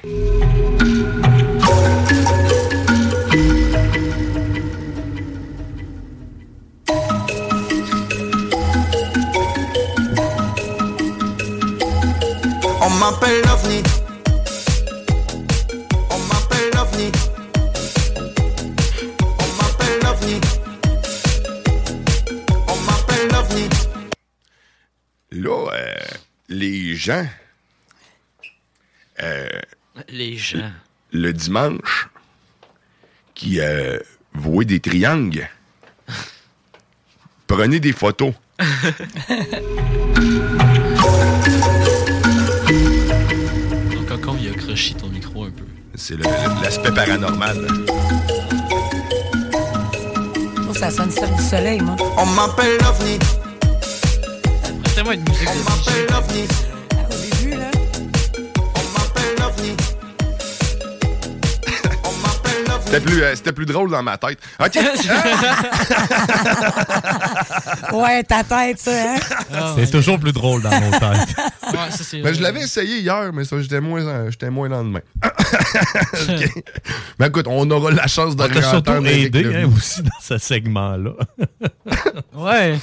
[SPEAKER 16] On m'appelle l'OVNI. On m'appelle l'OVNI. On m'appelle l'OVNI. On m'appelle l'OVNI.
[SPEAKER 17] Là, euh, les gens. euh,
[SPEAKER 6] Les gens.
[SPEAKER 17] le dimanche qui euh, vouait des triangles. Prenez des photos.
[SPEAKER 6] Ton cocon, il a croché ton micro un peu.
[SPEAKER 5] C'est le- le- l'aspect paranormal.
[SPEAKER 7] Oh, ça sonne Cirque du soleil, moi.
[SPEAKER 16] On m'appelle l'OVNI.
[SPEAKER 6] Prêtez-moi une musique de
[SPEAKER 16] On m'appelle l'OVNI.
[SPEAKER 5] C'était plus, euh, c'était plus drôle dans ma tête. OK. Ah!
[SPEAKER 7] Ouais, ta tête, ça, hein?
[SPEAKER 9] C'est toujours plus drôle dans nos têtes.
[SPEAKER 6] Ah,
[SPEAKER 5] Ben, je l'avais essayé hier, mais ça, j'étais moins, euh, j'étais moins lendemain. OK. Mais écoute, on aura la chance de
[SPEAKER 9] On t'a surtout
[SPEAKER 5] réentendre Eric
[SPEAKER 9] aidé
[SPEAKER 5] Lovny.
[SPEAKER 9] hein, aussi dans ce segment-là.
[SPEAKER 6] Ouais.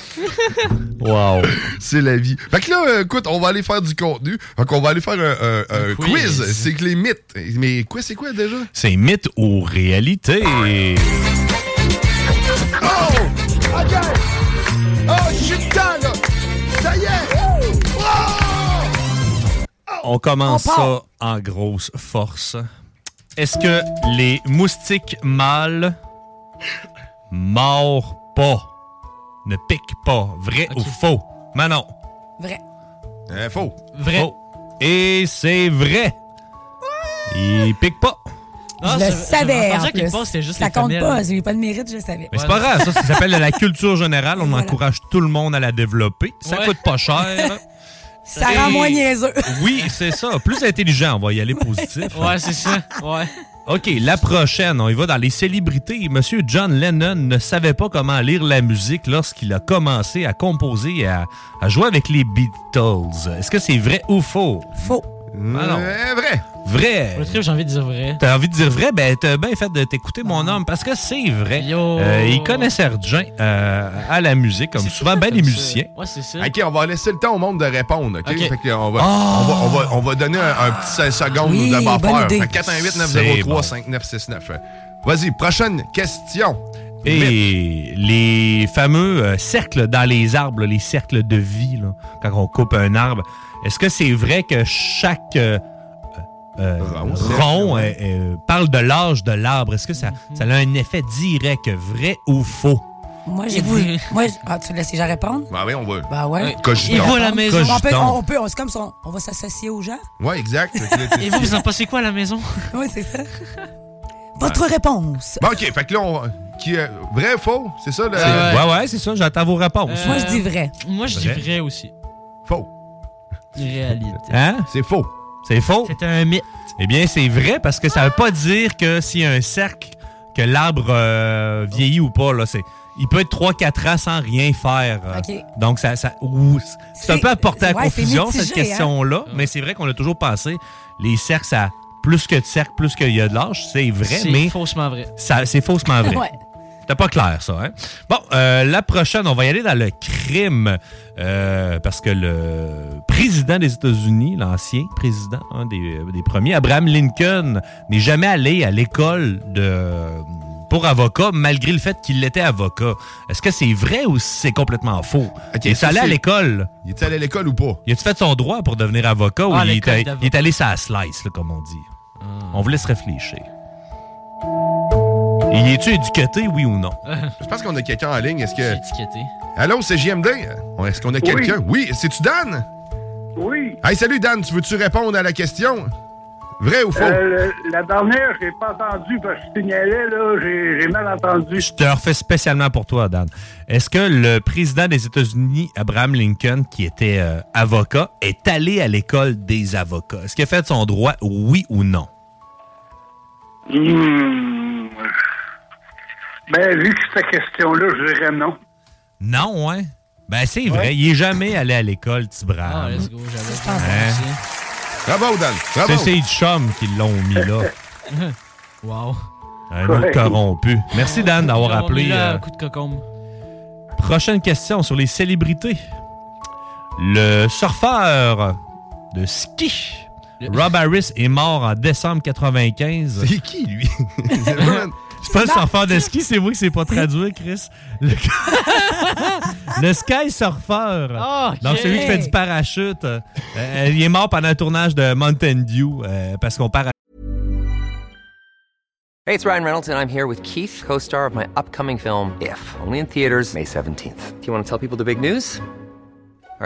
[SPEAKER 5] Wow. C'est la vie. Fait que là, euh, écoute, on va aller faire du contenu. Fait qu'on va aller faire un, un- un quiz. C'est que les mythes. Mais quoi, c'est quoi déjà?
[SPEAKER 9] C'est mythe ou réalité.
[SPEAKER 17] Oh! OK! Oh, je suis dedans, là! Ça y est! Oh!
[SPEAKER 9] On commence
[SPEAKER 17] On
[SPEAKER 9] ça
[SPEAKER 17] part.
[SPEAKER 9] en grosse force. Est-ce que les moustiques mâles mordent pas, ne piquent pas, vrai ou faux? Manon.
[SPEAKER 7] Vrai.
[SPEAKER 5] faux.
[SPEAKER 6] Vrai.
[SPEAKER 9] Faux. Et c'est vrai. Ils piquent pas.
[SPEAKER 7] Ah, je le savais.
[SPEAKER 6] pensais qu'à
[SPEAKER 7] en
[SPEAKER 6] quelque
[SPEAKER 7] plus.
[SPEAKER 6] part, c'était juste
[SPEAKER 7] ça
[SPEAKER 6] les
[SPEAKER 7] compte
[SPEAKER 6] femelles.
[SPEAKER 7] pas, j'ai pas de mérite, je le savais.
[SPEAKER 9] Mais c'est pas grave, ça, ça s'appelle de la culture générale. On encourage tout le monde à la développer. Ça
[SPEAKER 7] Ouais.
[SPEAKER 9] coûte pas cher.
[SPEAKER 7] Ça rend
[SPEAKER 9] Et-
[SPEAKER 7] moins niaiseux.
[SPEAKER 9] Oui, c'est ça. Plus intelligent, on va y aller positif.
[SPEAKER 6] Ouais, c'est ça. Ouais.
[SPEAKER 9] OK, la prochaine, on y va dans les célébrités. Monsieur John Lennon ne savait pas comment lire la musique lorsqu'il a commencé à composer et à, à jouer avec les Beatles. Est-ce que c'est vrai ou faux? Ah
[SPEAKER 7] Faux.
[SPEAKER 5] Euh, vrai.
[SPEAKER 9] Vrai.
[SPEAKER 6] Ah Le trip, j'ai envie de dire vrai.
[SPEAKER 9] T'as envie de dire vrai? Ben, t'as bien fait de t'écouter, mon homme, parce que c'est vrai. Euh, il connaissait Argent à la musique, comme souvent bien les musiciens.
[SPEAKER 6] Ouais, c'est ça.
[SPEAKER 5] OK, on va laisser le temps au monde de répondre. OK?
[SPEAKER 9] OK.
[SPEAKER 5] Fait que on, va,
[SPEAKER 9] Ah!
[SPEAKER 5] on, va, on, va, on va donner un, un petit 16 secondes
[SPEAKER 9] Oui,
[SPEAKER 5] de
[SPEAKER 9] bonne
[SPEAKER 5] buffer.
[SPEAKER 9] idée.
[SPEAKER 5] Fait que 418
[SPEAKER 9] C'est
[SPEAKER 5] 903
[SPEAKER 9] bon.
[SPEAKER 5] 5969. Euh, Vas-y, prochaine question.
[SPEAKER 9] Et les fameux euh, cercles dans les arbres, là, les cercles de vie, là, quand on coupe un arbre, est-ce que c'est vrai que chaque euh, euh,
[SPEAKER 5] cercle,
[SPEAKER 9] rond
[SPEAKER 5] ouais.
[SPEAKER 9] euh, euh, parle de l'âge de l'arbre? Est-ce que ça, ça a un effet direct, vrai ou faux?
[SPEAKER 7] Moi, j'ai dit. Moi, j'- ah, tu laisses les gens répondre?
[SPEAKER 5] Ben oui, on va.
[SPEAKER 7] Ben ouais.
[SPEAKER 5] Cogitons.
[SPEAKER 7] On peut, on, peut, on- c'est comme ça, on- on va s'associer aux gens.
[SPEAKER 5] Ouais, exact.
[SPEAKER 7] Et vous, vous en
[SPEAKER 6] pensez quoi à la maison?
[SPEAKER 7] Oui, c'est ça. Votre réponse.
[SPEAKER 5] Bon, OK, fait que là, on, qui, euh, vrai ou faux? C'est ça? Le...
[SPEAKER 9] Ouais, ouais, c'est ça, j'attends vos réponses.
[SPEAKER 6] Euh, Ah Moi, je dis vrai. Moi, je dis
[SPEAKER 9] Vrai.
[SPEAKER 6] vrai aussi.
[SPEAKER 5] Faux.
[SPEAKER 6] Réalité.
[SPEAKER 9] Hein?
[SPEAKER 5] C'est faux.
[SPEAKER 9] C'est faux?
[SPEAKER 6] C'est un mythe.
[SPEAKER 9] Eh bien, c'est vrai parce que ça veut pas dire que s'il y a un cercle, que l'arbre euh, vieillit ou pas. Là, c'est, il peut être 3-4 ans sans rien faire. euh.
[SPEAKER 7] OK.
[SPEAKER 9] Donc, ça, ça, ouh, c'est- c'est un
[SPEAKER 7] C'est-
[SPEAKER 9] peu apporté à
[SPEAKER 7] ouais, c'est
[SPEAKER 9] confusion, cette
[SPEAKER 7] mitigé, hein?
[SPEAKER 9] question-là. Mais c'est vrai qu'on a toujours pensé, les cercles, ça plus que de cercles, plus qu'il y a de l'âge. C'est vrai,
[SPEAKER 6] C'est
[SPEAKER 9] mais
[SPEAKER 6] faussement vrai.
[SPEAKER 9] ça, c'est faussement vrai.
[SPEAKER 6] Ouais.
[SPEAKER 9] C'était pas clair, ça. Hein? Bon, euh, la prochaine, on va y aller dans le crime. euh, parce que le président des États-Unis, l'ancien président, un des, euh, des premiers, Abraham Lincoln, n'est jamais allé à l'école de pour avocat, malgré le fait qu'il était avocat. Est-ce que c'est vrai ou c'est complètement faux?
[SPEAKER 5] Ok,
[SPEAKER 9] il est
[SPEAKER 5] ça,
[SPEAKER 9] allé à
[SPEAKER 5] c'est-
[SPEAKER 9] l'école.
[SPEAKER 5] Il est allé à l'école ou pas?
[SPEAKER 9] Il a-tu fait son droit pour devenir avocat
[SPEAKER 5] Ah,
[SPEAKER 9] ou il est,
[SPEAKER 5] l'école
[SPEAKER 9] allé-
[SPEAKER 5] d'avocat. Ah.
[SPEAKER 9] il est allé sa slice, là, comme on dit? On vous laisse réfléchir. Il est-tu éduqué, oui ou non?
[SPEAKER 5] Je pense qu'on a quelqu'un en ligne. Est-ce que. Allô, c'est JMD? Oh, Est-ce qu'on a quelqu'un? Oui, c'est-tu Dan?
[SPEAKER 12] Oui.
[SPEAKER 5] Hey, salut Dan, tu veux-tu répondre à la question? Vrai ou faux?
[SPEAKER 12] Euh, le- la dernière, j'ai pas entendu parce que je signalais, là, j'ai j'ai mal entendu.
[SPEAKER 9] Je te refais spécialement pour toi, Dan. Est-ce que le président des États-Unis, Abraham Lincoln, qui était euh, avocat, est allé à l'école des avocats? Est-ce qu'il a fait son droit, oui ou non?
[SPEAKER 12] Hmm. Ben, vu que cette question-là, je dirais non.
[SPEAKER 9] Non, hein? Ben, c'est vrai. Il est jamais allé à l'école, petit brave.
[SPEAKER 6] Ah, let's go, j'avais
[SPEAKER 9] Hein?
[SPEAKER 5] Bravo, Dan. Bravo.
[SPEAKER 9] C'est ses chums qui l'ont mis là.
[SPEAKER 6] wow.
[SPEAKER 9] Un autre
[SPEAKER 6] Ouais.
[SPEAKER 9] corrompu. Merci, Dan, d'avoir
[SPEAKER 6] Ils l'ont mis
[SPEAKER 9] appelé.
[SPEAKER 6] là,
[SPEAKER 9] euh,
[SPEAKER 6] coup de cocombe.
[SPEAKER 9] Prochaine question sur les célébrités. Le surfeur de ski, Rob Harris, est mort en décembre 95. C'est qui, lui? c'est pas le surfeur de ski, c'est vous que c'est pas traduit, Chris. Le, le sky surfer.
[SPEAKER 6] Ah, ok.
[SPEAKER 9] Donc, celui qui fait du parachute. Euh, euh, il est mort pendant le tournage de Mountain Dew euh, parce qu'on parachute.
[SPEAKER 18] Hey, it's Ryan Reynolds, and I'm here with Keith, co star of my upcoming film, If, only in theaters, May 17th. Do you want to tell people the big news? All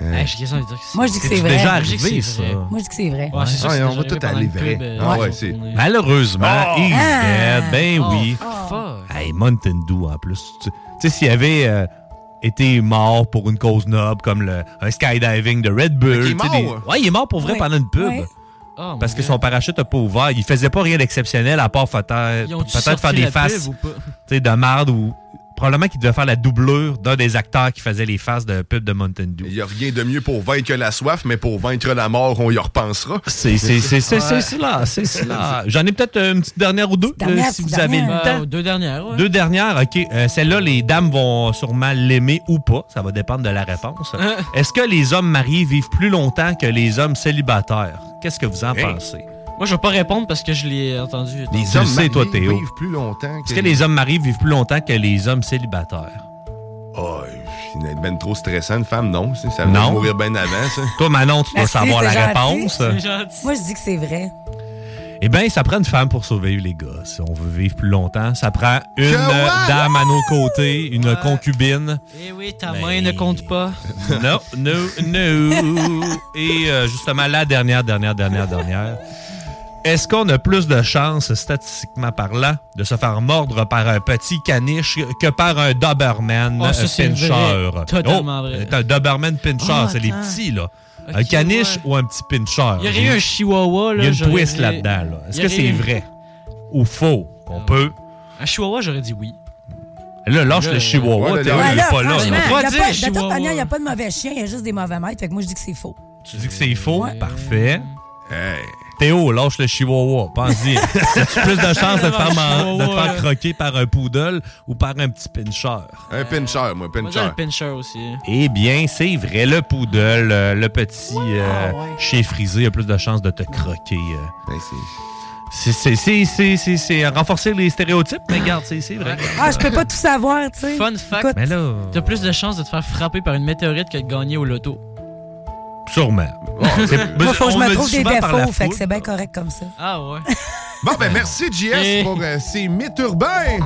[SPEAKER 6] Hey, j'ai question de dire que
[SPEAKER 7] Hein, euh, Moi, je dis que c'est
[SPEAKER 9] C'est
[SPEAKER 7] vrai.
[SPEAKER 9] déjà
[SPEAKER 7] Je dis que
[SPEAKER 9] arrivé,
[SPEAKER 7] c'est
[SPEAKER 9] ça.
[SPEAKER 7] vrai. Moi, je dis que c'est vrai.
[SPEAKER 9] Ouais, c'est sûr,
[SPEAKER 5] Ah,
[SPEAKER 9] c'est
[SPEAKER 5] on va
[SPEAKER 9] arrivé
[SPEAKER 5] tout
[SPEAKER 9] pendant
[SPEAKER 5] aller
[SPEAKER 9] une
[SPEAKER 5] vrai.
[SPEAKER 9] pub, euh,
[SPEAKER 5] Ah
[SPEAKER 9] dans
[SPEAKER 5] ouais,
[SPEAKER 9] une
[SPEAKER 5] c'est-
[SPEAKER 9] journée. Malheureusement,
[SPEAKER 5] Oh!
[SPEAKER 9] he's
[SPEAKER 5] Ah!
[SPEAKER 9] dead. Ben
[SPEAKER 5] Oh,
[SPEAKER 9] oui.
[SPEAKER 4] Ah.
[SPEAKER 5] fuck.
[SPEAKER 9] Hey, Mountain Dew en plus. Tu tu sais, s'il avait euh, été mort pour une cause noble, comme le, un skydiving de Red Bull.
[SPEAKER 5] il est
[SPEAKER 9] tu sais,
[SPEAKER 5] mort.
[SPEAKER 9] Ouais, il est mort pour vrai
[SPEAKER 6] Ouais.
[SPEAKER 9] pendant une pub.
[SPEAKER 6] Ouais. Oh, mon
[SPEAKER 9] Parce que
[SPEAKER 6] Dieu.
[SPEAKER 9] son parachute n'a pas ouvert. Il faisait pas rien d'exceptionnel à part peut-être
[SPEAKER 6] Ils ont dû
[SPEAKER 9] peut-être faire
[SPEAKER 6] sortir
[SPEAKER 9] des
[SPEAKER 6] la pub
[SPEAKER 9] faces
[SPEAKER 6] ou pas?
[SPEAKER 9] tu sais, de marde ou. Probablement qu'il devait faire la doublure d'un des acteurs qui faisait les faces de pub de Mountain Dew.
[SPEAKER 5] Il n'y a rien de mieux pour vaincre la soif, mais pour vaincre la mort, on y repensera.
[SPEAKER 9] C'est c'est- c'est- c'est- c'est cela, c'est cela. J'en ai peut-être une petite dernière ou deux,
[SPEAKER 6] Dernière,
[SPEAKER 9] euh, si
[SPEAKER 6] petite
[SPEAKER 9] vous avez
[SPEAKER 6] dernière.
[SPEAKER 9] le temps.
[SPEAKER 6] Euh, deux dernières, ouais.
[SPEAKER 9] Deux dernières, OK. Euh, Celle-là, les dames vont sûrement l'aimer ou pas. Ça va dépendre de la réponse.
[SPEAKER 6] Hein?
[SPEAKER 9] Est-ce que les hommes mariés vivent plus longtemps que les hommes célibataires? Qu'est-ce que vous en
[SPEAKER 6] Hey.
[SPEAKER 9] pensez?
[SPEAKER 6] Moi, je vais pas répondre parce que je l'ai euh, entendu.
[SPEAKER 9] Les
[SPEAKER 6] Tu
[SPEAKER 9] hommes
[SPEAKER 6] le
[SPEAKER 9] mariés vivent
[SPEAKER 5] plus longtemps
[SPEAKER 9] Est-ce que les hommes mariés vivent plus longtemps que les hommes célibataires?
[SPEAKER 5] Oh, il est ben trop stressant, une femme, non. c'est- Ça va
[SPEAKER 9] Non.
[SPEAKER 5] mourir bien avant, ça.
[SPEAKER 9] Toi, Manon, tu dois
[SPEAKER 7] Merci,
[SPEAKER 9] savoir la
[SPEAKER 7] c'est gentil.
[SPEAKER 9] réponse.
[SPEAKER 7] Moi, je dis que c'est vrai.
[SPEAKER 9] Eh bien, ça prend une femme pour survivre, les gars. Si on veut vivre plus longtemps, ça prend une
[SPEAKER 6] Que
[SPEAKER 9] euh,
[SPEAKER 6] what?
[SPEAKER 9] dame à nos côtés, une concubine.
[SPEAKER 6] Eh oui, ta main ne compte pas.
[SPEAKER 9] Non, no, no. Et euh, justement, la dernière, dernière, dernière, dernière. Est-ce qu'on a plus de chances, statistiquement parlant, de se faire mordre par un petit caniche que par un Doberman
[SPEAKER 6] Ah, ça,
[SPEAKER 9] euh,
[SPEAKER 6] c'est
[SPEAKER 9] pincher?
[SPEAKER 6] vrai. Totalement vrai.
[SPEAKER 9] Un Doberman pincher,
[SPEAKER 6] Ah,
[SPEAKER 9] c'est les
[SPEAKER 6] attends.
[SPEAKER 9] petits, là.
[SPEAKER 6] Ok,
[SPEAKER 9] un caniche ou un petit pincher?
[SPEAKER 6] Il y aurait eu un chihuahua, là.
[SPEAKER 9] Ben, Il y a une
[SPEAKER 6] j'aurais
[SPEAKER 9] twist
[SPEAKER 6] dit-
[SPEAKER 9] là-dedans, là. Est-ce
[SPEAKER 6] Il
[SPEAKER 9] que
[SPEAKER 6] y aurait
[SPEAKER 9] c'est
[SPEAKER 6] eu- Ah
[SPEAKER 9] vrai ou faux? On peut.
[SPEAKER 6] Un chihuahua, j'aurais dit oui.
[SPEAKER 9] Là, lâche
[SPEAKER 6] Là,
[SPEAKER 9] le
[SPEAKER 6] ouais.
[SPEAKER 9] chihuahua,
[SPEAKER 6] Ouais,
[SPEAKER 9] t'es
[SPEAKER 6] là,
[SPEAKER 9] il est
[SPEAKER 6] là,
[SPEAKER 9] pas là.
[SPEAKER 6] franchement,
[SPEAKER 9] là.
[SPEAKER 6] il y
[SPEAKER 7] Il y a
[SPEAKER 6] Vas-y,
[SPEAKER 7] pas- de toute
[SPEAKER 6] Chihuahua.
[SPEAKER 7] manière, il n'y a pas de mauvais chiens, il y a juste des mauvais maîtres. Fait que moi, je dis que c'est faux.
[SPEAKER 9] Tu dis que c'est faux? Parfait. Théo, lâche le chihuahua. Pense-y. As-tu plus de chances de te faire, man- de te faire croquer par un poodle ou par un petit pincher?
[SPEAKER 5] Un pincher, moi,
[SPEAKER 6] Moi,
[SPEAKER 5] pincher.
[SPEAKER 6] j'ai le pincher aussi.
[SPEAKER 9] Eh bien, c'est vrai. Le poodle, euh, le petit
[SPEAKER 5] Ah,
[SPEAKER 9] euh, chien frisé a plus de chances de te croquer. euh.
[SPEAKER 6] Ben,
[SPEAKER 9] C'est- c'est- c'est- c'est- c'est c'est renforcer les stéréotypes, mais regarde, c'est c'est vrai.
[SPEAKER 7] Ah, je peux pas tout savoir, tu sais.
[SPEAKER 6] Fun fact,
[SPEAKER 7] Écoute,
[SPEAKER 9] Mais là,
[SPEAKER 6] t'as plus de chances de te faire frapper par une météorite que de gagner au loto.
[SPEAKER 9] sûrement. Ben, C'est-
[SPEAKER 7] Moi, faut que je
[SPEAKER 9] on
[SPEAKER 7] me
[SPEAKER 9] dit
[SPEAKER 7] trouve des
[SPEAKER 9] souvent par la
[SPEAKER 7] défauts, fait
[SPEAKER 9] foule.
[SPEAKER 7] que c'est bien correct comme ça.
[SPEAKER 6] Ah ouais.
[SPEAKER 5] Bon, ben merci, JS, pour euh, ces mythes urbains.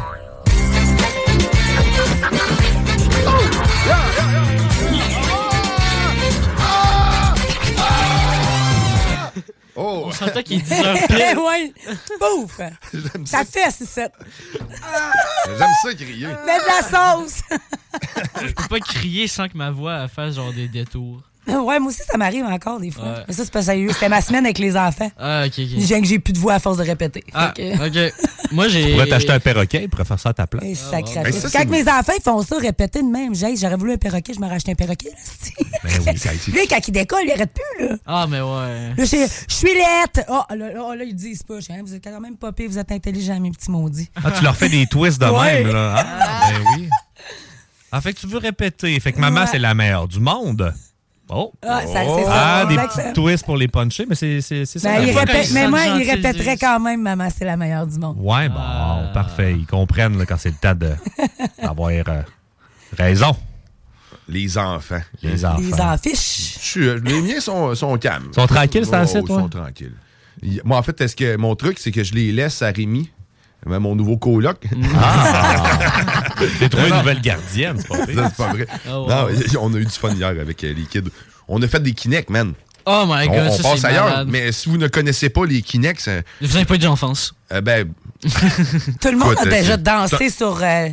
[SPEAKER 5] Oh!
[SPEAKER 6] On s'entend qu'il dit un
[SPEAKER 7] Eh ouais, bouffe!
[SPEAKER 5] J'aime
[SPEAKER 7] Ça fait, c'est ça.
[SPEAKER 5] J'aime ça crier.
[SPEAKER 7] Mets de la sauce!
[SPEAKER 6] Je peux pas crier sans que ma voix fasse genre des détours.
[SPEAKER 7] Ouais, moi aussi, ça m'arrive encore des fois.
[SPEAKER 6] Ouais.
[SPEAKER 7] Mais ça, c'est parce que ça a eu- c'était ma semaine avec les enfants.
[SPEAKER 6] Ah, ok,
[SPEAKER 7] Je viens
[SPEAKER 6] ok.
[SPEAKER 7] que j'ai plus de voix à force de répéter.
[SPEAKER 6] Ah,
[SPEAKER 7] Fait que-
[SPEAKER 6] ok. Moi, j'ai.
[SPEAKER 9] Tu pourrais t'acheter un perroquet, il pourrait faire ça à ta
[SPEAKER 6] ah,
[SPEAKER 9] place.
[SPEAKER 7] Eh, sacré.
[SPEAKER 9] Ben, ça, c'est-
[SPEAKER 7] Quand mes enfants ils font ça, répéter de même. J'ai- J'aurais voulu un perroquet, je me rachetais un perroquet. Là, c'est- Lui, quand il décolle, il arrête plus. Là,
[SPEAKER 6] Ah, mais ouais.
[SPEAKER 7] là j'ai- je suis laite. Oh, là, là, là, ils disent pas. Je dis, Hein, vous êtes quand même pas pire, vous êtes intelligent, mes petits maudits.
[SPEAKER 9] Ah, tu leur fais des twists de
[SPEAKER 7] Ouais.
[SPEAKER 9] même, là. hein? Ah, ben oui. Ah, fait que tu veux répéter. Fait que maman,
[SPEAKER 7] Ouais.
[SPEAKER 9] c'est la meilleure du monde. Oh!
[SPEAKER 7] Ah, ça, c'est ça.
[SPEAKER 9] Ah, des
[SPEAKER 7] Exact.
[SPEAKER 9] petits twists pour les puncher, mais c'est c'est- c'est ça.
[SPEAKER 7] Ben,
[SPEAKER 9] la
[SPEAKER 7] il
[SPEAKER 9] bonne-
[SPEAKER 7] répète- mais moi, il répéterait quand même Maman, c'est la meilleure du monde.
[SPEAKER 9] Ouais, bon, parfait. Ils comprennent là, quand c'est le temps de- d'avoir euh, raison.
[SPEAKER 5] Les enfants.
[SPEAKER 9] Les enfants.
[SPEAKER 7] Ils en fichent.
[SPEAKER 5] Je suis- euh, les miens sont, sont calmes.
[SPEAKER 9] Sont tranquilles, c'est
[SPEAKER 5] Oh,
[SPEAKER 9] assez,
[SPEAKER 5] ils
[SPEAKER 9] toi?
[SPEAKER 5] sont tranquilles. Il- Moi, en fait, est-ce que mon truc, c'est que je les laisse à Rémi, euh, mon nouveau coloc.
[SPEAKER 9] Ah!
[SPEAKER 5] Ah!
[SPEAKER 9] J'ai trouvé une nouvelle gardienne, c'est pas vrai.
[SPEAKER 5] Non, c'est pas vrai.
[SPEAKER 9] Ah ouais.
[SPEAKER 5] Non, on a eu du fun hier avec euh, les kids. On a fait des Kinect, man.
[SPEAKER 6] Oh my
[SPEAKER 5] on
[SPEAKER 6] God,
[SPEAKER 5] on
[SPEAKER 6] ça,
[SPEAKER 5] passe
[SPEAKER 6] c'est
[SPEAKER 5] ailleurs,
[SPEAKER 6] malade.
[SPEAKER 5] mais si vous ne connaissez pas les Kinect, c'est-
[SPEAKER 6] Vous avez pas eu d'enfance.
[SPEAKER 5] euh, ben.
[SPEAKER 7] Tout le monde a
[SPEAKER 5] Écoute, euh,
[SPEAKER 7] déjà
[SPEAKER 5] c'est-
[SPEAKER 7] dansé sur. euh,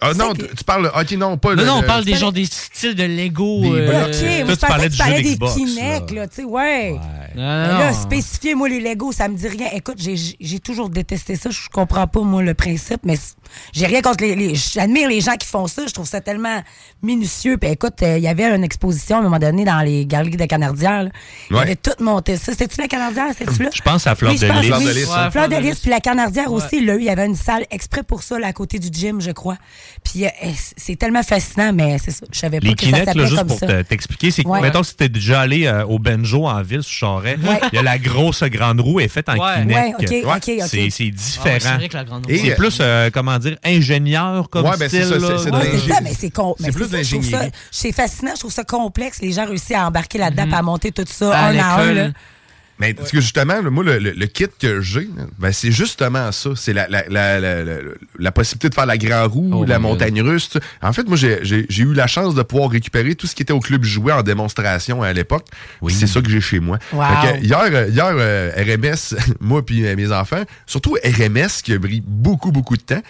[SPEAKER 5] Ah non, tu tu parles. Ok, non, pas
[SPEAKER 6] Non,
[SPEAKER 5] le-
[SPEAKER 6] non, on
[SPEAKER 5] le-
[SPEAKER 6] parle des gens des styles de Lego.
[SPEAKER 5] Des
[SPEAKER 6] euh,
[SPEAKER 5] blocs.
[SPEAKER 7] Ok, moi, je pensais que tu parlais des Kinect, là, tu sais, ouais. Mais
[SPEAKER 6] non,
[SPEAKER 7] là,
[SPEAKER 6] non.
[SPEAKER 7] spécifier, moi, les Legos, ça me dit rien. Écoute, j'ai- j'ai toujours détesté ça. Je comprends pas, moi, le principe, mais c- j'ai rien contre les. les- J'admire les gens qui font ça. Je trouve ça tellement minutieux. Puis écoute, euh, il y avait une exposition à un moment donné dans les galeries de Canardière. là. Ils
[SPEAKER 9] Ouais.
[SPEAKER 7] avaient tout monté ça. C'était-tu la Canardière? C'était-tu là?
[SPEAKER 9] Je pense à Fleur
[SPEAKER 7] Oui, je
[SPEAKER 9] de
[SPEAKER 7] pense,
[SPEAKER 9] Lys.
[SPEAKER 7] oui.
[SPEAKER 9] Fleur de Lys, hein.
[SPEAKER 7] Fleur de Lys, puis la Canardière
[SPEAKER 6] Ouais.
[SPEAKER 7] aussi, là, il y avait une salle exprès pour ça, là, à côté du gym, je crois. Puis euh, c'est tellement fascinant, mais c'est ça. Je savais pas
[SPEAKER 9] Les
[SPEAKER 7] que ça
[SPEAKER 9] Kinect, là,
[SPEAKER 7] s'appelait
[SPEAKER 9] juste
[SPEAKER 7] comme
[SPEAKER 9] pour
[SPEAKER 7] ça.
[SPEAKER 9] te- t'expliquer, c'est que,
[SPEAKER 7] Ouais.
[SPEAKER 9] mettons, si t'es déjà allé euh, au Benjo en ville, sur Charret,
[SPEAKER 7] Ouais.
[SPEAKER 9] il y a la grosse grande roue est faite en
[SPEAKER 7] Ouais.
[SPEAKER 9] Kinect.
[SPEAKER 7] Ouais, ok, ok, ok.
[SPEAKER 9] C'est- C'est
[SPEAKER 6] Ah ouais,
[SPEAKER 9] différent.
[SPEAKER 6] c'est vrai que la grande roue-
[SPEAKER 9] Et
[SPEAKER 6] Ouais.
[SPEAKER 9] c'est plus, euh, comment dire, ingénieur comme
[SPEAKER 5] Ouais, ben, c'est
[SPEAKER 9] style.
[SPEAKER 5] ça,
[SPEAKER 9] là.
[SPEAKER 5] c'est- c'est de
[SPEAKER 7] Ouais,
[SPEAKER 9] Ouais.
[SPEAKER 7] c'est ça, mais c'est com-
[SPEAKER 9] C'est
[SPEAKER 7] mais
[SPEAKER 9] plus
[SPEAKER 7] ça, je trouve
[SPEAKER 9] d'ingénierie.
[SPEAKER 7] ça- C'est fascinant, je trouve ça complexe. Les gens réussissent à embarquer là-dedans,
[SPEAKER 6] Mhm.
[SPEAKER 7] puis à monter tout ça un à un. là.
[SPEAKER 5] Mais parce que justement, là, moi, le, le- le kit que j'ai, là, ben, c'est justement ça. C'est la, la, la- la- la- la possibilité de faire la Grand Roue, la montagne russe. tout ça. En fait, moi, j'ai- j'ai j'ai eu la chance de pouvoir récupérer tout ce qui était au club jouet en démonstration à l'époque. Puis C'est ça que j'ai chez moi.
[SPEAKER 19] Wow.
[SPEAKER 5] Fait que hier, euh, hier euh, RMS, moi puis euh, mes enfants, surtout RMS qui a pris beaucoup, beaucoup de temps,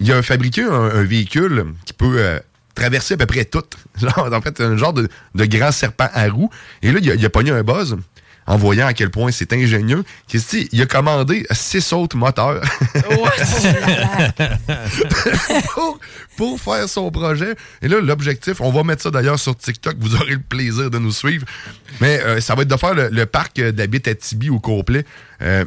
[SPEAKER 5] il a fabriqué un, un véhicule qui peut euh, traverser à peu près tout. Genre, en fait, un genre de, de grand serpent à roues. Et là, il a, il a pogné un buzz en voyant à quel point c'est ingénieux. Qu'est-ce qu'il dit? Il a commandé six autres moteurs. pour, pour faire son projet. Et là, l'objectif, on va mettre ça d'ailleurs sur TikTok, vous aurez le plaisir de nous suivre. Mais euh, ça va être de faire le, le parc euh, de la bite à Tibi au complet. euh,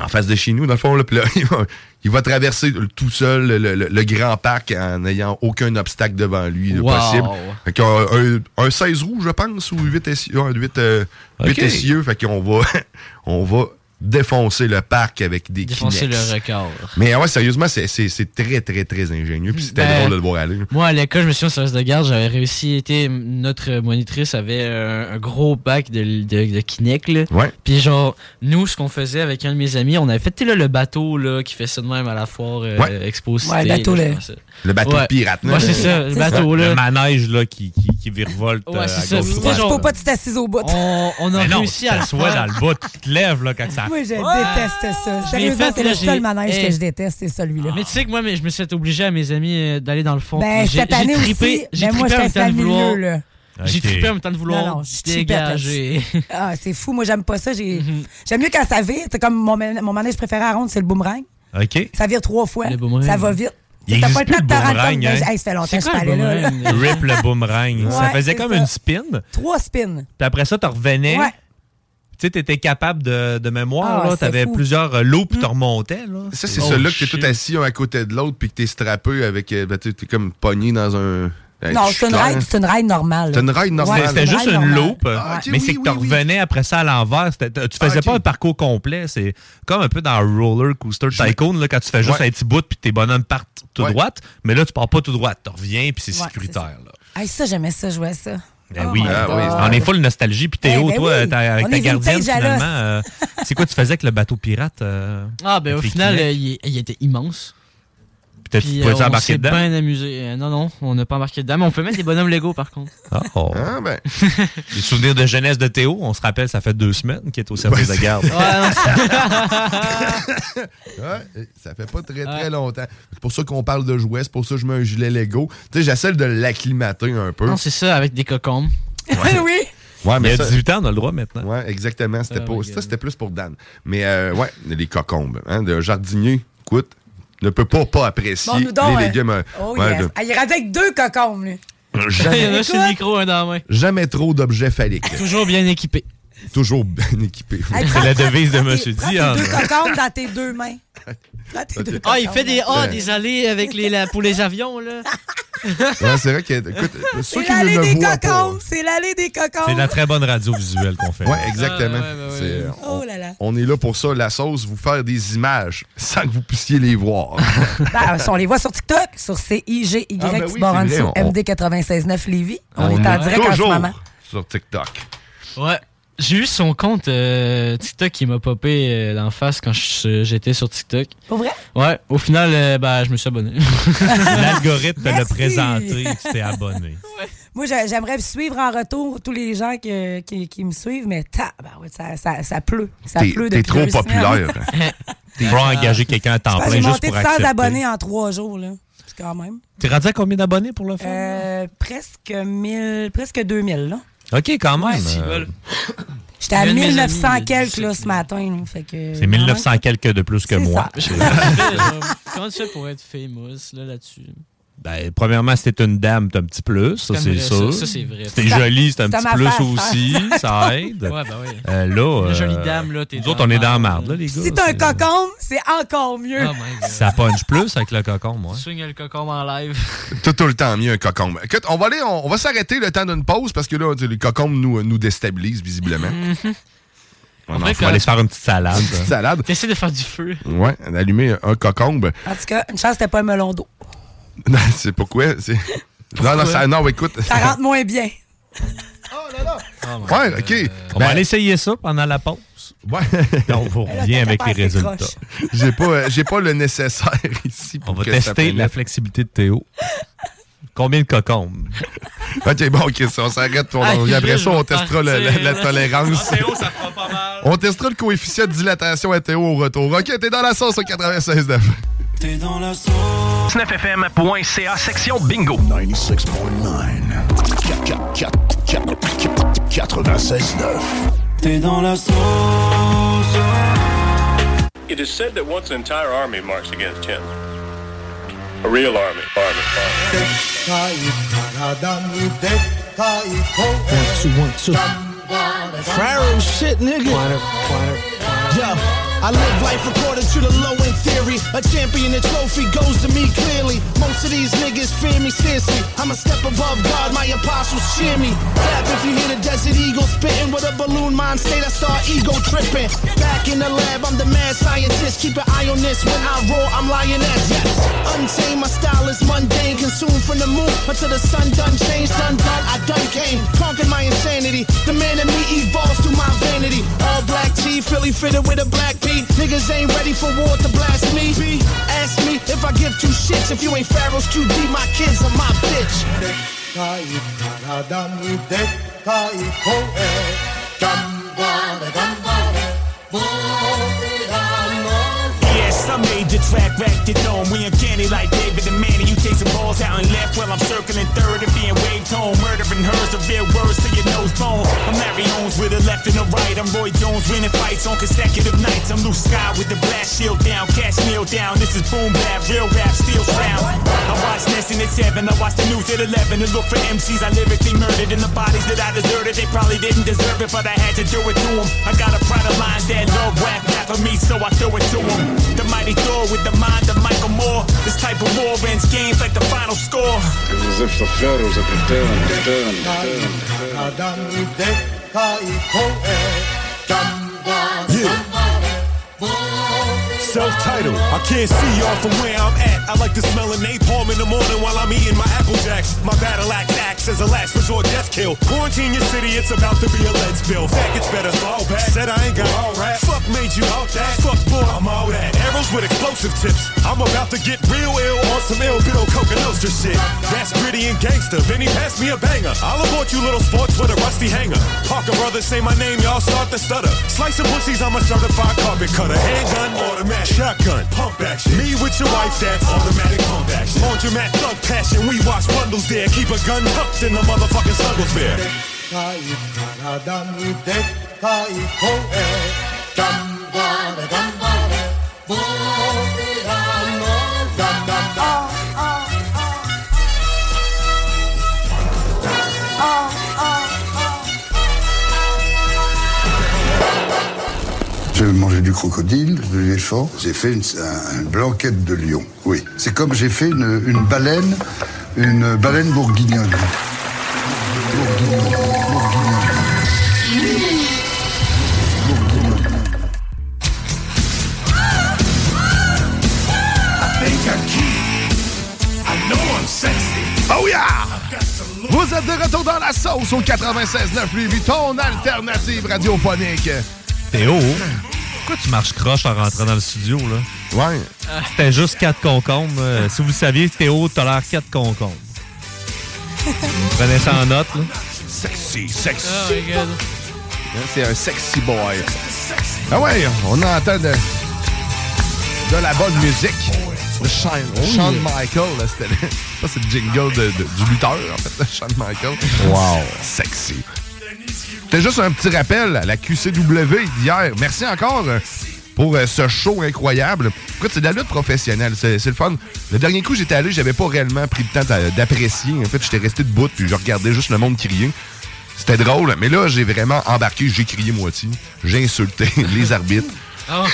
[SPEAKER 5] en face de chez nous, dans le fond, là, Puis là, il, va, il va traverser le- tout seul le, le- le grand parc en n'ayant aucun obstacle devant lui le
[SPEAKER 19] Wow.
[SPEAKER 5] possible. Fait qu'il y a un, un 16 roues, je pense, ou 8 essieux. un huit, euh, huit
[SPEAKER 6] Ok.
[SPEAKER 5] essieux. Fait qu'on va, on va défoncer le parc avec des
[SPEAKER 6] Défoncer
[SPEAKER 5] Kinex.
[SPEAKER 6] le record.
[SPEAKER 5] Mais ouais, sérieusement, c'est- c'est c'est très, très, très ingénieux. Puis c'était
[SPEAKER 6] Ben,
[SPEAKER 5] drôle de le voir aller.
[SPEAKER 6] Moi, à l'école, je me suis en service de garde, j'avais réussi, été, notre monitrice avait un, un gros bac de, de, de Kinect, là.
[SPEAKER 5] Ouais.
[SPEAKER 6] Puis genre, nous, ce qu'on faisait avec un de mes amis, on avait fait, tu sais, là, le bateau, là, qui fait ça de même à la foire euh,
[SPEAKER 9] Ouais.
[SPEAKER 6] Expo Cité,
[SPEAKER 7] Ouais, le bateau,
[SPEAKER 6] là, je
[SPEAKER 7] là.
[SPEAKER 6] pense.
[SPEAKER 9] Le bateau
[SPEAKER 6] Ouais.
[SPEAKER 9] pirate, là.
[SPEAKER 6] Ouais, c'est ça, le bateau, là.
[SPEAKER 9] Le manège là, qui, qui, qui virevolte.
[SPEAKER 6] Ouais,
[SPEAKER 9] euh,
[SPEAKER 6] c'est
[SPEAKER 9] à
[SPEAKER 6] ça.
[SPEAKER 9] gauche,
[SPEAKER 6] Puis, tu sais,
[SPEAKER 9] droite.
[SPEAKER 6] genre,
[SPEAKER 7] Faut pas que tu t'assises au bout.
[SPEAKER 6] On, on a
[SPEAKER 9] Mais non,
[SPEAKER 6] réussi
[SPEAKER 9] tu
[SPEAKER 6] à le
[SPEAKER 9] t'assois
[SPEAKER 6] faire.
[SPEAKER 9] dans le bas, tu te lèves là, quand ça.
[SPEAKER 7] Moi, je
[SPEAKER 6] Ah!
[SPEAKER 7] déteste ça.
[SPEAKER 6] Je
[SPEAKER 7] Sérieusement,
[SPEAKER 6] l'ai fait,
[SPEAKER 7] c'est
[SPEAKER 6] là,
[SPEAKER 7] le
[SPEAKER 6] j'ai-
[SPEAKER 7] seul manège
[SPEAKER 6] Hey.
[SPEAKER 7] que je déteste, c'est celui-là.
[SPEAKER 6] Mais tu sais que moi, mais je me suis fait obligé à mes amis euh, d'aller dans le fond.
[SPEAKER 7] Ben,
[SPEAKER 6] J'ai-
[SPEAKER 7] cette
[SPEAKER 6] j'ai
[SPEAKER 7] année
[SPEAKER 6] trippé-
[SPEAKER 7] aussi,
[SPEAKER 6] j'ai
[SPEAKER 7] ben, moi,
[SPEAKER 6] trippé en
[SPEAKER 7] j'étais
[SPEAKER 6] même temps
[SPEAKER 7] à
[SPEAKER 6] de vouloir-
[SPEAKER 7] milieu, là.
[SPEAKER 6] J'ai
[SPEAKER 7] Ok.
[SPEAKER 6] trippé en même temps de vouloir
[SPEAKER 7] Non, non, je suis cheapette
[SPEAKER 6] dégager. Mhm.
[SPEAKER 7] là-dessus. Ah, c'est fou, moi j'aime pas ça. J'ai- J'aime mieux quand ça vire. C'est comme mon, man- mon manège préféré à ronde, c'est le boomerang.
[SPEAKER 9] OK.
[SPEAKER 7] Ça vire trois fois.
[SPEAKER 9] Le boomerang.
[SPEAKER 7] Ça va vite.
[SPEAKER 9] Il
[SPEAKER 7] T'as
[SPEAKER 9] existe
[SPEAKER 7] pas le temps
[SPEAKER 9] plus
[SPEAKER 7] de
[SPEAKER 9] le
[SPEAKER 7] te rendre compte.
[SPEAKER 9] boomerang,
[SPEAKER 7] Ben,
[SPEAKER 9] hein?
[SPEAKER 7] hey, ça fait longtemps que je suis
[SPEAKER 6] quoi,
[SPEAKER 7] pas allée là. là.
[SPEAKER 9] Rip le boomerang. ça
[SPEAKER 7] Ouais,
[SPEAKER 9] faisait
[SPEAKER 7] c'est
[SPEAKER 9] comme
[SPEAKER 7] ça.
[SPEAKER 9] une spin.
[SPEAKER 7] Trois spins.
[SPEAKER 9] Puis après ça, tu revenais.
[SPEAKER 7] Ouais.
[SPEAKER 9] Tu sais, t'étais capable de, de mémoire.
[SPEAKER 7] Ah,
[SPEAKER 9] là.
[SPEAKER 7] c'est
[SPEAKER 9] T'avais
[SPEAKER 7] fou. Mm.
[SPEAKER 9] plusieurs euh, loops, tu remontais. Là.
[SPEAKER 5] Ça, c'est
[SPEAKER 9] Oh,
[SPEAKER 5] celui-là que t'es
[SPEAKER 9] shit.
[SPEAKER 5] tout assis un à côté de l'autre puis que t'es strappé avec. euh, Ben, t'es t'es comme pogné dans un. euh,
[SPEAKER 7] non,
[SPEAKER 5] je suis
[SPEAKER 7] c'est une,
[SPEAKER 5] clair.
[SPEAKER 7] ride, c'est une ride normale.
[SPEAKER 5] C'est une ride normale.
[SPEAKER 7] Ouais,
[SPEAKER 9] C'était
[SPEAKER 7] c'est
[SPEAKER 9] juste
[SPEAKER 7] ride
[SPEAKER 9] une
[SPEAKER 7] normale.
[SPEAKER 9] loupe,
[SPEAKER 5] Ah, ok,
[SPEAKER 9] Oh. mais
[SPEAKER 5] oui,
[SPEAKER 9] c'est que tu
[SPEAKER 5] oui, Ah, oui.
[SPEAKER 9] revenais après ça à l'envers. C'était- t- Tu faisais pas un parcours complet. C'est comme un peu dans Roller Coaster Tycoon, là, quand tu fais juste
[SPEAKER 5] Ouais.
[SPEAKER 9] un petit bout puis tes bonhommes partent tout droite. Mais là, tu pars pas tout droite. Tu reviens puis c'est
[SPEAKER 7] Ouais,
[SPEAKER 9] sécuritaire. là.
[SPEAKER 7] Hey, ça, j'aimais ça, je jouais à ça.
[SPEAKER 9] Ben
[SPEAKER 7] Oh
[SPEAKER 9] oui,
[SPEAKER 7] my
[SPEAKER 9] Ah
[SPEAKER 7] God.
[SPEAKER 9] oui, on est full nostalgie. Puis Théo,
[SPEAKER 7] Eh ben
[SPEAKER 9] toi,
[SPEAKER 7] oui,
[SPEAKER 9] euh, ta- avec
[SPEAKER 7] on
[SPEAKER 9] ta
[SPEAKER 7] est
[SPEAKER 9] gardienne,
[SPEAKER 7] vintage à l'os.
[SPEAKER 9] finalement, euh, c'est quoi tu faisais avec le bateau pirate? euh,
[SPEAKER 6] Ah, ben au
[SPEAKER 9] avec les
[SPEAKER 6] final,
[SPEAKER 9] Kinect?
[SPEAKER 6] euh, il, il était immense.
[SPEAKER 9] Peut-être
[SPEAKER 6] Puis,
[SPEAKER 9] tu
[SPEAKER 6] euh,
[SPEAKER 9] pouvais
[SPEAKER 6] on
[SPEAKER 9] embarquer
[SPEAKER 6] s'est
[SPEAKER 9] dedans.
[SPEAKER 6] bien amusé. Euh, non, non, on n'a pas embarqué dedans, mais on peut mettre des bonhommes Lego par contre.
[SPEAKER 9] Ah, oh. Les souvenirs de jeunesse de Théo, on se rappelle, ça fait deux semaines qu'il est au service de garde.
[SPEAKER 5] Ouais, ça fait pas très, très longtemps. C'est pour ça qu'on parle de jouets. C'est pour ça que je mets un gilet Lego. Tu sais, j'essaie de l'acclimater un peu.
[SPEAKER 6] Non, c'est ça, avec des cocombes.
[SPEAKER 7] oui.
[SPEAKER 5] Ouais, mais
[SPEAKER 9] Il y a
[SPEAKER 5] ça-
[SPEAKER 9] 18 ans, on a le droit maintenant.
[SPEAKER 5] Ouais, exactement. C'était
[SPEAKER 9] Oh
[SPEAKER 5] pas-
[SPEAKER 9] my
[SPEAKER 5] ça,
[SPEAKER 9] God.
[SPEAKER 5] c'était plus pour Dan. Mais euh, ouais, les cocombes, hein, de jardinier, écoute, ne peut pas pas apprécier
[SPEAKER 7] Bon, nous donc,
[SPEAKER 5] les
[SPEAKER 7] hein.
[SPEAKER 5] légumes. euh,
[SPEAKER 7] Oh,
[SPEAKER 5] ouais,
[SPEAKER 7] yes.
[SPEAKER 5] de-
[SPEAKER 7] Ah, il est rendu avec deux cocombes, lui.
[SPEAKER 6] il y en
[SPEAKER 5] jamais,
[SPEAKER 6] a chez le micro, un dans la main.
[SPEAKER 5] jamais trop d'objets
[SPEAKER 9] Ah,
[SPEAKER 5] phalliques.
[SPEAKER 6] Toujours bien équipé.
[SPEAKER 5] Toujours bien équipé.
[SPEAKER 7] Hey, prends-
[SPEAKER 9] C'est la
[SPEAKER 7] prends-
[SPEAKER 9] devise de hein,
[SPEAKER 7] prends
[SPEAKER 9] M.
[SPEAKER 7] tes- prends tes
[SPEAKER 9] Dion.
[SPEAKER 7] Deux cocombes dans tes deux mains. Prends tes deux
[SPEAKER 6] Ah, il fait
[SPEAKER 7] cocombes.
[SPEAKER 6] des ah, des allées avec les, la- pour les avions, là.
[SPEAKER 5] Ouais, c'est vrai que, écoute, ceux
[SPEAKER 7] C'est
[SPEAKER 5] qui ne
[SPEAKER 7] l'allée
[SPEAKER 5] le
[SPEAKER 7] des
[SPEAKER 5] voient pas.
[SPEAKER 7] cocombes. C'est l'allée des cocombes.
[SPEAKER 9] C'est de la très bonne radio visuelle qu'on fait.
[SPEAKER 5] Ouais, exactement.
[SPEAKER 7] Ah, ouais, ouais, ouais.
[SPEAKER 5] C'est-
[SPEAKER 7] Oh là là.
[SPEAKER 5] On est là pour ça, la sauce, vous faire des images sans que vous puissiez les voir.
[SPEAKER 7] Ben, on les voit sur TikTok, sur CIGY,
[SPEAKER 5] Ah, ben oui,
[SPEAKER 7] barre en
[SPEAKER 5] c'est vrai,
[SPEAKER 7] dessous,
[SPEAKER 5] on-
[SPEAKER 7] MD969 Lévis. On, est en direct en ce
[SPEAKER 5] toujours
[SPEAKER 7] moment.
[SPEAKER 5] sur TikTok.
[SPEAKER 6] Ouais. J'ai eu son compte euh, TikTok qui m'a popé euh, d'en face quand je- euh, j'étais sur TikTok.
[SPEAKER 7] Pour vrai?
[SPEAKER 6] Ouais. Au final, euh, ben, je me suis abonné.
[SPEAKER 9] L'algorithme te l'a
[SPEAKER 7] Merci.
[SPEAKER 9] présenté, tu t'es abonné.
[SPEAKER 7] Moi, j'a- j'aimerais suivre en retour tous les gens que- qui, qui me suivent, mais ta, ben ouais, ça, ça, ça pleut. Ça
[SPEAKER 9] T'es-
[SPEAKER 7] pleut
[SPEAKER 9] t'es
[SPEAKER 7] depuis
[SPEAKER 9] trop
[SPEAKER 7] deux semaines.
[SPEAKER 5] hein.
[SPEAKER 9] populaire. Il faut engager quelqu'un à temps
[SPEAKER 7] Ben,
[SPEAKER 9] plein
[SPEAKER 7] J'ai
[SPEAKER 9] juste
[SPEAKER 7] monté de
[SPEAKER 9] pour
[SPEAKER 7] 100
[SPEAKER 9] accepter.
[SPEAKER 7] abonnés en trois jours, là. C'est quand même.
[SPEAKER 9] T'es rendu à combien d'abonnés pour le faire?
[SPEAKER 7] Euh, presque 1000, presque 2000, là.
[SPEAKER 9] OK, quand même.
[SPEAKER 7] Ouais,
[SPEAKER 9] euh,
[SPEAKER 7] J'étais à
[SPEAKER 6] Il y a un de mes
[SPEAKER 7] 1900
[SPEAKER 6] amis,
[SPEAKER 7] quelques, là, ce matin. là, fait que-
[SPEAKER 9] c'est 1900 quelques de plus que moi.
[SPEAKER 6] Comment tu fais pour être famous là, là-dessus?
[SPEAKER 9] Ben, premièrement, si t'es une dame, t'as un petit plus, ça
[SPEAKER 6] C'est
[SPEAKER 9] c'est
[SPEAKER 6] vrai, ça,
[SPEAKER 9] sûr.
[SPEAKER 6] ça, c'est vrai.
[SPEAKER 9] Si t'es
[SPEAKER 6] Ça-
[SPEAKER 9] jolie, c'est un
[SPEAKER 6] ça
[SPEAKER 9] petit
[SPEAKER 6] m'a
[SPEAKER 9] plus
[SPEAKER 6] fait
[SPEAKER 9] aussi,
[SPEAKER 6] affaire.
[SPEAKER 9] ça aide.
[SPEAKER 6] Ouais, ben oui.
[SPEAKER 9] Euh, là,
[SPEAKER 6] Une jolie
[SPEAKER 9] euh,
[SPEAKER 6] dame, là, t'es
[SPEAKER 9] Nous
[SPEAKER 6] dans
[SPEAKER 9] autres, on est dans la marde, là, les gars.
[SPEAKER 7] Si t'as un cocon, c'est encore
[SPEAKER 6] Ah,
[SPEAKER 7] mieux.
[SPEAKER 9] Ça punch plus avec le cocon, moi.
[SPEAKER 6] Swing le cocombe en live.
[SPEAKER 5] Tout, tout le temps mieux un cocombe. Écoute, on va aller, on, on va s'arrêter le temps d'une pause parce que là, tu sais, les cocombes nous, nous déstabilisent visiblement.
[SPEAKER 6] Mm-hmm.
[SPEAKER 5] On
[SPEAKER 9] Après, quand-
[SPEAKER 5] une petite salade. Une petite salade.
[SPEAKER 6] T'essaies de faire du feu.
[SPEAKER 5] Ouais, d'allumer un cocombe.
[SPEAKER 7] En tout cas, une chance, c'était pas un melon d'eau.
[SPEAKER 5] Non, c'est pourquoi? c'est- Non, non, ça, non, écoute.
[SPEAKER 7] Ça rentre moins bien.
[SPEAKER 5] Ouais, OK.
[SPEAKER 9] Euh,
[SPEAKER 5] Ben,
[SPEAKER 9] On va aller essayer ça pendant la pause.
[SPEAKER 5] Ouais.
[SPEAKER 9] on vous revient avec les résultats.
[SPEAKER 5] J'ai pas, euh, j'ai pas le nécessaire ici pour
[SPEAKER 9] On va
[SPEAKER 5] que ça
[SPEAKER 9] tester la
[SPEAKER 5] pénètre.
[SPEAKER 9] flexibilité de Théo. Combien de cocombes?
[SPEAKER 5] OK, bon, OK, ça, on s'arrête. puis on en revient. Après ça, on testera le- la, la tolérance.
[SPEAKER 6] Ah,
[SPEAKER 5] On testera le coefficient de dilatation à Théo au retour. OK, t'es dans la sauce au 96.9.
[SPEAKER 13] T'es dans la sauce. 9fm.ca section bingo.
[SPEAKER 10] 96.9. 96.9.
[SPEAKER 13] T'es dans la sauce.
[SPEAKER 19] It is said that once an entire army marched against Hitler, a real army, army, army.
[SPEAKER 17] One, two, one, two. Pharaoh shit, nigga. Yeah, I live life according to the low end theory. A champion, a trophy goes to me clearly. Most of these niggas fear me seriously. I'm a step above God, my apostles cheer me. Clap if you hear the desert eagle spitting with a balloon mind state. I start ego tripping. Back in the lab, I'm the mad scientist. Keep an eye on this. When I roar, I'm lioness. Yes, untamed, my style is mundane. Consumed from the moon until the sun done changed. Done done, I done came. Conquered my insanity. The man in me evolves through my vanity. All black tee, Philly fitted with a black beat. Niggas ain't ready for war to blast me. Ask me if I give two shits. If you ain't Pharaoh's QD, my kids are my bitch.
[SPEAKER 20] Yes, I made the track, racked it on. We uncanny like David and Manny. You chasing balls out and left while I'm circling third and being waved home. Murdering hers, severe words to your nose bone. I'm Larry Holmes with a left and a right. I'm Roy Jones winning fights on consecutive nights. I'm Luke Sky with the black shield down, cash kneel down. This is boom bap, real rap, still sound. I watch Ness in the 7, I watch the news at 11 and look for MCs I lyrically murdered and the bodies that I deserted. They probably didn't deserve it, but I had to do it to them. I got a pride of lines that love rap, rap for me, so I threw it to them. The mighty Thor with the mind of Michael Moore. This type of war wins games like the final score.
[SPEAKER 21] It's as if the pharaohs have returned, returned, returned.
[SPEAKER 20] Self-titled. I can't see y'all from where I'm at. I like to smell an napalm in the morning while I'm eating my apple jacks. My battle axe acts as a last resort death kill. Quarantine your city, it's about to be a lead spill. Fact, it's better fall back. Said I ain't got all rap. Fuck made you all that. Fuck boy, I'm all that. Arrows with explosive tips. I'm about to get real ill on some ill bill coconut shit. That's gritty and gangster. Vinny pass me a banger. I'll abort you little sports with a rusty hanger. Parker brothers say my name, y'all start to stutter. Slice of pussies, I'm a certified carpet cutter. Handgun, automatic, shotgun, pump action. Me with your wife, that's automatic pump action. Laundromat, thug passion, we watch bundles there. Keep a gun tucked in the motherfucking snuggles bear.
[SPEAKER 21] Je
[SPEAKER 11] J'ai mangé du crocodile, de l'éléphant. J'ai fait une, un- une blanquette de lion. Oui. C'est comme j'ai fait une, une baleine, une baleine bourguignonne.
[SPEAKER 5] Oh yeah! Vous êtes de retour dans la sauce au 96.9 Louis Vuitton, alternative radiophonique.
[SPEAKER 9] Théo, pourquoi tu marches croche en rentrant dans le studio, là?
[SPEAKER 5] Ouais.
[SPEAKER 9] C'était juste quatre concombres. euh, si vous le saviez, Théo tolère quatre concombres. Prenez ça en note, là.
[SPEAKER 5] Sexy, sexy. Hein, C'est un sexy boy. Ah ouais, on entend de, de la bonne musique. Le Shawn,
[SPEAKER 9] Oui.
[SPEAKER 5] Shawn Michael, là, c'était le- ça, c'est le jingle de- de- du lutteur, en fait, de Shawn Michael.
[SPEAKER 9] Wow.
[SPEAKER 5] Sexy. C'était juste un petit rappel à la QCW d'hier. Merci encore euh, pour euh, ce show incroyable. Écoute, c'est de la lutte professionnelle, c'est c'est le fun. Le dernier coup, j'étais allé, j'avais pas réellement pris le temps d'a- d'apprécier. En fait, j'étais resté debout, puis je regardais juste le monde crier. C'était drôle, mais là, j'ai vraiment embarqué, j'ai crié moitié, j'ai insulté les arbitres.
[SPEAKER 6] Ah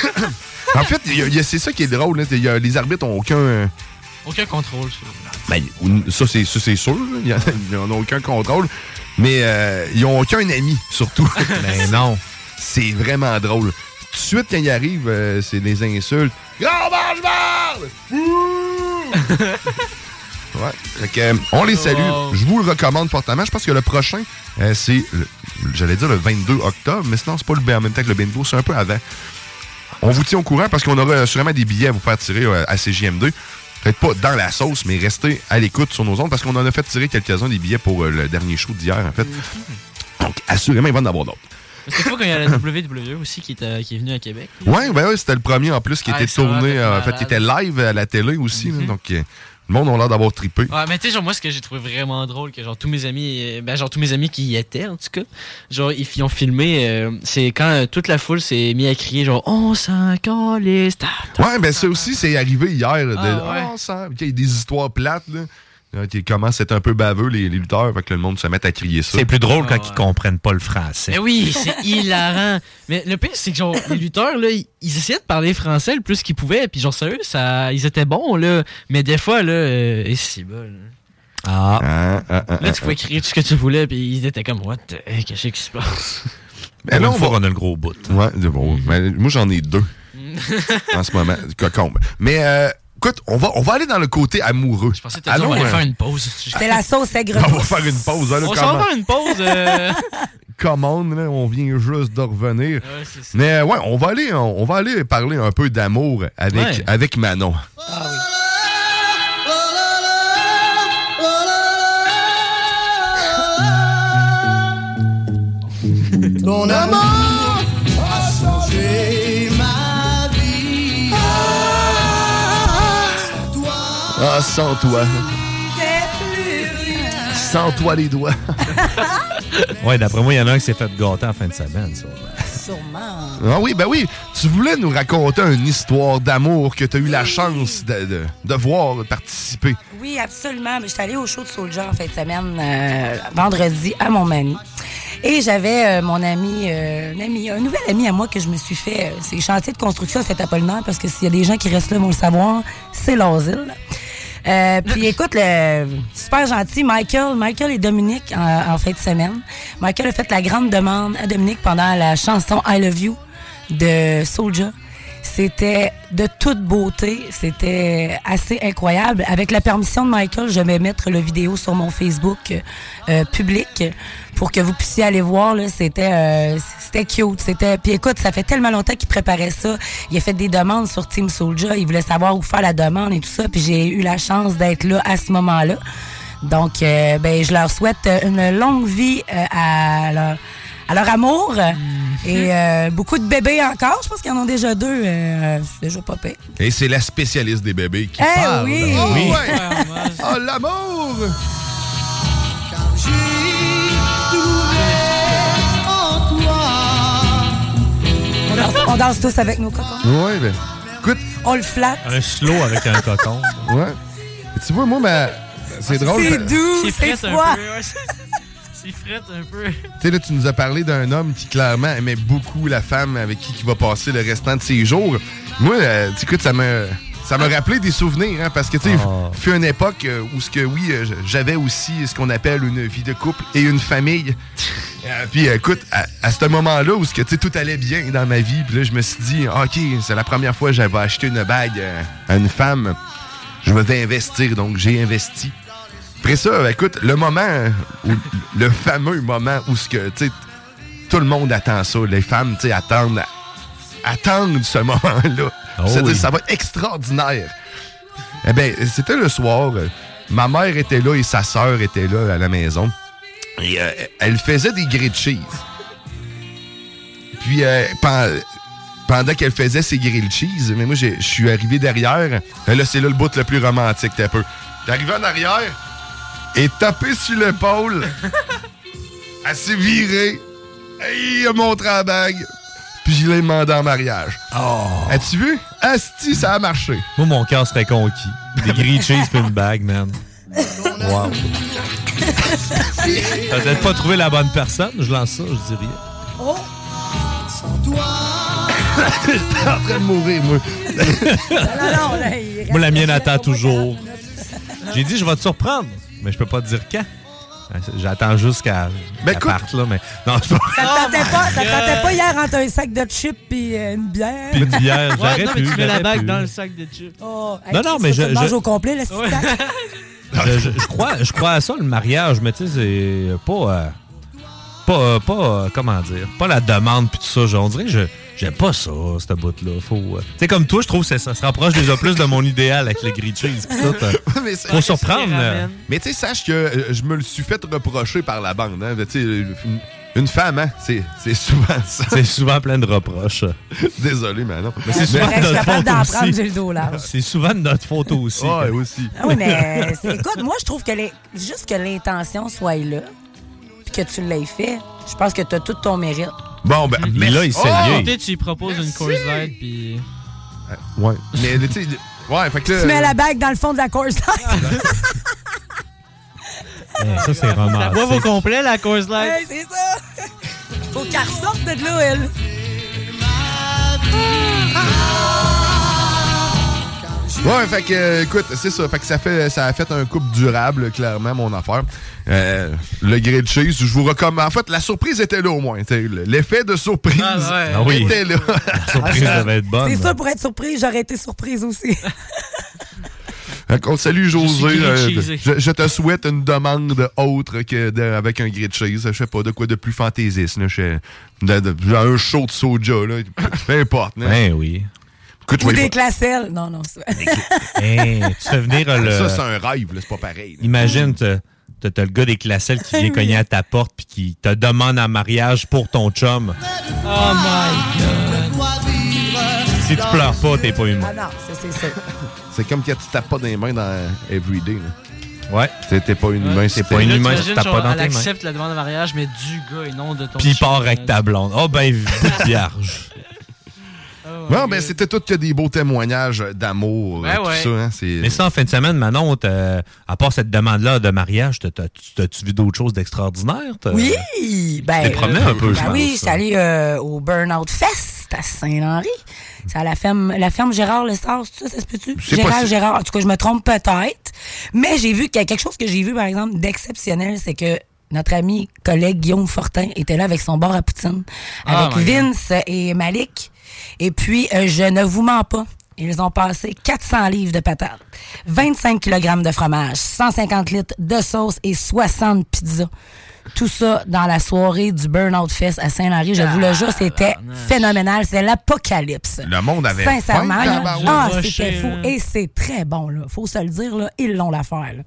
[SPEAKER 5] En fait, il y a- il y a- c'est ça qui est drôle. là. Il y a- les arbitres ont aucun...
[SPEAKER 6] Aucun contrôle sur
[SPEAKER 5] Ben, ou- ça, c'est, ça, c'est sûr. là. Ils en- Ils n'en ont aucun contrôle. Mais euh, ils n'ont aucun ami, surtout. Mais non. C'est vraiment drôle. Tout de suite, quand ils arrivent, euh, c'est des insultes. Grand mange
[SPEAKER 4] Ah,
[SPEAKER 5] barbe Ouais. Fait que, euh, on les salue.
[SPEAKER 6] Oh.
[SPEAKER 5] Je vous le recommande fortement. Je pense que le prochain, euh, c'est, le- j'allais dire le 22 octobre, mais sinon, c'est pas le, ben- en même temps que le bingo, c'est un peu avant. On vous tient au courant parce qu'on aura euh, sûrement des billets à vous faire tirer euh, à CJM2. Peut-être pas dans la sauce, mais restez à l'écoute sur nos ondes parce qu'on en a fait tirer quelques-uns des billets pour euh, le dernier show d'hier, en fait.
[SPEAKER 6] Mm-hmm.
[SPEAKER 5] Donc, assurément, il va en avoir d'autres.
[SPEAKER 6] Parce que fois quand il y a la WWE aussi qui est, euh, qui est venue à Québec.
[SPEAKER 5] Ouais, ben ouais, c'était le premier en plus qui
[SPEAKER 6] Ah,
[SPEAKER 5] était
[SPEAKER 6] ça va,
[SPEAKER 5] tourné,
[SPEAKER 6] t'es
[SPEAKER 5] euh, en fait,
[SPEAKER 6] malade. Mm-hmm.
[SPEAKER 5] qui était live à la télé aussi. là. donc, euh, le monde a l'air d'avoir trippé.
[SPEAKER 6] Ouais, mais tu sais, genre, moi, ce que j'ai trouvé vraiment drôle, que genre, tous mes amis, euh, ben, genre, tous mes amis qui y étaient, en tout cas, genre, ils f- ils ont filmé, euh, c'est quand euh, toute la foule s'est mis à crier, genre, on s'en calisse, ta-
[SPEAKER 5] Ouais, ben ça aussi, c'est arrivé hier. là, de-
[SPEAKER 6] Ah, ouais.
[SPEAKER 5] Ah, on sent- Il y a des histoires plates, là. Là, qui commencent à être un peu baveux, les, les lutteurs, fait que le monde se met à crier ça.
[SPEAKER 9] C'est plus drôle quand
[SPEAKER 6] Ah,
[SPEAKER 9] ils comprennent pas le français.
[SPEAKER 6] Mais ben oui, c'est hilarant. Mais le pire, c'est que genre, les lutteurs, là, ils, ils essayaient de parler français le plus qu'ils pouvaient. Puis genre, sérieux, ça, ils étaient bons, là. Mais des fois, là, euh, et c'est bon.
[SPEAKER 9] Ah.
[SPEAKER 6] Là, tu pouvais crier tout ce que tu voulais. Puis ils étaient comme, what, the heck, qu'est-ce qui se passe?
[SPEAKER 5] Mais là, Ben, on va-
[SPEAKER 9] on a le gros bout.
[SPEAKER 5] Ouais, de- bon, ben, moi j'en ai deux en ce moment, cocombe. Mais euh, écoute, on va, on va aller dans le côté amoureux. euh, Je
[SPEAKER 6] pensais on va aller
[SPEAKER 9] hein.
[SPEAKER 6] faire une pause.
[SPEAKER 7] C'est la sauce aigre.
[SPEAKER 5] On va faire une pause. hein, là,
[SPEAKER 6] On
[SPEAKER 5] comment-
[SPEAKER 6] s'en va à une pause. euh,
[SPEAKER 5] Come on, là, on vient juste de revenir.
[SPEAKER 6] Ouais, c'est ça.
[SPEAKER 5] Mais euh, ouais, on va aller, on, on va aller parler un peu d'amour avec,
[SPEAKER 6] Ouais.
[SPEAKER 5] avec Manon.
[SPEAKER 4] Ton amour a changé ma vie.
[SPEAKER 5] Ah, sans toi. Sans toi les doigts.
[SPEAKER 9] Ouais, d'après moi, il y en a un qui s'est fait gâter en fin de semaine, ça.
[SPEAKER 7] Sûrement.
[SPEAKER 5] Ah oui, ben oui, tu voulais nous raconter une histoire d'amour que tu as eu la chance de, de- de voir participer.
[SPEAKER 7] Oui, absolument. Mais je suis allée au show de Soulja en fin de semaine, euh, vendredi, à Montmagny. Et j'avais euh, mon ami, euh, un ami, un nouvel ami à moi que je me suis fait. euh, c'est chantier de construction à Saint-Apollinaire parce que s'il y a des gens qui restent là vont le savoir, c'est l'asile. Euh, puis écoute, le super gentil Michael, Michael et Dominique en, en fin de semaine. Michael a fait la grande demande à Dominique pendant la chanson I Love You de Soulja. C'était de toute beauté, c'était assez incroyable. Avec la permission de Michael, je vais mettre le vidéo sur mon Facebook euh, public pour que vous puissiez aller voir. là. C'était euh, c'était cute. C'était puis écoute, ça fait tellement longtemps qu'il préparait ça. Il a fait des demandes sur Team Soulja. Il voulait savoir où faire la demande et tout ça. Puis j'ai eu la chance d'être là à ce moment-là. Donc, euh, ben, je leur souhaite euh, une longue vie euh, à leur à leur amour et euh, beaucoup de bébés encore. Je pense qu'ils en ont déjà deux. euh, c'est déjà pas pire.
[SPEAKER 5] Et c'est la spécialiste des bébés qui
[SPEAKER 7] Eh
[SPEAKER 5] parle.
[SPEAKER 7] oui!
[SPEAKER 5] Ah
[SPEAKER 7] Oui.
[SPEAKER 5] ouais. Ah, l'amour!
[SPEAKER 7] On danse, on danse tous avec nos copains.
[SPEAKER 5] Ouais, ben, écoute.
[SPEAKER 7] On le flatte.
[SPEAKER 9] Un slow avec un coton.
[SPEAKER 5] Ouais. Et tu vois, moi, ma... Ah, c'est drôle.
[SPEAKER 7] C'est
[SPEAKER 5] ma-
[SPEAKER 7] doux, c'est froid.
[SPEAKER 6] C'est frette un peu.
[SPEAKER 5] Tu sais, là, tu nous as parlé d'un homme qui clairement aimait beaucoup la femme avec qui il va passer le restant de ses jours. Moi, euh, tu écoutes, ça me. Ça m'a rappelé des souvenirs, hein, parce que, tu sais, fut une époque euh, où, ce que, oui, euh, j'avais aussi ce qu'on appelle une vie de couple et une famille. Euh, puis, écoute, à, à ce moment-là où, ce que, tu sais, tout allait bien dans ma vie, puis là, je me suis dit, OK, c'est la première fois que j'avais acheté une bague euh, à une femme. Je vais investir, donc j'ai investi. Après ça, ben, écoute, le moment, où- le fameux moment où ce que, tu sais, tout le monde attend ça. Les femmes, tu sais, attendent, attendent ce moment-là.
[SPEAKER 9] Oh
[SPEAKER 5] C'est-à-dire,
[SPEAKER 9] oui.
[SPEAKER 5] ça va être extraordinaire. Eh bien, c'était le soir. euh, Ma mère était là et sa sœur était là à la maison. Et euh, elle faisait des grilled cheese. Puis, euh, pen- pendant qu'elle faisait ses grilled cheese, mais moi, j'ai- je suis arrivé derrière. Et Là, c'est là le bout le plus romantique, t'as peu. T'es arrivé en arrière et tapé sur l'épaule. Elle s'est virée. Et il a montré la bague. Puis je l'ai demandé en mariage. As-tu vu? Asti, ça a marché.
[SPEAKER 9] Oh. Moi, mon cœur serait conquis. Des grilled cheese puis une bague, man. Wow. T'as peut-être pas trouvé la bonne personne, je lance ça, je dis rien.
[SPEAKER 4] Oh! Sans toi!
[SPEAKER 5] J'étais en train de mourir, moi.
[SPEAKER 4] non, non, là, il
[SPEAKER 9] moi, la mienne attend toujours. J'ai dit, je vais te surprendre, mais je peux pas te dire quand. J'attends juste qu'elle
[SPEAKER 5] Ben,
[SPEAKER 9] qu'elle parte, là, mais... Non, c'est pas
[SPEAKER 7] Ça
[SPEAKER 5] Oh
[SPEAKER 7] te tentait pas, ça te
[SPEAKER 9] God.
[SPEAKER 7] tentait pas hier entre un sac de chips puis euh, une bière.
[SPEAKER 9] Puis une bière, Ouais, j'aurais non, mais pu, tu mets la j'aurais bague pu. dans le
[SPEAKER 7] sac de chips. Oh,
[SPEAKER 9] Non, non, mais je-
[SPEAKER 7] je mange
[SPEAKER 9] je-
[SPEAKER 7] au complet le petit sac.
[SPEAKER 9] je, je- je crois, je crois à ça, le mariage, mais tu sais, c'est pas. euh, pas, euh, pas euh, comment dire, pas la demande puis tout ça. genre, on dirait que je- j'aime pas ça, cette bout-là. Faut. euh, tu sais, comme toi, je trouve que ça, ça se rapproche déjà plus de mon idéal avec le grilled cheese pis tout. euh.
[SPEAKER 5] Mais c'est-
[SPEAKER 9] Faut surprendre. euh.
[SPEAKER 5] Mais tu sais, sache que euh, je me le suis fait reprocher par la bande. hein. Tu sais, une, une femme, hein, c'est c'est souvent ça.
[SPEAKER 9] C'est souvent plein de reproches.
[SPEAKER 5] Désolé, mais non.
[SPEAKER 9] Mais c'est souvent
[SPEAKER 7] Bref,
[SPEAKER 9] de
[SPEAKER 7] je suis
[SPEAKER 9] notre
[SPEAKER 7] capable
[SPEAKER 9] faute
[SPEAKER 7] d'en
[SPEAKER 9] aussi.
[SPEAKER 7] prendre, j'ai le dos large.
[SPEAKER 9] C'est souvent de notre faute aussi.
[SPEAKER 5] Ah, ouais, aussi.
[SPEAKER 7] Ah oui, mais euh, c'est- écoute, moi, je trouve que les- juste que l'intention soit là, puis que tu l'aies fait, je pense que tu as tout ton mérite.
[SPEAKER 5] Bon, ben,
[SPEAKER 9] Mais là, il s'est lié.
[SPEAKER 6] Oh, Tu sais, tu lui proposes une course light, puis.
[SPEAKER 5] Ouais. Oh! Mais tu sais, ouais, fait que là.
[SPEAKER 7] Tu mets la bague dans le fond de la course.
[SPEAKER 9] Eh, ça, c'est
[SPEAKER 6] La boîte au
[SPEAKER 9] romantique.
[SPEAKER 6] complet, la course light.
[SPEAKER 7] Ouais, c'est ça. Faut qu'elle ressorte de là, elle.
[SPEAKER 5] Ouais, fait que, euh, écoute, c'est ça. Fait que ça fait, ça a fait un couple durable, clairement, mon affaire. Euh, le grilled cheese, je vous recommande. En fait, la surprise était là au moins. T'sais, L'effet de surprise
[SPEAKER 7] ouais.
[SPEAKER 9] Ah oui.
[SPEAKER 5] était là.
[SPEAKER 9] La surprise devait être bonne.
[SPEAKER 7] C'est sûr, pour être surprise, j'aurais été surprise aussi.
[SPEAKER 5] Fait qu'on salue José.
[SPEAKER 9] grilled
[SPEAKER 5] euh,
[SPEAKER 9] cheesé.
[SPEAKER 5] Je, je te souhaite une demande autre que de- avec un grilled cheese. Je sais pas de quoi de plus fantaisiste. Là, Je sais- de- de- genre un show de soja. Là. Peu importe. là.
[SPEAKER 9] Ben oui.
[SPEAKER 5] Écoute, je
[SPEAKER 7] Ou
[SPEAKER 5] vais-
[SPEAKER 7] des classelles. Non, non, c'est
[SPEAKER 5] Hein?
[SPEAKER 9] Hey, tu fais venir euh, le.
[SPEAKER 5] Ça, c'est un rêve. là, C'est pas pareil. là.
[SPEAKER 9] Imagine, t'as t'as- t'as le gars des classelles qui vient cogner à ta porte puis qui te demande en mariage pour ton chum.
[SPEAKER 6] Oh my god.
[SPEAKER 9] Si tu pleures pas, t'es pas humain.
[SPEAKER 7] Ah non, ça, c'est ça.
[SPEAKER 5] C'est comme quand tu tapes pas des mains dans Everyday. là.
[SPEAKER 9] Ouais.
[SPEAKER 5] T'es- T'es pas une humain. c'est
[SPEAKER 9] pas une humain,
[SPEAKER 6] Imagine,
[SPEAKER 9] t'as pas
[SPEAKER 6] genre,
[SPEAKER 9] dans
[SPEAKER 6] elle
[SPEAKER 9] tes mains.
[SPEAKER 6] accepte la demande de mariage, mais du gars et non de ton
[SPEAKER 9] Puis il
[SPEAKER 6] chum.
[SPEAKER 9] part avec ta blonde. Oh ben, vierge.
[SPEAKER 5] Bon, ben, c'était tout que des beaux témoignages d'amour,
[SPEAKER 9] Ben
[SPEAKER 5] euh, tout
[SPEAKER 9] ouais.
[SPEAKER 5] ça. Hein, c'est-
[SPEAKER 9] Mais ça, en fin de semaine, Manon, t'as- à part cette demande-là de mariage, t'as- t'as- t'as-tu vu d'autres choses d'extraordinaire? T'as-
[SPEAKER 7] Oui, ben.
[SPEAKER 9] t'es promené un peu, euh, je
[SPEAKER 7] ben
[SPEAKER 9] pense,
[SPEAKER 7] oui, je suis
[SPEAKER 9] hein.
[SPEAKER 7] allée euh, au Burnout Fest à Saint-Henri. C'est à la ferme, la ferme Gérard Lessard, c'est ça, ça se peut-tu?
[SPEAKER 5] C'est
[SPEAKER 7] Gérard,
[SPEAKER 5] possible.
[SPEAKER 7] Gérard. En tout cas, je me trompe peut-être. Mais j'ai vu qu'il y a quelque chose que j'ai vu, par exemple, d'exceptionnel, c'est que notre ami, collègue Guillaume Fortin était là avec son bar à Poutine,
[SPEAKER 6] Ah,
[SPEAKER 7] avec
[SPEAKER 6] my God.
[SPEAKER 7] Vince et Malik. Et puis, euh, je ne vous mens pas. Ils ont passé 400 livres de patates, 25 kg de fromage, 150 litres de sauce et 60 pizzas. Tout ça dans la soirée du Burnout Fest à Saint-Henri. Je vous le jure, c'était phénoménal. C'était l'apocalypse.
[SPEAKER 5] Le monde avait
[SPEAKER 7] Sincèrement,
[SPEAKER 5] faim,
[SPEAKER 7] là,
[SPEAKER 5] tabarouette.
[SPEAKER 7] ah,
[SPEAKER 5] Je
[SPEAKER 7] c'était
[SPEAKER 5] rushais,
[SPEAKER 7] fou.
[SPEAKER 5] ben là.
[SPEAKER 7] Et c'est très bon, là. Faut se le dire, là. Ils l'ont l'affaire, là.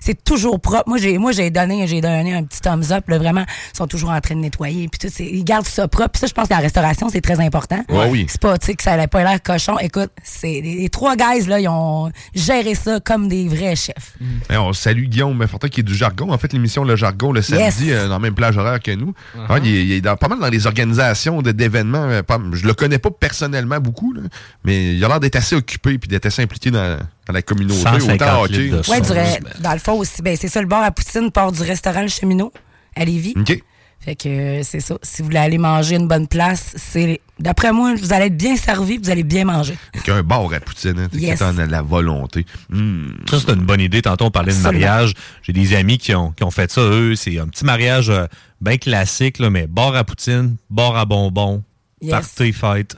[SPEAKER 7] C'est toujours propre. Moi, j'ai, moi, j'ai donné, j'ai donné un petit thumbs up, là. Vraiment, ils sont toujours en train de nettoyer. Puis tout, c'est- ils gardent ça propre. Puis ça, je pense que la restauration, c'est très important.
[SPEAKER 5] Ouais, oui.
[SPEAKER 7] C'est pas, tu sais, que ça n'a pas l'air cochon. Écoute, c'est, les, les trois guys, là, ils ont géré ça comme des vrais chefs.
[SPEAKER 5] Ben, on salue Guillaume Fortin qui est du jargon. En fait, l'émission Le Jargon le samedi,
[SPEAKER 7] Yes.
[SPEAKER 5] euh, dans la même plage horaire que nous.
[SPEAKER 6] Uh-huh.
[SPEAKER 5] Ah, il, est- il est dans- pas mal dans les organisations de- d'événements. euh, pas- Je le connais pas personnellement beaucoup, là, mais il a l'air d'être assez occupé puis d'être assez impliqué dans, dans la communauté,
[SPEAKER 9] 150
[SPEAKER 5] autant hockey.
[SPEAKER 9] litres de
[SPEAKER 7] Ouais, du re- dans le fond aussi. Ben, c'est ça, le bar à Poutine part du restaurant Le Cheminot à Lévis.
[SPEAKER 5] OK.
[SPEAKER 7] Fait que euh, c'est ça. Si vous voulez aller manger une bonne place, c'est. D'après moi, vous allez être bien servi vous allez bien manger.
[SPEAKER 5] Avec un bar à poutine, hein, t'es
[SPEAKER 7] Yes.
[SPEAKER 5] t'en as de la volonté. Hmm.
[SPEAKER 9] Ça, c'est une bonne idée. Tantôt, on parlait de
[SPEAKER 5] Absolument.
[SPEAKER 9] mariage. J'ai des amis qui ont, qui ont fait ça, eux. C'est un petit mariage euh, bien classique, là, mais bar à poutine, bar à bonbons,
[SPEAKER 7] Yes.
[SPEAKER 9] party, fête.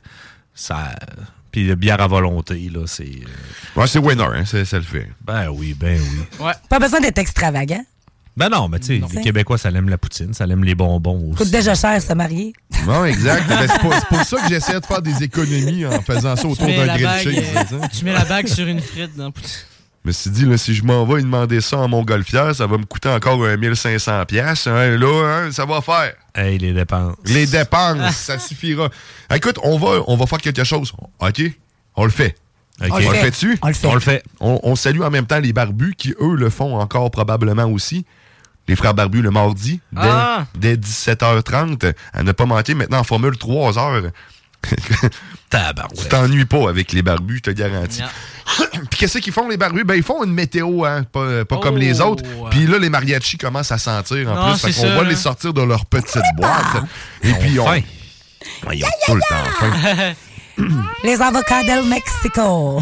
[SPEAKER 9] Ça... Puis le bière à volonté, là, c'est... euh,
[SPEAKER 5] Ouais, c'est winner, hein, ça, ça le fait.
[SPEAKER 9] Ben oui, ben oui.
[SPEAKER 7] Pas besoin d'être extravagant.
[SPEAKER 9] Ben non, mais tu sais, les Québécois, ça l'aime la poutine, ça l'aime les bonbons
[SPEAKER 7] Coûte
[SPEAKER 9] aussi.
[SPEAKER 7] déjà cher se marier.
[SPEAKER 5] Non, exact. Ben, c'est, pour, c'est pour ça que j'essayais de faire des économies en faisant ça autour
[SPEAKER 6] mets
[SPEAKER 5] d'un
[SPEAKER 6] la
[SPEAKER 5] grill
[SPEAKER 6] bague,
[SPEAKER 5] cheese. hein.
[SPEAKER 6] euh,
[SPEAKER 5] c'est ça.
[SPEAKER 6] tu mets la bague sur une frite dans Poutine.
[SPEAKER 5] Mais si dit, là, si je m'en vais et demander ça en montgolfière, ça va me coûter encore un 1500 pièces. là, hein, ça va faire.
[SPEAKER 9] Hey, les dépenses.
[SPEAKER 5] Les dépenses, ça suffira. Écoute, on va, on va faire quelque chose. OK? On le fait.
[SPEAKER 9] OK.
[SPEAKER 5] On le fait-tu?
[SPEAKER 9] On le fait. On le fait.
[SPEAKER 5] On, on salue en même temps les barbus qui, eux, le font encore probablement aussi. Les frères barbus le mardi, dès,
[SPEAKER 9] Ah!
[SPEAKER 5] dès 17h30. À ne pas manquer, maintenant en formule 3 heures. Tu t'ennuies pas avec les barbus, je te garantis. Puis qu'est-ce qu'ils font, les barbus? Ben, ils font une météo, hein, pas, pas comme les autres. Puis là, les mariachis commencent à sentir, en
[SPEAKER 9] Oh! Non,
[SPEAKER 5] plus. Fait
[SPEAKER 9] c'est
[SPEAKER 5] qu'on
[SPEAKER 9] ça,
[SPEAKER 5] va
[SPEAKER 9] là. Ah!
[SPEAKER 5] les sortir de leur petite boîte. Et puis, on...
[SPEAKER 9] faim.
[SPEAKER 5] Ouais, Ils ont tout le temps faim.
[SPEAKER 7] Les avocats del Mexico.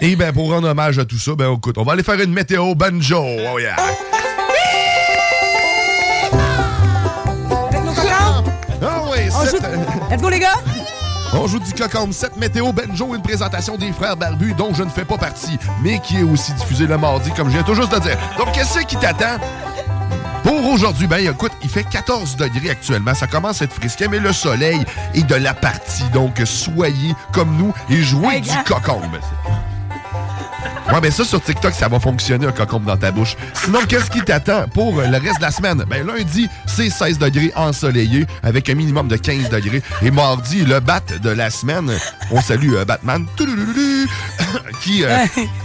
[SPEAKER 5] Et ben, pour rendre hommage à tout ça, ben, écoute, on va aller faire une météo banjo. Oh yeah! Ah oui,
[SPEAKER 7] On
[SPEAKER 5] cette-
[SPEAKER 7] Let's go, les gars!
[SPEAKER 5] On joue du cocombe 7 Météo Benjo, une présentation des frères barbus dont je ne fais pas partie, mais qui est aussi diffusée le mardi, comme je viens tout juste de dire. Donc, qu'est-ce qui t'attend? Pour aujourd'hui, ben écoute, il fait 14 degrés actuellement. Ça commence à être frisquet, mais le soleil est de la partie. Donc, soyez comme nous et jouez du cocombe. Ouais, mais ça, sur TikTok, ça va fonctionner, un cocombe dans ta bouche. Sinon, qu'est-ce qui t'attend pour euh, le reste de la semaine? Ben, lundi, c'est 16 degrés ensoleillé avec un minimum de 15 degrés. Et mardi, le bat de la semaine. On salue euh, Batman, Touloulou, qui, euh,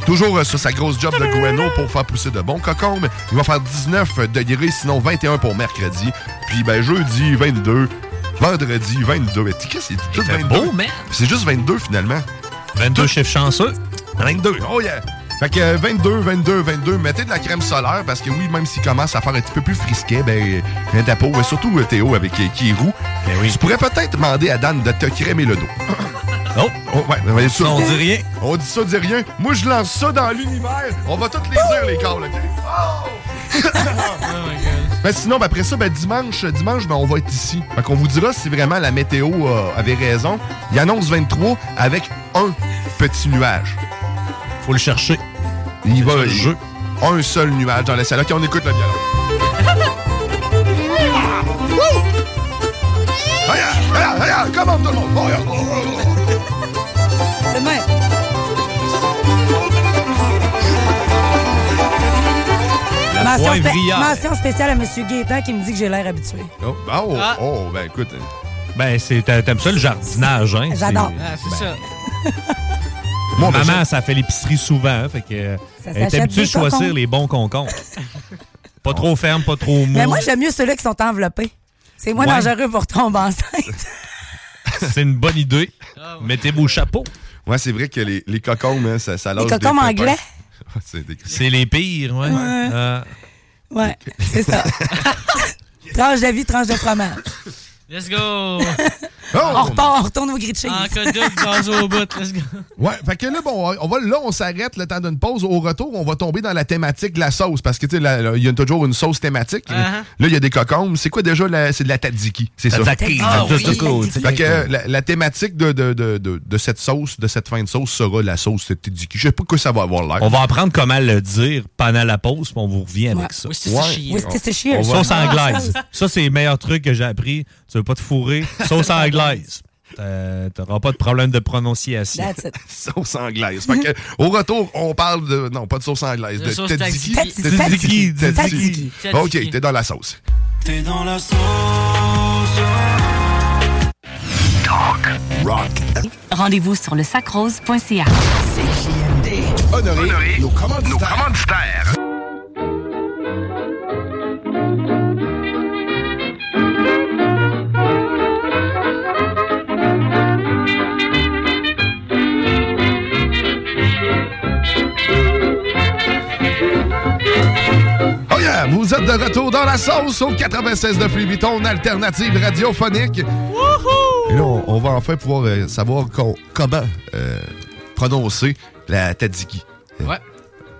[SPEAKER 5] toujours euh, sur sa grosse job de gouverneau pour faire pousser de bons cocombes. Il va faire 19 degrés, sinon 21 pour mercredi. Puis, ben, jeudi, 22. Vendredi, 22. Mais qu'est-ce que c'est juste 22?
[SPEAKER 9] beau, man.
[SPEAKER 5] C'est juste 22, finalement.
[SPEAKER 9] 22 chiffres chanceux.
[SPEAKER 5] 22, oh yeah! Fait que euh, 22, 22, 22, mettez de la crème solaire parce que oui, même s'il commence à faire un petit peu plus frisquet, ben, euh, ta peau, euh, surtout euh, Théo avec euh, qui est roux,
[SPEAKER 9] Ben
[SPEAKER 5] tu pourrais peut-être demander à Dan de te crémer le dos.
[SPEAKER 9] Oh!
[SPEAKER 5] ouais, ben, ben, ça,
[SPEAKER 9] on dit rien.
[SPEAKER 5] On dit ça, dit rien. Moi, je lance ça dans l'univers. On va toutes les dire, les
[SPEAKER 9] Oh
[SPEAKER 5] corps, là. Ben, sinon, ben, après ça, ben, dimanche, euh, dimanche ben, on va être ici. Fait qu'on vous dira si vraiment la météo euh, avait raison. Il annonce 23 avec un petit nuage.
[SPEAKER 9] Faut le chercher.
[SPEAKER 5] Il va un seul nuage dans la salle. OK, on écoute le violon. Regarde, regarde, regarde, commande tout le monde. Oh, regarde, oh, oh, oh.
[SPEAKER 7] C'est même.
[SPEAKER 5] La
[SPEAKER 7] Mention, spé-
[SPEAKER 5] poivrière.
[SPEAKER 7] mention spéciale à M. Gaétan qui me dit que j'ai l'air habitué.
[SPEAKER 5] Oh, oh,
[SPEAKER 7] Ah.
[SPEAKER 5] oh, ben écoute. euh,
[SPEAKER 9] Ben, c'est- t'a- t'aimes ça le jardinage, hein?
[SPEAKER 7] J'adore.
[SPEAKER 9] C'est-
[SPEAKER 7] c'est ça.
[SPEAKER 5] Moi, ben,
[SPEAKER 9] Maman, ça fait l'épicerie souvent, hein, fait que... euh,
[SPEAKER 7] Ça
[SPEAKER 9] Elle est
[SPEAKER 7] s'achète
[SPEAKER 9] habituée
[SPEAKER 7] des
[SPEAKER 9] de choisir
[SPEAKER 7] concombres.
[SPEAKER 9] les bons concombres. pas trop ferme, pas trop mou.
[SPEAKER 7] Mais Ben, moi, j'aime mieux ceux-là qui sont enveloppés. C'est moins
[SPEAKER 9] Ouais.
[SPEAKER 7] dangereux pour tomber enceinte.
[SPEAKER 9] C'est une bonne idée. Mettez vos chapeaux.
[SPEAKER 5] Ouais, c'est vrai que les, les cocombes, hein, ça, ça lâche des
[SPEAKER 7] cocombes
[SPEAKER 5] pépins.
[SPEAKER 7] anglais?
[SPEAKER 5] c'est des-
[SPEAKER 9] C'est les pires, ouais.
[SPEAKER 7] Ouais.
[SPEAKER 9] Euh,
[SPEAKER 7] Ouais, c'est ça. tranche de vie, tranche de fromage.
[SPEAKER 6] Let's go!
[SPEAKER 9] Oh!
[SPEAKER 7] On repart, on retourne au gris de cheese.
[SPEAKER 6] En cas de doute, gaz au bout, let's go.
[SPEAKER 5] Ouais, fait que là, bon, on va, là, on s'arrête le temps d'une pause. Au retour, on va tomber dans la thématique de la sauce. Parce que, tu sais, là, là, il y a toujours une sauce thématique.
[SPEAKER 9] Uh-huh.
[SPEAKER 5] Là, il y a des cocombes. C'est quoi déjà? la- C'est de la tzatziki. C'est ça.
[SPEAKER 9] Tzatziki. Ah oui, tzatziki.
[SPEAKER 5] Fait que euh, la, la thématique de, de, de, de, de cette sauce, de cette fin de sauce, sera la sauce tzatziki. Je sais pas quoi ça va avoir l'air.
[SPEAKER 9] on va apprendre comment le dire pendant la pause, puis on vous revient avec ça.
[SPEAKER 5] Worcestershire. Worcestershire.
[SPEAKER 9] On va- Sauce
[SPEAKER 5] Ah.
[SPEAKER 9] anglaise. Ça, c'est les meilleurs trucs que j'ai appris. Tu veux pas te fourrer. Sauce anglaise. Euh, T'auras pas de problème de prononciation.
[SPEAKER 5] That's it. sauce anglaise. Fait que, au retour, on parle de. Non, pas de sauce anglaise.
[SPEAKER 9] De
[SPEAKER 5] De
[SPEAKER 9] sauce
[SPEAKER 5] tzatziki.
[SPEAKER 9] tzatziki. Tzatziki.
[SPEAKER 5] Tzatziki. Tzatziki.
[SPEAKER 9] Tzatziki.
[SPEAKER 5] OK, t'es dans la sauce.
[SPEAKER 2] T'es dans la sauce.
[SPEAKER 10] Rock.
[SPEAKER 22] Rendez-vous sur le sacrose.ca.
[SPEAKER 10] Honoré, nos commanditaires.
[SPEAKER 5] Oh yeah! Vous vous êtes de retour dans la sauce au 96 de Fluviton, alternative radiophonique. Et là, on, on va enfin pouvoir euh, savoir co- comment euh, prononcer la tadiki.
[SPEAKER 6] Ouais.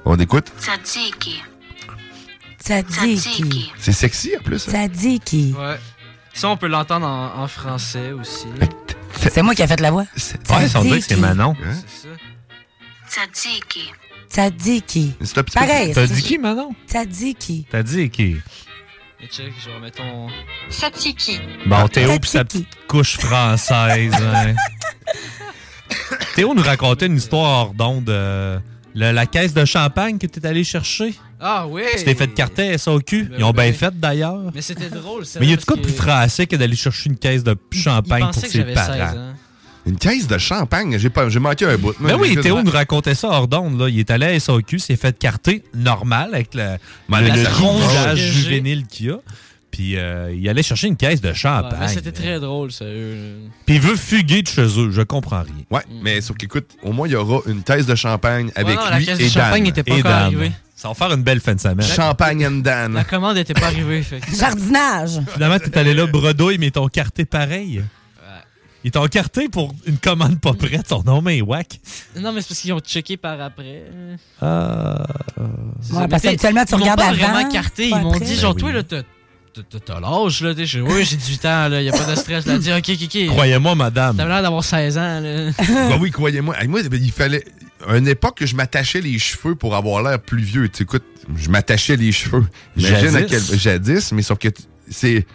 [SPEAKER 5] On écoute.
[SPEAKER 7] Tzatziki. Tzatziki.
[SPEAKER 5] C'est sexy en plus. hein?
[SPEAKER 7] Tzatziki.
[SPEAKER 6] Ouais. Ça, on peut l'entendre en, en français aussi.
[SPEAKER 7] C'est moi qui ai fait la voix.
[SPEAKER 9] Ouais, on dirait que c'est Manon.
[SPEAKER 7] Tzatziki. Tzatziki.
[SPEAKER 9] C'est un petit peu-
[SPEAKER 7] Pareil.
[SPEAKER 9] T'as dit qui, Manon?
[SPEAKER 7] Tzatziki.
[SPEAKER 9] T'as dit qui?
[SPEAKER 6] Et check, je remets ton.
[SPEAKER 7] Tzatziki.
[SPEAKER 9] Bon, Théo pis sa petite couche française. hein. Théo nous racontait une histoire hors d'onde. euh, le- la caisse de champagne que t'es allé chercher.
[SPEAKER 6] Ah oui! Ben
[SPEAKER 9] Tu t'es fait carter SOQ. Ils ont bien fait d'ailleurs.
[SPEAKER 6] Mais c'était drôle, c'est
[SPEAKER 9] Mais y
[SPEAKER 6] vrai,
[SPEAKER 9] a du quoi de
[SPEAKER 6] parce
[SPEAKER 9] plus
[SPEAKER 6] que-
[SPEAKER 9] français que d'aller chercher une caisse de champagne pour
[SPEAKER 6] pensaient que
[SPEAKER 9] ses
[SPEAKER 6] j'avais hein.
[SPEAKER 9] parents?
[SPEAKER 6] 16 ans.
[SPEAKER 5] Une caisse de champagne? J'ai pas- j'ai manqué un bout.
[SPEAKER 9] Mais
[SPEAKER 5] Moi,
[SPEAKER 9] Ben oui,
[SPEAKER 5] j'ai-
[SPEAKER 9] Théo nous racontait ça hors d'onde. là. Il est allé à SAQ, s'est fait carter normal avec le,
[SPEAKER 5] Mais
[SPEAKER 9] le,
[SPEAKER 5] là, ça
[SPEAKER 9] rongage
[SPEAKER 6] rongé.
[SPEAKER 9] juvénile qu'il y a. Puis euh, il allait chercher une caisse de
[SPEAKER 6] Ouais, mais
[SPEAKER 9] champagne.
[SPEAKER 6] c'était très drôle, sérieux.
[SPEAKER 9] Puis il veut fuguer de chez eux, je comprends rien.
[SPEAKER 5] Ouais, mais sauf qu'écoute, au moins il y aura une caisse de champagne avec
[SPEAKER 6] Mm. non, la
[SPEAKER 5] lui
[SPEAKER 6] caisse de
[SPEAKER 5] et
[SPEAKER 6] champagne
[SPEAKER 5] Dan.
[SPEAKER 6] était pas encore arrivée.
[SPEAKER 9] Ça va faire une belle fin de semaine.
[SPEAKER 5] Champagne and Dan.
[SPEAKER 6] La commande n'était pas arrivée. Fait. que-
[SPEAKER 7] Jardinage.
[SPEAKER 9] Finalement, t'es allé là bredouille, mais ils t'ont carté pareil. Ils t'ont carté pour une commande pas prête. Son nom est wack.
[SPEAKER 6] Non, mais c'est parce qu'ils ont checké par après.
[SPEAKER 9] Ah.
[SPEAKER 6] C'est ça. Mais
[SPEAKER 7] habituellement, tu
[SPEAKER 6] ils m'ont
[SPEAKER 7] regardes
[SPEAKER 6] pas
[SPEAKER 7] avant,
[SPEAKER 6] vraiment carté.
[SPEAKER 7] pas
[SPEAKER 6] Ils m'ont
[SPEAKER 7] après.
[SPEAKER 6] dit, genre,
[SPEAKER 7] Ben
[SPEAKER 6] toi,
[SPEAKER 7] oui.
[SPEAKER 6] là, t'as t'as- t'as l'âge, là. t'es- j'ai- Oui, j'ai 18 ans, là. Y a pas de stress. Là, dit, ok, ok, ok.
[SPEAKER 9] Croyez-moi, madame.
[SPEAKER 6] T'avais l'air d'avoir 16 ans, là.
[SPEAKER 5] Ben oui, croyez-moi. Hey, Moi, il fallait. À une époque, je m'attachais les cheveux pour avoir l'air plus vieux. Tu sais, écoute, je m'attachais les cheveux. Imagine
[SPEAKER 9] Jadis.
[SPEAKER 5] à quel. Jadis, mais sauf que t- c'est.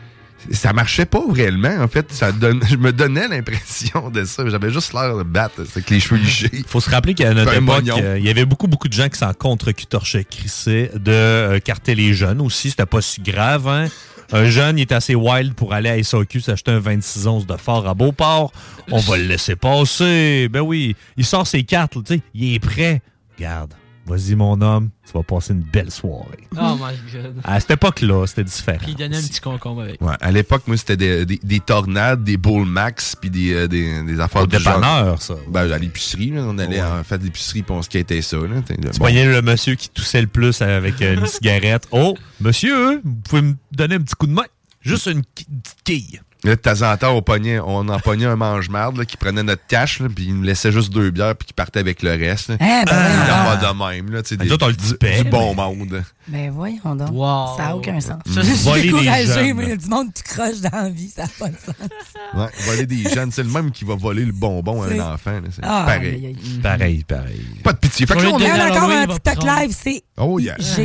[SPEAKER 5] Ça marchait pas réellement, en fait. Ça donne, je me donnais l'impression de ça. J'avais juste l'air de battre. C'est que les cheveux lichés.
[SPEAKER 9] Faut se rappeler qu'à notre
[SPEAKER 5] Fait un
[SPEAKER 9] époque,
[SPEAKER 5] moignon.
[SPEAKER 9] euh, il y avait beaucoup, beaucoup de gens qui s'en contre-cutorchaient, crissaient de euh, carter les jeunes aussi. C'était pas si grave, hein? Un jeune, il est assez wild pour aller à SAQ s'acheter un 26 onces de fort à Beauport. On va le laisser passer. Ben oui, il sort ses cartes, là, tu sais, il est prêt. Regarde, vas-y mon homme, tu vas passer une belle soirée.
[SPEAKER 6] Oh my god.
[SPEAKER 9] À cette époque-là, c'était différent.
[SPEAKER 6] Puis ils donnaient un petit concombre avec.
[SPEAKER 5] Ouais, à l'époque, moi, c'était des, des- des tornades, des boules max, puis des, euh, des, des affaires
[SPEAKER 9] Au
[SPEAKER 5] du genre.
[SPEAKER 9] dépanneur, ça.
[SPEAKER 5] Ben, à l'épicerie, là, on allait en faire de l'épicerie, puis on skatait ça. Là. T'sais,
[SPEAKER 9] Tu
[SPEAKER 5] bon.
[SPEAKER 9] voyais le monsieur qui toussait le plus avec euh, une cigarette. Oh, monsieur, vous pouvez me donner un petit coup de main? Juste une qui- petite quille.
[SPEAKER 5] Là, de temps en temps, on, pognait, on en pognait un mange-marde là, qui prenait notre cash, là, puis il nous laissait juste deux bières, puis qui partait avec le reste. là.
[SPEAKER 7] Eh, ben voyons
[SPEAKER 5] Ah,
[SPEAKER 7] donc.
[SPEAKER 5] de même. Là, t'sais,
[SPEAKER 9] Nous autres, on Ben, le
[SPEAKER 5] du,
[SPEAKER 9] dupait,
[SPEAKER 5] du bon monde.
[SPEAKER 7] Ben voyons donc.
[SPEAKER 6] Wow.
[SPEAKER 7] Ça n'a aucun sens.
[SPEAKER 5] Ça,
[SPEAKER 7] Je
[SPEAKER 5] c'est voler
[SPEAKER 7] suis
[SPEAKER 5] les
[SPEAKER 7] découragée,
[SPEAKER 5] jeunes.
[SPEAKER 7] mais il y a du monde qui croche dans la vie, ça n'a pas de sens.
[SPEAKER 5] Ouais, voler des jeunes, c'est le même qui va voler le bonbon à
[SPEAKER 7] C'est-
[SPEAKER 5] un enfant. là, c'est
[SPEAKER 7] Ah, aïe,
[SPEAKER 5] pareil.
[SPEAKER 7] aïe,
[SPEAKER 9] Pareil, pareil.
[SPEAKER 5] Pas de pitié. Fait que là, on
[SPEAKER 7] Il y en
[SPEAKER 5] est-
[SPEAKER 7] a encore un TikTok live, c'est
[SPEAKER 5] Oh, yeah.
[SPEAKER 7] GY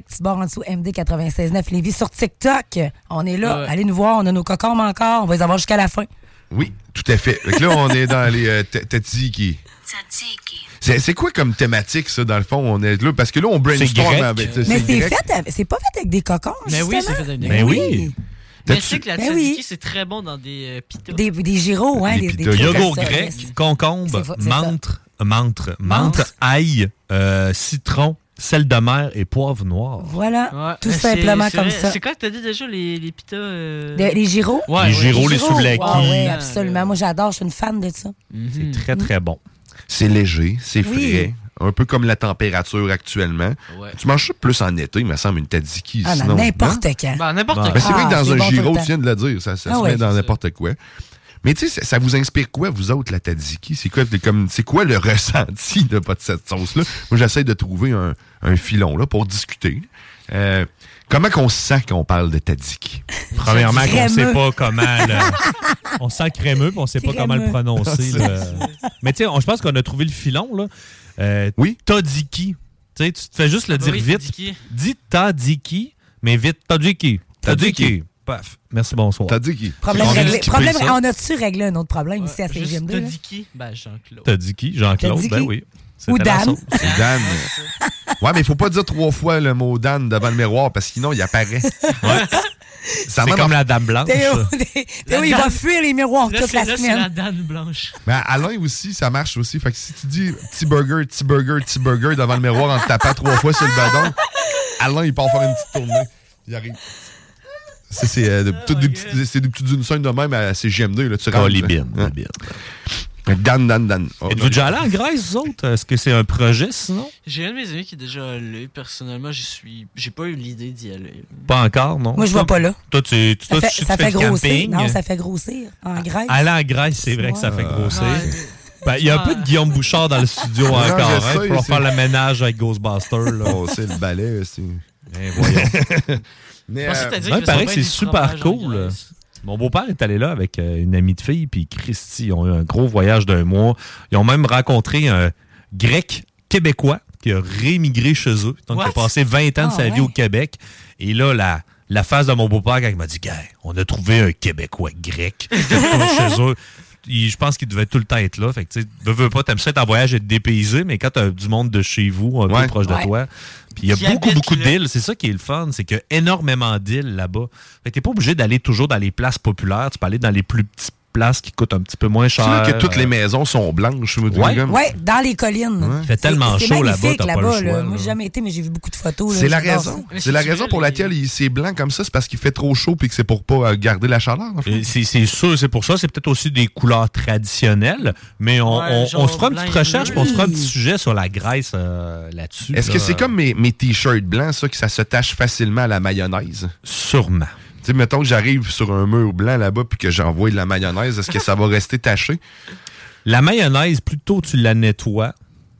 [SPEAKER 7] petit barre en dessous MD969 Lévis sur TikTok. On est là.
[SPEAKER 5] Ouais.
[SPEAKER 7] Allez nous voir, on a nos cocombes encore. On va les avoir jusqu'à la fin.
[SPEAKER 5] Oui, tout à fait. Fait que là, on est dans les euh, t- tzatziki. C'est c'est quoi comme thématique, ça, dans le fond? On est là, parce que là, on brainstorm
[SPEAKER 9] grec.
[SPEAKER 5] avec.
[SPEAKER 7] Mais c'est
[SPEAKER 5] grec.
[SPEAKER 7] fait, avec- c'est pas fait avec des cocombes,
[SPEAKER 6] Mais oui,
[SPEAKER 7] justement.
[SPEAKER 6] c'est fait avec des
[SPEAKER 5] Ben
[SPEAKER 6] cocombes.
[SPEAKER 5] oui.
[SPEAKER 6] Mais
[SPEAKER 5] T'as-tu-
[SPEAKER 6] tu sais que la
[SPEAKER 7] Ben
[SPEAKER 6] tzatziki,
[SPEAKER 7] oui.
[SPEAKER 6] c'est très bon dans des euh, pitas.
[SPEAKER 7] Des, des gyros, hein, des, des, trucs
[SPEAKER 9] Yogourt
[SPEAKER 7] comme ça,
[SPEAKER 9] grec,
[SPEAKER 7] yes.
[SPEAKER 9] concombre,
[SPEAKER 7] C'est fa- c'est
[SPEAKER 9] menthe, menthe, menthe, ail, euh, citron, sel de mer et poivre noir.
[SPEAKER 7] Voilà,
[SPEAKER 6] Ouais.
[SPEAKER 7] tout
[SPEAKER 6] Mais c'est-
[SPEAKER 7] simplement
[SPEAKER 6] c'est
[SPEAKER 7] comme
[SPEAKER 6] vrai.
[SPEAKER 7] ça.
[SPEAKER 6] C'est quoi que t'as dit déjà, les, les pitas? euh?
[SPEAKER 7] De- les gyros?
[SPEAKER 9] Ouais, Les ouais. gyros, les souvlaki.
[SPEAKER 7] Ah ouais, absolument. Moi, j'adore, je suis une fan de ça.
[SPEAKER 9] C'est très, très bon.
[SPEAKER 5] C'est léger, c'est
[SPEAKER 7] Mhm. Oui.
[SPEAKER 5] frais. Un peu comme la température actuellement. Tu manges ça plus en été, il me semble, une tzatziki.
[SPEAKER 7] Ah, dans
[SPEAKER 5] sinon,
[SPEAKER 7] n'importe quand.
[SPEAKER 6] Ben,
[SPEAKER 5] Ben, c'est vrai que dans un gyro, tu viens de le dire, ça, ça
[SPEAKER 7] Ah
[SPEAKER 5] se
[SPEAKER 7] ouais.
[SPEAKER 5] met dans n'importe quoi. Mais tu sais, ça, ça vous inspire quoi, vous autres, la tzatziki? C'est quoi, comme, c'est quoi le ressenti de votre cette sauce-là? Moi, j'essaie de trouver un, un filon là, pour discuter. Euh, comment qu'on se sent quand on parle de tzatziki?
[SPEAKER 9] Premièrement, qu'on sait
[SPEAKER 5] Crémeux.
[SPEAKER 9] pas comment. le- Ah, on sent crémeux, puis on sait pas
[SPEAKER 5] Crémeux.
[SPEAKER 9] comment le prononcer.
[SPEAKER 5] C'est
[SPEAKER 9] le-
[SPEAKER 5] ça.
[SPEAKER 9] Mais tu sais, on- je pense qu'on a trouvé le filon. Là. Euh, Tadiki. Tu sais, tu te fais juste le
[SPEAKER 6] Ah bah
[SPEAKER 9] dire
[SPEAKER 6] oui,
[SPEAKER 9] vite.
[SPEAKER 6] tzatziki.
[SPEAKER 9] Dis Tadiki, mais vite. Tadiki. Tadiki. Paf. Merci, bonsoir.
[SPEAKER 5] Tadiki.
[SPEAKER 7] Problème réglé. Problème, on a-tu réglé un autre problème ici à CGM2? là?
[SPEAKER 6] Tzatziki? Ben, Jean-Claude.
[SPEAKER 9] Tadiki, Jean-Claude,
[SPEAKER 7] Tzatziki.
[SPEAKER 9] ben oui.
[SPEAKER 7] Ou
[SPEAKER 5] C'était la
[SPEAKER 7] Dan.
[SPEAKER 5] sauce. Ou Dan. Ouais, mais il faut pas dire trois fois le mot Dan devant le miroir parce que sinon, il apparaît. Ah, C'est
[SPEAKER 9] comme la dame blanche.
[SPEAKER 7] Théo, Théo, il va fuir les miroirs
[SPEAKER 6] Là,
[SPEAKER 7] toute
[SPEAKER 6] c'est-
[SPEAKER 7] la
[SPEAKER 6] là, c'est
[SPEAKER 7] semaine.
[SPEAKER 6] la dame blanche.
[SPEAKER 5] Mais Alain aussi, ça marche aussi. Fait que si tu dis petit burger, petit burger, petit burger devant le miroir en te tapant trois fois sur le bâton, Alain, il part faire une petite tournée. Il arrive. Ça,
[SPEAKER 9] Oh,
[SPEAKER 5] c'est euh, de- toutes des petites- c'est des petites unes de même à CGMD. Là, tu rentres, là.
[SPEAKER 9] Colibine,
[SPEAKER 5] Hein? Dan, Dan, Dan. Oh,
[SPEAKER 9] Êtes-vous déjà allé en Grèce, vous autres? Est-ce que c'est un projet, sinon?
[SPEAKER 6] J'ai un de mes amis qui est déjà allé. Personnellement, j'y suis. J'ai pas eu l'idée d'y aller.
[SPEAKER 9] Pas encore, non?
[SPEAKER 6] Moi, je vois
[SPEAKER 9] Toi-
[SPEAKER 6] pas là.
[SPEAKER 9] Toi, tu,
[SPEAKER 7] Ça
[SPEAKER 9] toi,
[SPEAKER 7] fait,
[SPEAKER 9] tu- tu
[SPEAKER 7] ça
[SPEAKER 9] fais
[SPEAKER 7] fait
[SPEAKER 9] du
[SPEAKER 7] grossir.
[SPEAKER 9] camping.
[SPEAKER 7] Non, ça fait grossir en Grèce.
[SPEAKER 9] Aller en Grèce, c'est vrai que ça fait grossir. Ben, Il y a un peu de Guillaume Bouchard dans le studio
[SPEAKER 5] Ah. Non,
[SPEAKER 9] encore,
[SPEAKER 5] je
[SPEAKER 9] hein,
[SPEAKER 5] sais,
[SPEAKER 9] pour
[SPEAKER 5] c'est-
[SPEAKER 9] faire le ménage avec Ghostbusters. Là.
[SPEAKER 5] Oh, c'est le balai, c'est.
[SPEAKER 9] Ben, voyons. Ouais,
[SPEAKER 5] Mais, euh,
[SPEAKER 9] c'est-à-dire que ouais, pareil, c'est super cool. Mon beau-père est allé là avec euh, une amie de fille, puis Christy, ils ont eu un gros voyage d'un mois. Ils ont même rencontré un grec québécois qui a rémigré chez eux. Donc, il a
[SPEAKER 6] What?
[SPEAKER 9] passé 20 ans de
[SPEAKER 6] Ah,
[SPEAKER 9] sa vie
[SPEAKER 6] ouais.
[SPEAKER 9] au Québec. Et là, la, la face de mon beau-père, quand il m'a dit, gars, on a trouvé un québécois grec qui retourne chez eux. Il- je pense qu'il devait tout le temps être là. Fait que, tu sais, veux, veux pas, t'aimes ça être en voyage et te dépayser, mais quand t'as du monde de chez vous, un peu proche de
[SPEAKER 6] Ouais.
[SPEAKER 9] toi, puis il y a
[SPEAKER 6] Qui
[SPEAKER 9] beaucoup,
[SPEAKER 6] habitent
[SPEAKER 9] beaucoup
[SPEAKER 6] là.
[SPEAKER 9] d'îles. C'est ça qui est le fun, c'est qu'il y a énormément d'îles là-bas. Fait que t'es pas obligé d'aller toujours dans les places populaires. Tu peux aller dans les plus petites places qui coûtent un petit peu moins
[SPEAKER 5] C'est
[SPEAKER 9] cher.
[SPEAKER 5] là que toutes les maisons sont blanches. vous
[SPEAKER 9] Ouais.
[SPEAKER 5] dites, comme-
[SPEAKER 7] Ouais, dans les collines.
[SPEAKER 9] Il fait
[SPEAKER 7] C'est-
[SPEAKER 9] tellement
[SPEAKER 7] c'est
[SPEAKER 9] chaud là-bas,
[SPEAKER 7] magnifique
[SPEAKER 9] t'as pas le
[SPEAKER 7] là-bas,
[SPEAKER 9] choix,
[SPEAKER 7] là.
[SPEAKER 9] là.
[SPEAKER 7] Moi, j'ai jamais été, mais j'ai vu beaucoup de photos. là.
[SPEAKER 5] C'est la
[SPEAKER 7] J'adore
[SPEAKER 5] raison.
[SPEAKER 7] ça.
[SPEAKER 5] C'est la raison pour laquelle il- c'est blanc comme ça, c'est parce qu'il fait trop chaud puis que c'est pour pas euh, garder la chaleur. en fait.
[SPEAKER 9] Et C'est c'est sûr, c'est pour ça. C'est peut-être aussi des couleurs traditionnelles, mais on,
[SPEAKER 5] Ouais,
[SPEAKER 9] on-
[SPEAKER 5] genre
[SPEAKER 9] on se fera une petite
[SPEAKER 5] blanc et
[SPEAKER 9] recherche,
[SPEAKER 5] bleu.
[SPEAKER 9] puis on se fera un petit sujet sur la Grèce euh, là-dessus.
[SPEAKER 5] Est-ce
[SPEAKER 9] là.
[SPEAKER 5] que c'est comme mes, mes t-shirts blancs, ça, que ça se tache facilement à la mayonnaise?
[SPEAKER 9] Sûrement.
[SPEAKER 5] Tu sais, mettons que j'arrive sur un mur blanc là-bas puis que j'envoie de la mayonnaise, est-ce que ça va rester taché?
[SPEAKER 9] La mayonnaise, plutôt tu la nettoies.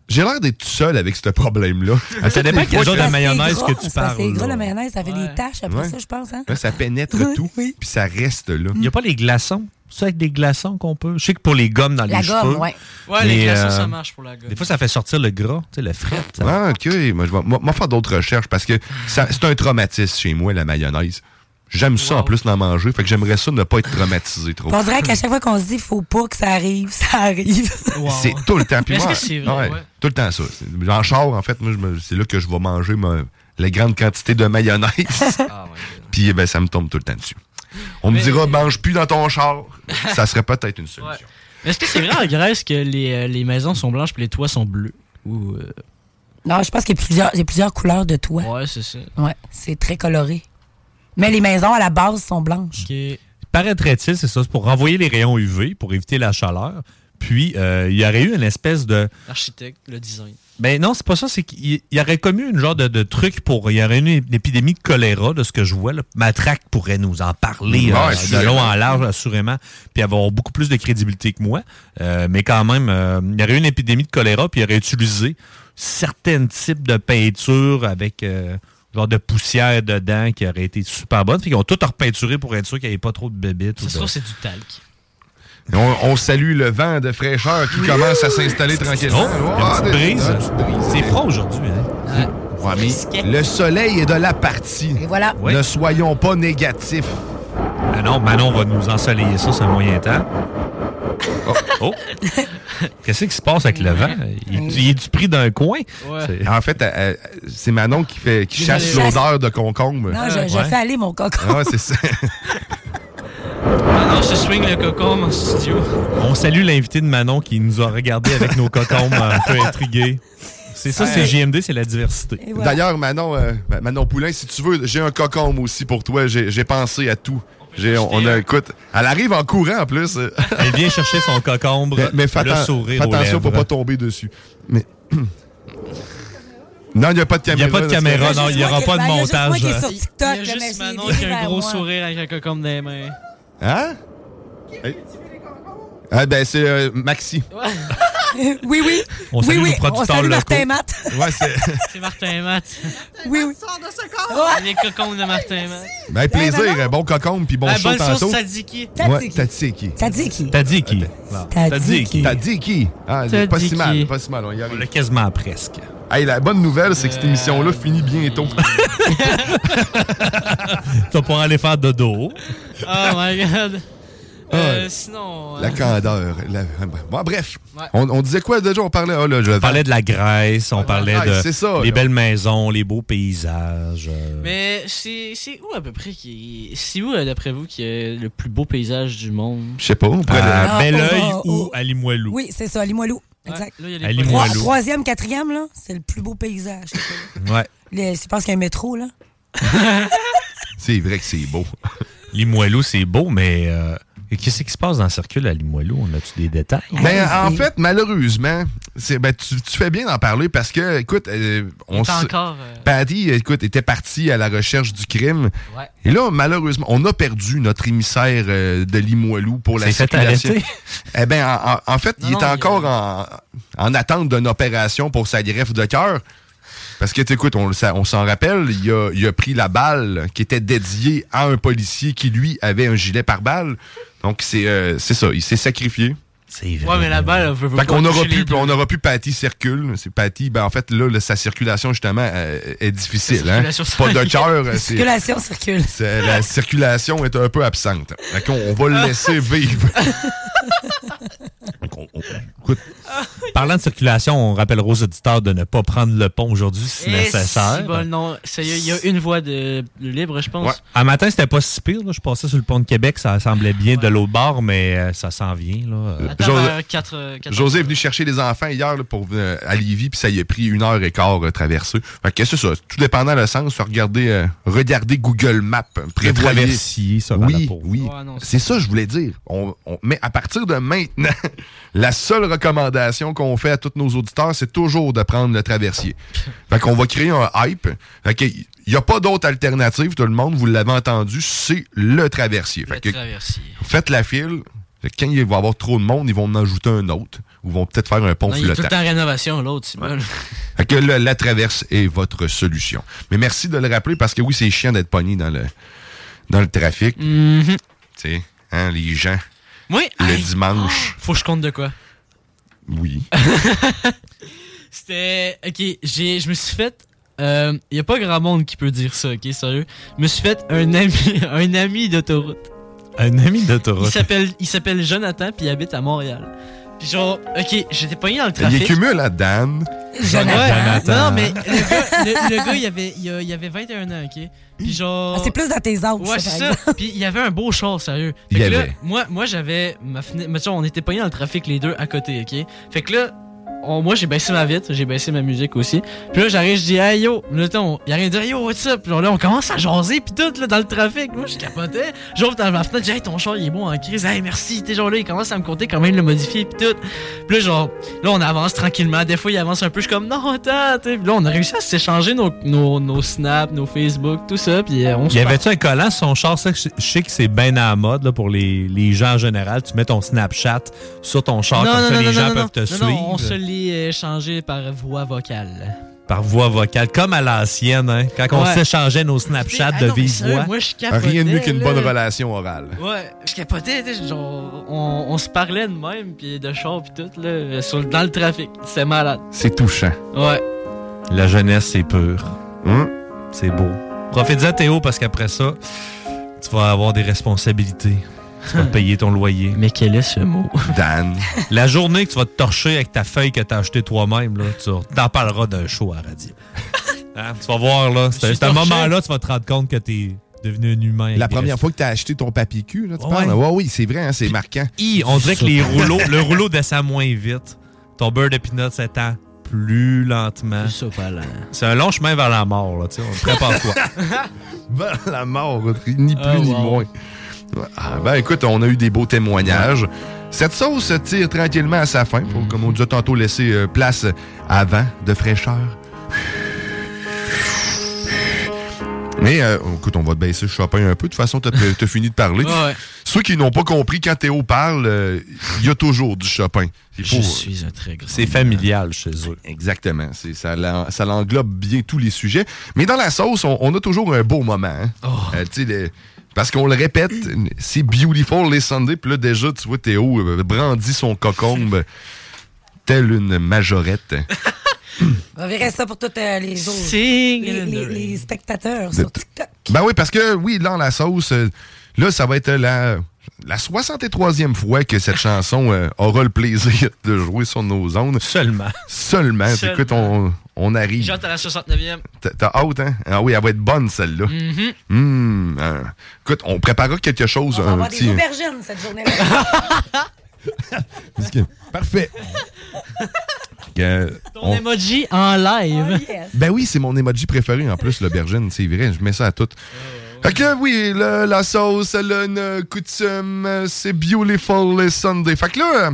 [SPEAKER 5] J'ai l'air d'être tout seul avec ce problème-là.
[SPEAKER 9] Ah, ça dépend
[SPEAKER 5] Des
[SPEAKER 9] quel
[SPEAKER 5] fois,
[SPEAKER 9] genre
[SPEAKER 5] je-
[SPEAKER 9] de mayonnaise
[SPEAKER 7] Gras,
[SPEAKER 9] que tu
[SPEAKER 7] c'est parce
[SPEAKER 9] parles.
[SPEAKER 7] que C'est gras,
[SPEAKER 9] là.
[SPEAKER 7] la mayonnaise, ça fait des taches après
[SPEAKER 9] Ouais.
[SPEAKER 7] ça, je pense. Hein?
[SPEAKER 5] Là, ça pénètre tout, puis ça reste là.
[SPEAKER 9] Il n'y a pas les glaçons? C'est avec des glaçons qu'on peut. Je sais que pour les gommes dans
[SPEAKER 7] La
[SPEAKER 9] les
[SPEAKER 7] gomme,
[SPEAKER 9] cheveux.
[SPEAKER 7] ouais.
[SPEAKER 6] Ouais, les
[SPEAKER 9] mais,
[SPEAKER 6] glaçons, ça
[SPEAKER 9] euh,
[SPEAKER 6] marche pour la gomme.
[SPEAKER 9] Des fois, ça fait sortir le gras, tu sais, le fret. ça.
[SPEAKER 5] Ah, ok. Moi, je vais moi- moi faire d'autres recherches parce que ça- c'est un traumatisme chez moi, la mayonnaise. J'aime ça en plus d'en manger, fait que j'aimerais ça ne pas être traumatisé trop.
[SPEAKER 7] Puis On dirait qu'à chaque fois qu'on se dit, faut pas que ça arrive, ça arrive.
[SPEAKER 5] C'est tout le temps. Puis
[SPEAKER 7] Est-ce
[SPEAKER 5] moi,
[SPEAKER 7] que c'est vrai, ouais?
[SPEAKER 5] Tout le temps ça. C'est- En char, en fait, moi, je me- c'est là que je vais manger ma, la grande quantité de mayonnaise.
[SPEAKER 7] Ah,
[SPEAKER 5] Puis eh ben, ça me tombe tout le temps dessus. On me dira, mange plus dans ton char. ça serait peut-être une solution.
[SPEAKER 6] Mais Est-ce que c'est vrai en Grèce que les, euh, les maisons sont blanches et les toits sont bleus? Ou, euh,
[SPEAKER 7] Non, je pense qu'il y, a plusieurs- il y a plusieurs couleurs de toit.
[SPEAKER 6] Ouais, c'est ça.
[SPEAKER 7] Ouais, c'est très coloré. Mais les maisons à la base sont blanches.
[SPEAKER 9] Paraîtrait-il, c'est ça, c'est pour renvoyer les rayons UV, pour éviter la chaleur. Puis, euh, il y aurait eu une espèce de.
[SPEAKER 6] L'architecte, le design.
[SPEAKER 9] Ben non, c'est pas ça. C'est qu'il y aurait commis une genre de, de truc pour. Il y aurait eu une, épidémie de choléra, de ce que je vois. Là. Matraque pourrait nous en parler
[SPEAKER 5] Ouais,
[SPEAKER 9] euh, de
[SPEAKER 5] assurément.
[SPEAKER 9] long en large, assurément, puis avoir beaucoup plus de crédibilité que moi. Euh, mais quand même, euh, il y aurait eu une épidémie de choléra, puis il aurait utilisé certains types de peintures avec. euh, genre de poussière dedans qui aurait été super bonne. Puis ils ont tout repeinturé pour être sûr qu'il n'y avait pas trop de bébites. ou
[SPEAKER 6] Ça se
[SPEAKER 9] de-
[SPEAKER 6] trouve, c'est du talc.
[SPEAKER 5] On, on salue le vent de fraîcheur qui commence à s'installer tranquillement.
[SPEAKER 9] Oh, il y a une petite brise. C'est froid aujourd'hui. hein?
[SPEAKER 5] Ouais, mais le soleil est de la partie.
[SPEAKER 7] Et voilà.
[SPEAKER 9] Ouais.
[SPEAKER 5] Ne soyons pas négatifs.
[SPEAKER 9] Ah non, Manon va nous ensoleiller ça, c'est un moyen temps. Oh! oh. Qu'est-ce qui se passe avec le vent? Il, il est du prix d'un coin?
[SPEAKER 5] C'est- En fait, euh, euh, c'est Manon qui, fait, qui chasse
[SPEAKER 7] Désolé.
[SPEAKER 5] l'odeur de concombre.
[SPEAKER 7] Non, je, je
[SPEAKER 5] Ouais.
[SPEAKER 7] fais aller mon coco.
[SPEAKER 5] Ah, ouais, c'est ça.
[SPEAKER 6] Ah non, je swing le cocon en studio.
[SPEAKER 9] On salue l'invité de Manon qui nous a regardé avec nos cocombes un peu intrigués. C'est ça, c'est
[SPEAKER 5] Ouais.
[SPEAKER 9] JMD, c'est la diversité.
[SPEAKER 5] D'ailleurs, Manon, euh, Ma- Manon Poulain, si tu veux, j'ai un cocombe aussi pour toi. J'ai j'ai pensé à tout. J'ai- On, on a, écoute, elle arrive en courant en plus.
[SPEAKER 9] Elle vient chercher son cocombre,
[SPEAKER 5] Mais, mais fais,
[SPEAKER 9] le
[SPEAKER 5] atten-
[SPEAKER 9] sourire
[SPEAKER 5] fais
[SPEAKER 9] aux
[SPEAKER 5] attention pour
[SPEAKER 9] lèvres.
[SPEAKER 5] pas tomber dessus. Mais... non, il n'y a pas de
[SPEAKER 9] Il n'y
[SPEAKER 5] caméra.
[SPEAKER 9] a pas de
[SPEAKER 5] là,
[SPEAKER 9] caméra,
[SPEAKER 5] c'est-
[SPEAKER 9] non, il n'y aura
[SPEAKER 7] Ah,
[SPEAKER 9] pas de montage.
[SPEAKER 7] TikTok,
[SPEAKER 6] Il y
[SPEAKER 7] là,
[SPEAKER 6] a
[SPEAKER 7] mais
[SPEAKER 6] juste
[SPEAKER 7] je
[SPEAKER 6] Manon
[SPEAKER 7] l'ai dit
[SPEAKER 6] qui a un
[SPEAKER 7] vers
[SPEAKER 6] gros
[SPEAKER 7] moi.
[SPEAKER 6] sourire avec un cocombe dans les mains.
[SPEAKER 5] Hein? Hey. Ah, ben, c'est euh, Maxi.
[SPEAKER 7] oui, oui.
[SPEAKER 5] On
[SPEAKER 7] oui,
[SPEAKER 5] salue
[SPEAKER 7] oui.
[SPEAKER 5] nos producteurs
[SPEAKER 7] On salue
[SPEAKER 5] locaux.
[SPEAKER 7] Martin et Matt.
[SPEAKER 5] Ouais, c'est.
[SPEAKER 6] C'est Martin et Matt.
[SPEAKER 7] Oui, oui. Eh,
[SPEAKER 6] Les cocombes de Martin et Matt.
[SPEAKER 4] Eh,
[SPEAKER 5] Ben, plaisir, un bon cocombe puis bon
[SPEAKER 6] Ah,
[SPEAKER 5] show
[SPEAKER 6] bonne sauce
[SPEAKER 5] tantôt.
[SPEAKER 6] tzatziki.
[SPEAKER 5] Ouais, tzatziki.
[SPEAKER 7] Tzatziki.
[SPEAKER 9] Tzatziki.
[SPEAKER 5] Tzatziki. Tzatziki. Ah, c'est pas si mal, pas si mal. On y arrive.
[SPEAKER 9] On l'a quasiment presque.
[SPEAKER 5] Hey, la bonne nouvelle, c'est que cette émission-là finit bientôt.
[SPEAKER 9] Tu vas pouvoir aller faire dodo.
[SPEAKER 6] Oh my god. Euh,
[SPEAKER 5] Ah,
[SPEAKER 6] sinon.
[SPEAKER 5] La
[SPEAKER 6] euh,
[SPEAKER 5] candeur. la- Bon, bref.
[SPEAKER 6] Ouais.
[SPEAKER 5] On, on disait quoi déjà? On parlait. ah, là, je
[SPEAKER 9] On parlait de la Grèce, on parlait
[SPEAKER 5] Grèce,
[SPEAKER 9] de
[SPEAKER 5] ah, c'est ça,
[SPEAKER 9] les
[SPEAKER 5] là.
[SPEAKER 9] belles maisons, les beaux paysages. euh,
[SPEAKER 6] Mais c'est c'est où à peu près qui. C'est où, euh, d'après vous, qui est le plus beau paysage du monde?
[SPEAKER 5] Je sais pas. On pourrait
[SPEAKER 9] à
[SPEAKER 7] Ah,
[SPEAKER 9] Belleuil
[SPEAKER 7] on va
[SPEAKER 9] ou à Limoilou.
[SPEAKER 7] Oui, c'est ça, Limoilou. Exact.
[SPEAKER 9] il y a les À Limoilou.
[SPEAKER 7] Trois- Troisième, quatrième, là, c'est le plus beau paysage.
[SPEAKER 9] Ouais.
[SPEAKER 7] Le- Je pense qu'il y a un métro, là.
[SPEAKER 5] C'est vrai que c'est beau.
[SPEAKER 9] Limoilou, c'est beau, mais euh, Et Qu'est-ce qui se passe dans le circuit à Limoilou? On a-tu des détails?
[SPEAKER 6] Ah,
[SPEAKER 5] Ben, en fait, malheureusement, c'est, ben, tu, tu fais bien d'en parler parce que, écoute, euh,
[SPEAKER 9] Il
[SPEAKER 5] on
[SPEAKER 9] est
[SPEAKER 5] s-
[SPEAKER 9] encore, euh,
[SPEAKER 5] Patty, écoute, était parti à la recherche du crime.
[SPEAKER 9] Ouais.
[SPEAKER 5] Et là, malheureusement, on a perdu notre émissaire euh, de Limoilou pour la
[SPEAKER 9] Il s'est fait
[SPEAKER 5] circulation.
[SPEAKER 9] arrêter.
[SPEAKER 5] eh ben, en, en- en fait,
[SPEAKER 9] Non,
[SPEAKER 5] il est
[SPEAKER 9] non,
[SPEAKER 5] encore en, en attente d'une opération pour sa greffe de cœur. Parce que, écoute, on, le sa- on s'en rappelle, il a, il a pris la balle qui était dédiée à un policier qui, lui, avait un gilet par balle. Donc, c'est euh, c'est ça, il s'est sacrifié.
[SPEAKER 9] C'est
[SPEAKER 6] Ouais, mais la balle, elle veut veut
[SPEAKER 5] Fait
[SPEAKER 6] pas
[SPEAKER 5] qu'on aura
[SPEAKER 6] toucher les
[SPEAKER 5] plus, on aura plus Patty circule. C'est Patty, ben en fait, là, le- sa circulation, justement, euh, est difficile. Hein?
[SPEAKER 7] circulation
[SPEAKER 5] Pas de
[SPEAKER 7] sanguine.
[SPEAKER 5] cœur. c'est-
[SPEAKER 7] Circulation circule.
[SPEAKER 5] c'est- La circulation est un peu absente. Fait qu'on on va le laisser vivre.
[SPEAKER 9] Parlant de circulation, on rappellera aux auditeurs de ne pas prendre le pont aujourd'hui si
[SPEAKER 6] Eh,
[SPEAKER 9] nécessaire.
[SPEAKER 6] si, bon, non, ça y est, il y a une voie de libre, je pense.
[SPEAKER 9] Ouais. Un matin, c'était pas si pire. là. Je passais sur le pont de Québec, ça semblait bien de l'autre bord, mais euh, ça s'en vient. Là. Euh,
[SPEAKER 6] Attends,
[SPEAKER 5] José-
[SPEAKER 6] vers quatre, euh, quatorze.
[SPEAKER 5] José est venu chercher les enfants hier là, pour euh, à Lévis, puis ça y a pris une heure et quart euh, traversée. Fait que c'est ça. Tout dépendant le sens, regardez, euh, regardez Google Maps. Prévoyez.
[SPEAKER 9] traversier, ça, dans la
[SPEAKER 5] Oui,
[SPEAKER 9] peau.
[SPEAKER 5] oui. c'est ça, je voulais dire. On, on- mais à partir de maintenant, la seule recommandation qu'on fait à tous nos auditeurs, c'est toujours de prendre le traversier. Fait qu'on va créer un hype. Fait que il n'y a pas d'autre alternative, tout le monde, vous l'avez entendu, c'est le traversier. Fait que
[SPEAKER 6] Traversier.
[SPEAKER 5] faites la file. Fait que Quand il va y avoir trop de monde, ils vont en ajouter un autre. Ou vont peut-être faire un pont
[SPEAKER 6] Non, il est tout le
[SPEAKER 5] flottant.
[SPEAKER 6] temps en rénovation, l'autre, c'est bon.
[SPEAKER 5] Fait que le- la traverse est votre solution. Mais merci de le rappeler parce que oui, c'est chiant d'être pogné dans le, dans le trafic.
[SPEAKER 6] Mhm.
[SPEAKER 5] Tu sais, hein, les gens.
[SPEAKER 6] Oui.
[SPEAKER 5] Le dimanche.
[SPEAKER 6] Faut que je compte de quoi?
[SPEAKER 5] Oui.
[SPEAKER 6] C'était. Ok, j'ai, je me suis fait. Il n'y a pas grand monde qui peut dire ça, ok, sérieux. Je me suis fait un ami, un ami d'autoroute.
[SPEAKER 9] Un ami
[SPEAKER 6] Il
[SPEAKER 9] d'autoroute.
[SPEAKER 6] s'appelle, il s'appelle Jonathan, puis il habite à Montréal. Puis genre, ok, j'étais pogné
[SPEAKER 9] Ah,
[SPEAKER 6] dans le
[SPEAKER 5] Il
[SPEAKER 6] trafic.
[SPEAKER 5] cumule à Dan.
[SPEAKER 6] Ouais. Non, mais le gars, le- le gars, il, avait, il, a- il avait 21 ans, OK? Puis genre...
[SPEAKER 7] Ah, c'est plus dans tes âges,
[SPEAKER 6] Ouais,
[SPEAKER 7] ça,
[SPEAKER 6] c'est
[SPEAKER 7] par
[SPEAKER 6] ça. Puis il y avait un beau char, sérieux.
[SPEAKER 5] Il
[SPEAKER 6] Fait
[SPEAKER 5] y
[SPEAKER 6] que là,
[SPEAKER 5] avait.
[SPEAKER 6] moi, moi j'avais ma fenêtre... Mais tu sais, on était pognés dans le trafic, les deux, à côté, OK? Fait que là, on- moi, j'ai baissé ma vitre, j'ai baissé ma musique aussi. Puis là, j'arrive, je dis, hey, yo, le temps, il y a rien de dire, yo, what's up? Puis genre là, on commence à jaser, puis tout, là, dans le trafic. Moi, je capotais. J'ouvre dans ma fenêtre, j'ai hey, ton char, il est bon en crise, hey, merci, t'es genre là, il commence à me compter comment il l'a modifié, puis tout. Puis là, genre, là, on avance tranquillement. Des fois, il avance un peu, je suis comme, non, attends, tu sais. Puis là, on a réussi à s'échanger nos, nos, nos snaps, nos Facebook, tout ça, puis euh, on se
[SPEAKER 9] Il y avait-tu un collant sur son char? Ça, je je sais que c'est bien à la mode là, pour les, les gens en général. Tu mets ton Snapchat sur ton char, comme ça les gens peuvent te
[SPEAKER 6] non,
[SPEAKER 9] suivre.
[SPEAKER 6] non, on se l'est échangé par voix vocale.
[SPEAKER 9] Par voix vocale, comme à l'ancienne, hein, quand on
[SPEAKER 6] Ouais.
[SPEAKER 9] s'échangeait nos Snapchats
[SPEAKER 6] Ah
[SPEAKER 9] de
[SPEAKER 6] non, mais
[SPEAKER 9] vive
[SPEAKER 6] sérieux,
[SPEAKER 9] voix.
[SPEAKER 6] moi, je capotais, Rien de mieux qu'une là. bonne
[SPEAKER 5] relation orale.
[SPEAKER 6] Ouais, je capotais, tu sais, genre, on, on se parlait de même, puis de char, puis tout, là, sur, le- dans le trafic. C'était malade.
[SPEAKER 5] C'est touchant.
[SPEAKER 6] Ouais.
[SPEAKER 9] La jeunesse, c'est pur.
[SPEAKER 6] Hein?
[SPEAKER 9] C'est beau. Profite-en, Théo, parce qu'après ça, tu vas avoir des responsabilités. Tu vas payer ton loyer.
[SPEAKER 6] Mais quel est ce mot?
[SPEAKER 5] Dan.
[SPEAKER 9] La journée que tu vas te torcher avec ta feuille que t'as achetée toi-même, là, tu t'en parleras d'un show à la radio. Hein, tu vas voir, là.
[SPEAKER 5] Je
[SPEAKER 9] C'est
[SPEAKER 5] suis
[SPEAKER 9] c'est un
[SPEAKER 5] torché.
[SPEAKER 9] moment-là, tu vas te rendre compte que t'es devenu un humain. avec
[SPEAKER 5] La
[SPEAKER 9] des
[SPEAKER 5] première fois que tu as acheté ton papier cul, là, tu
[SPEAKER 9] Ouais.
[SPEAKER 5] parles. Ouais, oui, c'est vrai, hein, c'est marquant.
[SPEAKER 9] I, on dirait que les rouleaux, le rouleau descend moins vite. Ton beurre de peanut s'étend plus lentement. C'est un long chemin vers la mort, là, tu sais. on- Prépare-toi.
[SPEAKER 5] Vers Ben, la mort, ni plus ni moins. Ah, ben écoute, on a eu des beaux témoignages. Cette sauce se tire tranquillement à sa fin, pour, comme on disait tantôt, laisser euh, place à vent de fraîcheur. Mais euh, écoute, on va te baisser Chopin un peu. De toute façon, t'as as fini de parler. Ceux qui n'ont pas compris, quand Théo parle, euh, il y a toujours du Chopin. C'est
[SPEAKER 6] Je
[SPEAKER 5] pour-
[SPEAKER 6] suis un très grand.
[SPEAKER 5] c'est familial chez eux. Exactement. C'est- Ça, l'en- ça l'englobe bien tous les sujets. Mais dans la sauce, on, on a toujours un beau moment. hein.
[SPEAKER 6] Oh.
[SPEAKER 5] Euh, tu sais, le- parce qu'on le répète, c'est beautiful les Sundays. Puis là, déjà, tu vois, Théo euh, brandit son cocombe telle une majorette. hein.
[SPEAKER 7] On verrait ça pour tous euh, les autres. les, les- les spectateurs.
[SPEAKER 5] De- Ben oui, parce que oui, dans la sauce, euh, là, ça va être la, la 63e fois que cette chanson euh, aura le plaisir de jouer sur nos ondes.
[SPEAKER 9] Seulement.
[SPEAKER 5] Seulement. Puis Écoute, on, on arrive.
[SPEAKER 6] J'entends la 69e.
[SPEAKER 5] T'as- T'as hâte, hein? Ah oui, elle va être bonne, celle-là.
[SPEAKER 6] Mhm.
[SPEAKER 5] Hmm, euh, écoute, on préparera quelque chose.
[SPEAKER 7] On va
[SPEAKER 5] un
[SPEAKER 7] avoir
[SPEAKER 9] hein.
[SPEAKER 5] petit-
[SPEAKER 7] des aubergines cette journée-là.
[SPEAKER 5] Parfait. Euh,
[SPEAKER 6] Ton
[SPEAKER 5] on-
[SPEAKER 6] emoji en live.
[SPEAKER 5] Ben oui, c'est mon emoji préféré en plus, l'aubergine, c'est vrai. Je mets ça à tout.
[SPEAKER 6] Oh.
[SPEAKER 5] Fait que oui, le- la sauce, le ne- coutume, euh, c'est beautiful le Sunday. Fait que là, euh,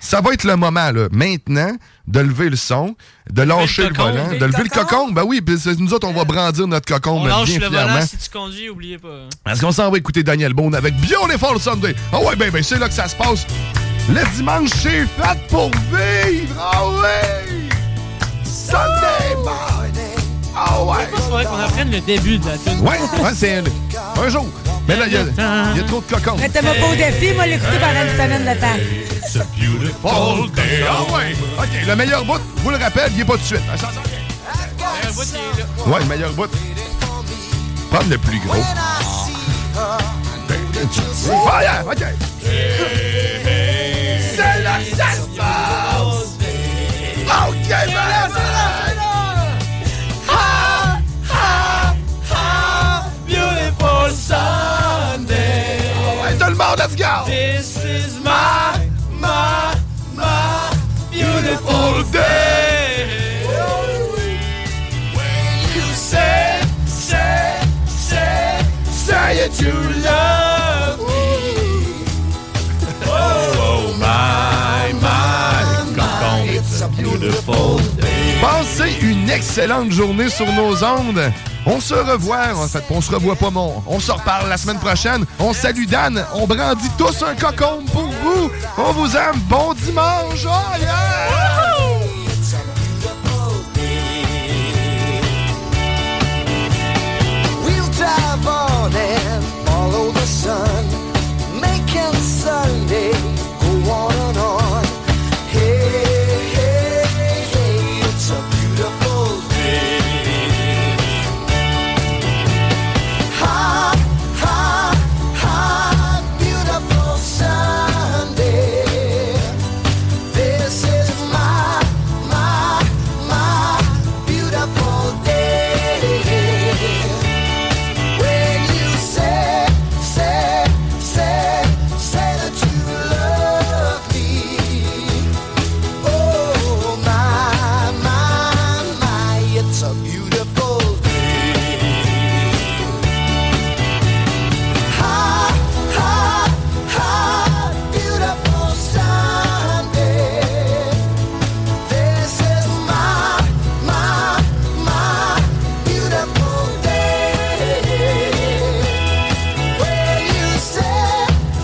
[SPEAKER 5] ça va être le moment, là, maintenant, de lever le son, de lâcher le
[SPEAKER 6] cocon.
[SPEAKER 5] volant,
[SPEAKER 6] Lever
[SPEAKER 5] de
[SPEAKER 6] le
[SPEAKER 5] lever le cocon. Ben oui, puis c'est- nous autres, on va brandir notre cocon
[SPEAKER 6] On
[SPEAKER 5] ben,
[SPEAKER 6] lâche
[SPEAKER 5] bien
[SPEAKER 6] le
[SPEAKER 5] fièrement.
[SPEAKER 6] volant si tu conduis, oubliez pas.
[SPEAKER 5] Parce qu'on s'en va écouter Daniel Boone avec Beautiful Sunday. Ah ouais, ben, ben c'est là que ça se passe. Le dimanche, c'est fait pour vivre. Ah ouais! Sunday morning. Ah ouais!
[SPEAKER 6] Il faudrait qu'on apprenne le début de la tune.
[SPEAKER 5] Ouais, ouais, c'est un, un jour. Mais là, il y, a- il y a trop de cocons. Euh,
[SPEAKER 7] Mais t'as pas au défi, moi, l'écouter pendant une semaine de temps.
[SPEAKER 5] Beautiful day. Ah ouais! OK, le meilleur bout, vous le rappelle, il est pas tout de suite. Ça s'en vient. Ouais, le meilleur bout. Prendre le plus gros. Fire! OK.
[SPEAKER 2] C'est là que ça se passe. Ok, ben, ben. Ha, ha, ha, beautiful Sunday.
[SPEAKER 5] tout le monde, let's go.
[SPEAKER 2] This is my, my, my beautiful day. When you say, say, say, say that you love me. Oh, my, my, God, it's a beautiful
[SPEAKER 5] Passez une excellente journée sur nos ondes. On se revoit, en fait, on se revoit pas, mon. On se reparle la semaine prochaine. On salue Dan. On brandit tous un cocon pour vous. On vous aime. Bon dimanche. Oh, yeah!
[SPEAKER 4] We'll drive on and follow the sun, making Sunday go on and on. Hey, hey, hey, it's a beautiful day. Ha, ha, ha, beautiful Sunday. This is my, my, my beautiful day. When you say, say, say, say that you love me. Oh, my, my, my, it's a beautiful day. Ha, ha, ha, beautiful Sunday. This is my, my, my beautiful day. When you say,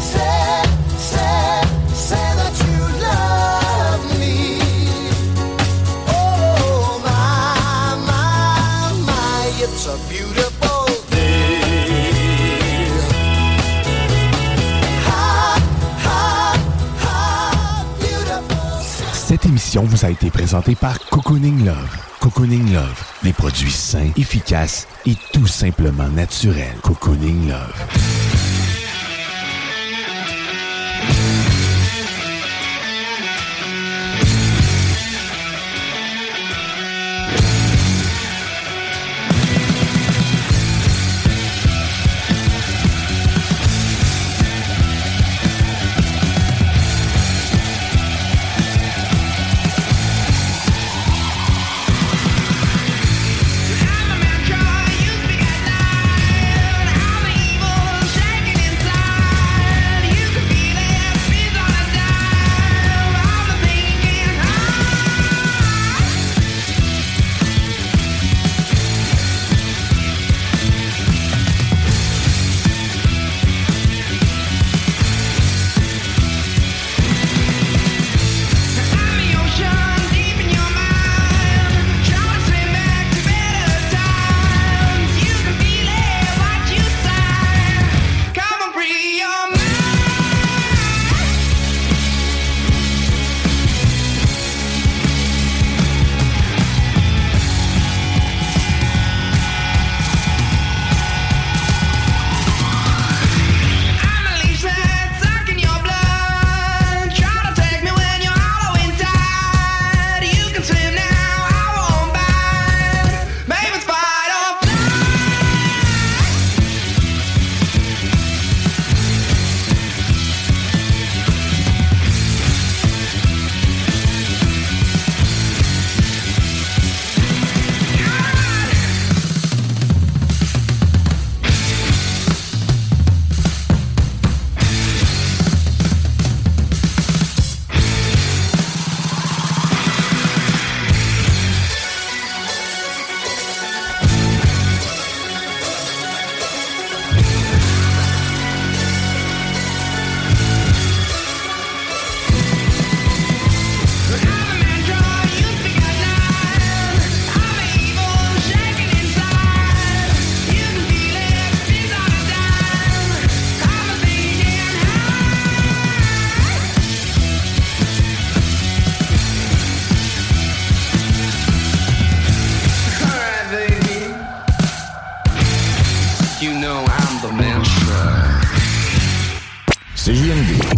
[SPEAKER 4] say, say, say that you love me. Oh my, my, my, it's a beautiful day. Ha, ha, ha, beautiful.
[SPEAKER 1] Cette émission vous a été présentée par Cocooning Love. Cocooning Love, des produits sains, efficaces et tout simplement naturels. Cocooning Love.
[SPEAKER 2] Sunday.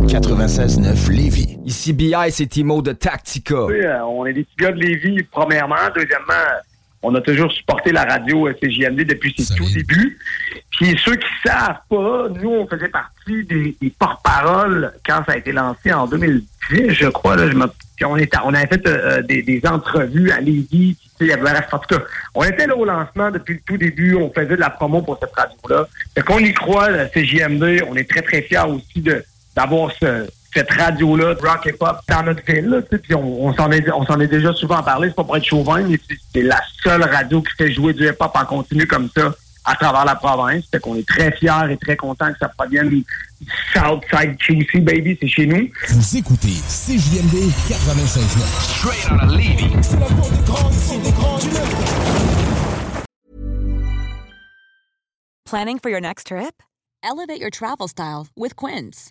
[SPEAKER 8] 96.9 Lévis. Ici BI, c'est Timo de Tactica.
[SPEAKER 14] Tu sais, euh, on est des petits gars de Lévis, premièrement. Deuxièmement, on a toujours supporté la radio euh, CJMD depuis ses tout débuts. Puis ceux qui savent pas, nous, on faisait partie des, des porte-paroles quand ça a été lancé en 2010, je crois. Là, je me- puis on, était- on avait fait euh, euh, des, des entrevues à Lévis. puis, tu sais, il y avait- en tout cas, on était là au lancement depuis le tout début. On faisait de la promo pour cette radio-là. Fait qu'on y croit, la CJMD. On est très, très fiers aussi de d'avoir ce- cette radio-là, de rock et pop, dans notre ville. là, tu sais, puis on, on s'en est, on s'en est déjà souvent parlé, c'est pas pour être chauvin, mais c'est- c'est la seule radio qui fait jouer du hip-hop en continu comme ça à travers la province. Fait qu'on est très fiers et très contents que ça provienne du Southside QC, baby, c'est chez nous.
[SPEAKER 17] Vous écoutez CJMD 96.9.
[SPEAKER 8] Straight out of Lévis.
[SPEAKER 17] C'est la porte des grands, c'est des grands du Nord.
[SPEAKER 15] Planning for your next trip? Elevate your travel style with Quince.